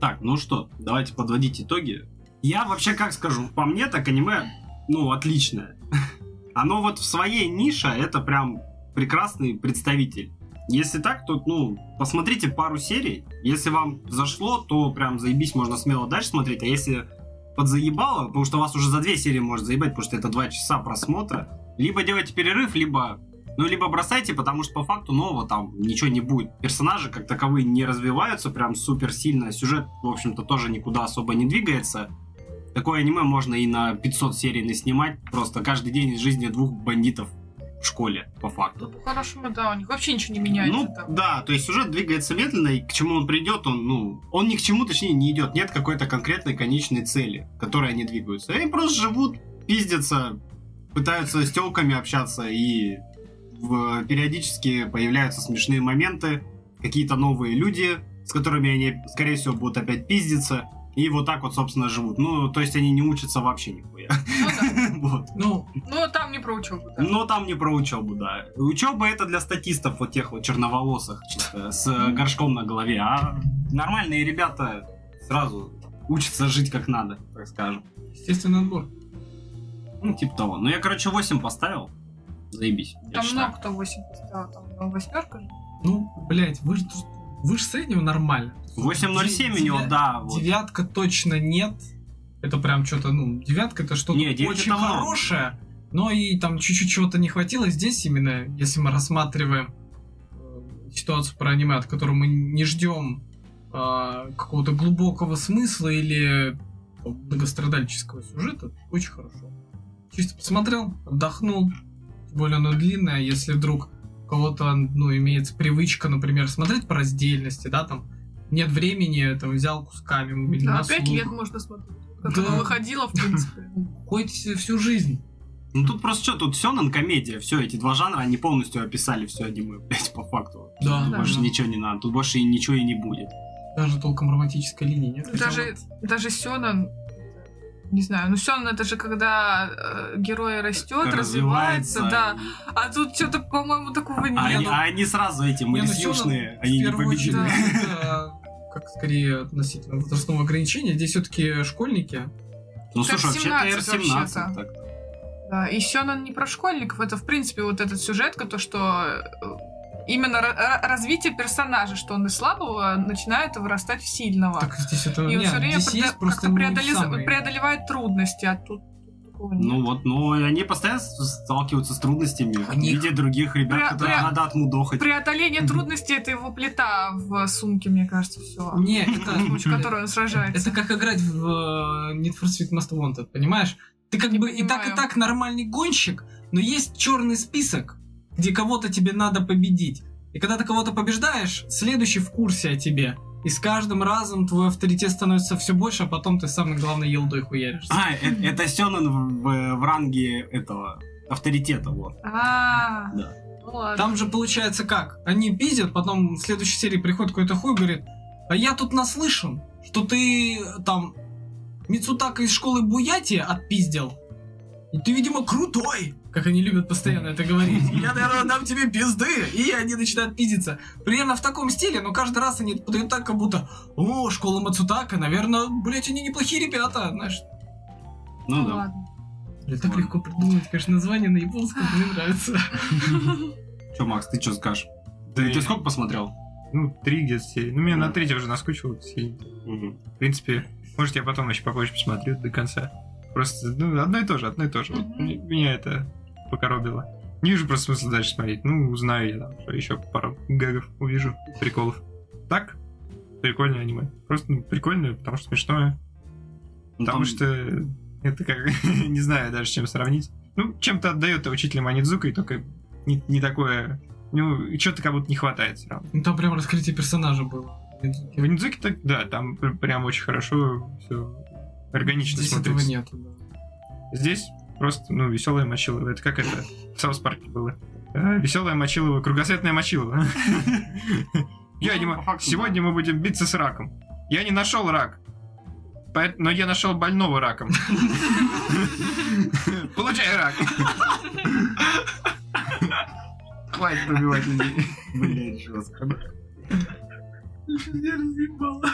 Speaker 1: Так, ну что, давайте подводить итоги. Я вообще как скажу, по мне так аниме, ну, отличное. Оно вот в своей нише, это прям прекрасный представитель. Если так, то, ну, посмотрите пару серий. Если вам зашло, то прям заебись, можно смело дальше смотреть. А если подзаебало, потому что вас уже за две серии может заебать, потому что это два часа просмотра, либо делайте перерыв, либо... Ну, либо бросайте, потому что по факту нового там ничего не будет. Персонажи как таковые не развиваются прям супер сильно. Сюжет, в общем-то, тоже никуда особо не двигается. Такое аниме можно и на 500 серий наснимать. Просто каждый день из жизни двух бандитов в школе, по факту.
Speaker 7: Ну, по-хорошему, да, у них вообще ничего не меняется
Speaker 1: Ну,
Speaker 7: там.
Speaker 1: да, то есть сюжет двигается медленно, и к чему он придет, он, ну, он ни к чему, точнее, не идет. Нет какой-то конкретной конечной цели, к которой они двигаются. Они просто живут, пиздятся, пытаются с телками общаться, и в- периодически появляются смешные моменты, какие-то новые люди, с которыми они, скорее всего, будут опять пиздиться, и вот так вот, собственно, живут. Ну, то есть они не учатся вообще нихуя.
Speaker 7: Ну, да.
Speaker 1: Вот.
Speaker 3: Ну,
Speaker 7: Ну, там не про учебу, да.
Speaker 1: Но там не про учебу, да. Учеба это для статистов, вот тех вот черноволосых, чисто, с э, горшком на голове. А нормальные ребята сразу учатся жить как надо, так скажем.
Speaker 3: естественно, отбор.
Speaker 1: Ну, типа того. Ну, я, короче, 8 поставил. Заебись. Я
Speaker 7: Там
Speaker 1: считаю.
Speaker 7: много кто 8 поставил, там ну, восьмерка же.
Speaker 3: Ну, блядь, вы же выше среднего нормально.
Speaker 1: 8.07 у него,
Speaker 3: Девя-
Speaker 1: да. Вот.
Speaker 3: Девятка точно нет. Это прям что-то, ну, девятка это что-то
Speaker 1: Не, девятка
Speaker 3: очень
Speaker 1: там много.
Speaker 3: хорошее, но и там чуть-чуть чего-то не хватило. Здесь именно, если мы рассматриваем э, ситуацию про аниме, от которой мы не ждем э, какого-то глубокого смысла или там, многострадальческого сюжета, очень хорошо. Чисто посмотрел, отдохнул, тем более оно длинное, если вдруг у кого-то, ну, имеется привычка, например, смотреть по раздельности, да, там, нет времени, там, взял кусками, или
Speaker 7: Да,
Speaker 3: на
Speaker 7: пять
Speaker 3: слух.
Speaker 7: лет можно смотреть. Как
Speaker 3: Да.
Speaker 7: оно выходило, в принципе.
Speaker 3: Хоть всю, всю жизнь.
Speaker 1: Ну тут просто что, тут сёнэн, комедия, все, эти два жанра, они полностью описали все аниме, блядь, по факту.
Speaker 3: Да,
Speaker 7: Да.
Speaker 1: Больше
Speaker 3: да.
Speaker 1: ничего не надо, тут больше и ничего и не будет.
Speaker 3: Даже толком романтической линии нет. хотя
Speaker 7: Даже,
Speaker 3: вот-
Speaker 7: даже Сёнэн, не знаю, ну Сёнэн это же когда э, герой растет, развивается, да. А тут что-то, по-моему, такого
Speaker 1: А
Speaker 7: нет.
Speaker 1: они, а они сразу эти, мы
Speaker 3: Не, ну, Сёнэн
Speaker 1: ресюшные,
Speaker 3: в
Speaker 1: они не
Speaker 3: первую очередь,
Speaker 1: победили.
Speaker 3: это, как скорее относительно возрастного ограничения. Здесь все-таки школьники.
Speaker 1: Ну
Speaker 7: Как
Speaker 1: слушай, вообще-то
Speaker 7: 17
Speaker 1: R17
Speaker 7: вообще-то.
Speaker 1: так.
Speaker 7: Да, и Сёнэн не про школьников, это, в принципе, вот этот сюжет, то, что э, именно ра- ра- развитие персонажа, что он из слабого а начинает вырастать в сильного.
Speaker 3: Так здесь это...
Speaker 7: и он
Speaker 3: не,
Speaker 7: все время
Speaker 3: здесь
Speaker 7: преодо-
Speaker 3: есть просто
Speaker 7: как-то
Speaker 3: не
Speaker 7: преодоле-
Speaker 3: самые-
Speaker 7: преодолевает трудности, а тут такого нет.
Speaker 1: Ну вот, но они постоянно с- сталкиваются с трудностями в
Speaker 3: Они-
Speaker 1: виде других ребят,
Speaker 7: Пря-
Speaker 1: которых
Speaker 7: пря-
Speaker 1: надо отмудохать.
Speaker 7: Преодоление
Speaker 3: Мгм.
Speaker 7: трудностей это его плита в сумке, мне кажется, все.
Speaker 3: Не, это...
Speaker 7: С которой он сражается.
Speaker 3: Это как играть в э, Need for Speed Most Wanted, понимаешь? Ты как
Speaker 7: Я
Speaker 3: бы и так и
Speaker 7: понимаю.
Speaker 3: так нормальный гонщик, но есть черный список, где кого-то тебе надо победить. И когда ты кого-то побеждаешь, следующий в курсе о тебе. И с каждым разом твой авторитет становится все больше, а потом ты самый главный елдой хуяришься.
Speaker 1: А, э- это Сёнэн в, в- в ранге этого авторитета, вот.
Speaker 7: А,
Speaker 1: Да.
Speaker 7: ну ладно.
Speaker 3: Там же получается как? Они пиздят, потом в следующей серии приходит какой-то хуй и говорит, а я тут наслышан, что ты э, там Мицутака из школы Буяти отпиздил. И ты, видимо, крутой, как они любят постоянно это говорить. Я, наверное, дам тебе пизды, и они начинают пиздиться. Примерно в таком стиле, но каждый раз они подают так, как будто, о, школа Мацутака, наверное, блять, они неплохие ребята, знаешь.
Speaker 1: Ну да.
Speaker 7: ладно.
Speaker 3: Блядь, так легко придумать, конечно, название на японском, мне нравится.
Speaker 1: Че, Макс, ты что скажешь?
Speaker 4: Да
Speaker 1: Ты,
Speaker 4: и-
Speaker 1: ты сколько посмотрел?
Speaker 4: Ну, три где-то серии. Ну, меня
Speaker 1: Да.
Speaker 4: на третьей уже наскучило. и, В принципе, может, я потом еще попозже посмотрю до конца. Просто, ну, одно и то же, одно и то же. Вот м- меня это покоробило. Не вижу просто смысла дальше смотреть. Ну, узнаю я там, что еще пару гагов увижу, приколов. Так, прикольное аниме. Просто ну, прикольное, потому что смешное.
Speaker 1: Ну,
Speaker 4: Потому
Speaker 1: там-
Speaker 4: что это как, не знаю даже, с чем сравнить. Ну, чем-то отдает учителям Анидзука, и только не, не такое... Ну, что-то как будто не хватает все равно.
Speaker 3: Ну, Там прям раскрытие персонажа было.
Speaker 4: В Ниндзюке так, да, там пр- прям очень хорошо все органично
Speaker 3: Здесь этого
Speaker 4: смотрится.
Speaker 3: нету, да.
Speaker 4: Здесь просто, ну, веселая Мочилова. Это как это в Саус Парке было. Э, веселая Мочилова, кругосветная Мочилова. Я
Speaker 1: Ну,
Speaker 4: не
Speaker 1: по
Speaker 4: мо-
Speaker 1: факту,
Speaker 4: Сегодня мы будем биться с раком. Я не нашел рак. поэт- Но я нашел больного раком. Получай рак. Хватит убивать людей.
Speaker 1: Блять, жестко.
Speaker 3: Я разъебала.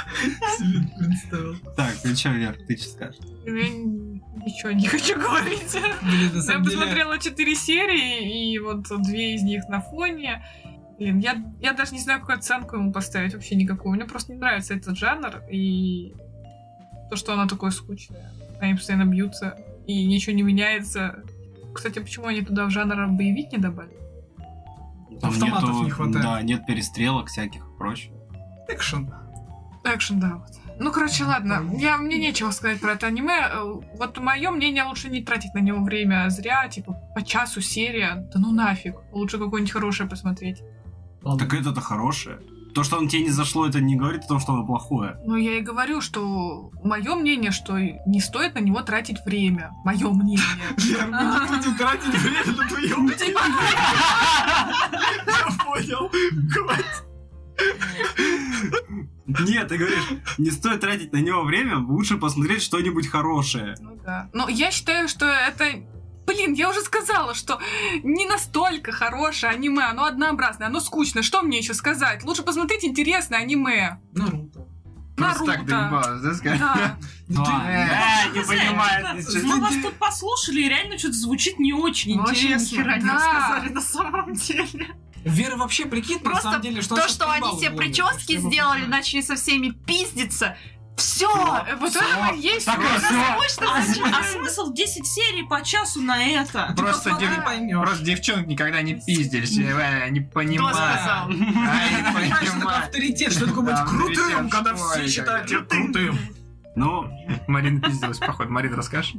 Speaker 3: Себе представил.
Speaker 1: Так, ты че, Вер, ты что скажешь?
Speaker 7: Я н- ничего не хочу говорить.
Speaker 3: Блин, на
Speaker 7: Я
Speaker 3: самом деле...
Speaker 7: посмотрела 4 серии, и вот две из них на фоне. Блин, я, я даже не знаю, какую оценку ему поставить, вообще никакую. Мне просто не нравится этот жанр, и то, что оно такое скучное. Они постоянно бьются, и ничего не меняется. Кстати, почему они туда в жанр боевик не добавили?
Speaker 3: Автоматов не хватает.
Speaker 1: Да, нет перестрелок всяких и прочего.
Speaker 3: Экшен.
Speaker 7: Экшен, да. вот. Ну, короче, ладно. Я, мне нечего сказать про это аниме. Э, Вот мое мнение лучше не тратить на него время зря, типа по часу серия. Да ну нафиг. Лучше какое-нибудь хорошее посмотреть.
Speaker 3: Ладно.
Speaker 1: Так это-то хорошее. То, что он тебе не зашло, это не говорит о том, что оно плохое.
Speaker 7: Но я и говорю, что мое мнение, что не стоит на него тратить время. Мое мнение.
Speaker 3: Вер, мы не будем тратить время на твое мнение. Я понял. Хватит.
Speaker 1: Нет, ты говоришь, не стоит тратить на него время, лучше посмотреть что-нибудь хорошее.
Speaker 7: Ну да. Но я считаю, что это... Блин, я уже сказала, что не настолько хорошее аниме, оно однообразное, оно скучное. Что мне еще сказать? Лучше посмотреть интересное аниме.
Speaker 3: Наруто.
Speaker 4: Просто так
Speaker 7: Наруто.
Speaker 4: доебалась, да, скажешь?
Speaker 7: Да.
Speaker 4: а,
Speaker 1: Э, не понимает
Speaker 2: Знаете, Ну, Мы
Speaker 1: ничего.
Speaker 2: вас тут послушали, и реально что-то звучит не очень
Speaker 7: Вообще ни
Speaker 2: интересно.
Speaker 7: хера не
Speaker 2: Да.
Speaker 7: рассказали
Speaker 2: на самом деле.
Speaker 3: Вера вообще прикинь, на
Speaker 8: Просто
Speaker 3: самом деле, что
Speaker 8: То,
Speaker 3: она сейчас
Speaker 8: что они
Speaker 3: прибалу
Speaker 8: все
Speaker 3: вломит,
Speaker 8: прически
Speaker 3: я вообще
Speaker 8: сделали,
Speaker 3: не знаю.
Speaker 8: начали со всеми пиздиться. Все!
Speaker 7: Э, Вот это и есть.
Speaker 1: Так,
Speaker 7: вот.
Speaker 1: всё.
Speaker 2: А, а смысл 10 серий по часу на это?
Speaker 4: Просто,
Speaker 3: Ты
Speaker 4: дев-
Speaker 3: поймешь.
Speaker 4: просто девчонки никогда не пиздились, э, не А,
Speaker 8: Кто
Speaker 4: понимают.
Speaker 8: сказал?
Speaker 4: Они
Speaker 3: Ты понимаешь, что такое
Speaker 4: понимают.
Speaker 3: авторитет, что такое
Speaker 4: Да,
Speaker 3: быть крутым,
Speaker 4: авторитет,
Speaker 3: когда
Speaker 4: что
Speaker 3: все
Speaker 4: это,
Speaker 3: считают тебя
Speaker 4: конечно.
Speaker 3: крутым.
Speaker 1: Ну,
Speaker 4: Марина пиздилась, походу. Марина, расскажешь?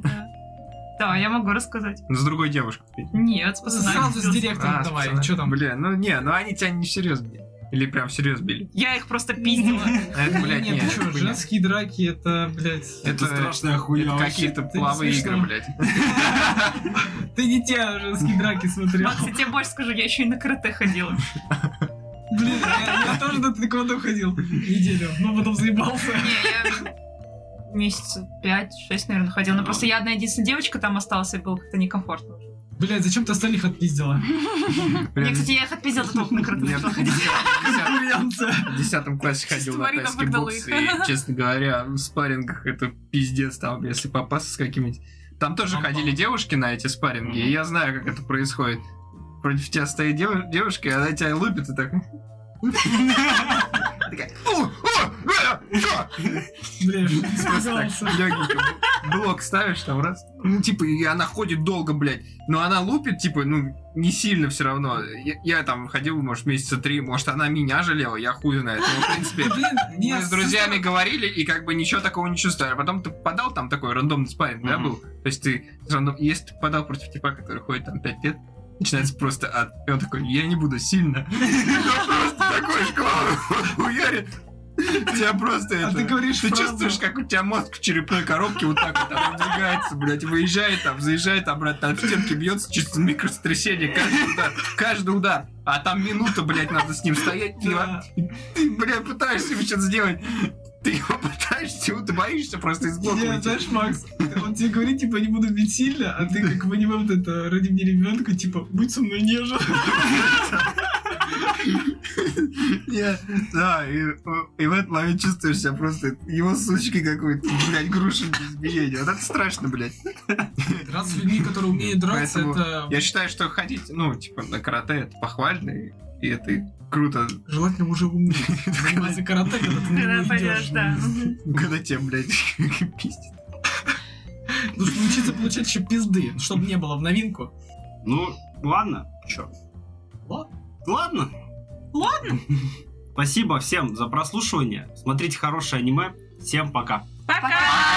Speaker 8: Да, я могу рассказать.
Speaker 4: Ну, С другой девушкой.
Speaker 8: Нет, с пацанами.
Speaker 3: Сразу с директором
Speaker 4: А, с
Speaker 3: давай,
Speaker 4: пацанами.
Speaker 3: что там?
Speaker 4: Бля, ну не, ну они тебя не всерьез били. Или прям всерьез били. А
Speaker 8: Я их просто пиздила.
Speaker 4: Это, блядь,
Speaker 3: Нет,
Speaker 4: нет.
Speaker 3: ты
Speaker 4: это
Speaker 3: что,
Speaker 4: хуйня.
Speaker 3: женские драки, это, блядь...
Speaker 1: это страшная
Speaker 4: это
Speaker 1: хуя вообще.
Speaker 4: какие-то
Speaker 3: ты не
Speaker 4: половые
Speaker 3: смешно.
Speaker 4: игры, блядь.
Speaker 3: Ты не те женские драки смотрел.
Speaker 8: Макс, я тебе больше скажу, я еще и на карате ходила.
Speaker 3: Блин, я я тоже на тэквондо ходил неделю, но потом заебался.
Speaker 8: Не, я месяца 5-6, наверное, ходила. Но просто я одна единственная девочка там осталась, и было как-то некомфортно.
Speaker 3: Блядь, зачем ты остальных отпиздила?
Speaker 8: Я,
Speaker 4: Блин,
Speaker 8: кстати, я их отпиздила до того, как на карате
Speaker 4: я
Speaker 8: начала
Speaker 4: в
Speaker 8: ходить.
Speaker 4: десятом- в десятом классе
Speaker 7: Чисто
Speaker 4: ходил на
Speaker 7: Марина
Speaker 4: тайский
Speaker 7: выгнала
Speaker 4: бокс,
Speaker 7: их.
Speaker 4: и, честно говоря, в спаррингах это пиздец там, если попасться с каким-нибудь... Там тоже
Speaker 3: Там
Speaker 4: ходили
Speaker 3: было.
Speaker 4: девушки на эти спарринги, и я знаю, как это происходит. Против тебя стоит дев- девушка, и она тебя лупит, и так... Такая, «У, у, э, чё?»
Speaker 3: Блядь,
Speaker 4: Просто так
Speaker 3: испугался.
Speaker 4: легенько блок ставишь там раз. Ну, типа, и она ходит долго, блядь. Но она лупит, типа, ну, не сильно все равно. Я, я там ходил, может, месяца три, может, она меня жалела, я хуй знает. Ну, в принципе,
Speaker 3: Блин,
Speaker 4: мы
Speaker 3: нет,
Speaker 4: с друзьями говорили, и как бы ничего такого не чувствовали. А Потом ты подал там такой рандомный спарринг, да,
Speaker 1: Мгм.
Speaker 4: был? То есть ты рандом... Если ты подал против типа, который ходит там пять лет, начинается просто ад. И он такой, я не буду сильно. Он просто такой шквал хуярит. Тебя просто
Speaker 3: А
Speaker 4: это...
Speaker 3: ты говоришь
Speaker 4: Ты
Speaker 3: фразу.
Speaker 4: чувствуешь, как у тебя мозг в черепной коробке вот так вот там выдвигается, блядь, выезжает там, заезжает обратно, там в стенки бьется, чисто микрострясение, каждый удар, каждый удар. А там минута, блядь, надо с ним стоять, ты,
Speaker 3: Да.
Speaker 4: ты блядь, пытаешься ему что-то сделать. Ты его пытаешься, его- ты боишься просто из блока
Speaker 3: Нет,
Speaker 4: уйти.
Speaker 3: знаешь, Макс, он тебе говорит, типа, не буду бить сильно, а ты как в аниме вот это, ради мне ребенка, типа, будь со мной нежен.
Speaker 4: Я- Да, и, и в этот момент чувствуешь себя просто его сучкой какой-то, блядь, грушей без избиения. Вот это страшно, блядь.
Speaker 3: Раз с людьми, которые умеют драться,
Speaker 4: Поэтому
Speaker 3: это
Speaker 4: Я считаю, что ходить, ну, типа, на карате это похвально, и, и это и круто.
Speaker 3: желательно уже уметь. Заниматься карате, когда ты на него
Speaker 8: Когда
Speaker 3: идёшь.
Speaker 8: пойдешь, да. Мгм.
Speaker 4: Когда тебе, блядь, пиздит.
Speaker 3: Потому что научиться получать еще пизды, чтобы не было в новинку.
Speaker 1: Ну, ладно. Чё?
Speaker 3: Лад-
Speaker 1: Ладно. Ладно. Спасибо всем за прослушивание. Смотрите хорошее аниме. Всем пока.
Speaker 2: Пока!
Speaker 4: А!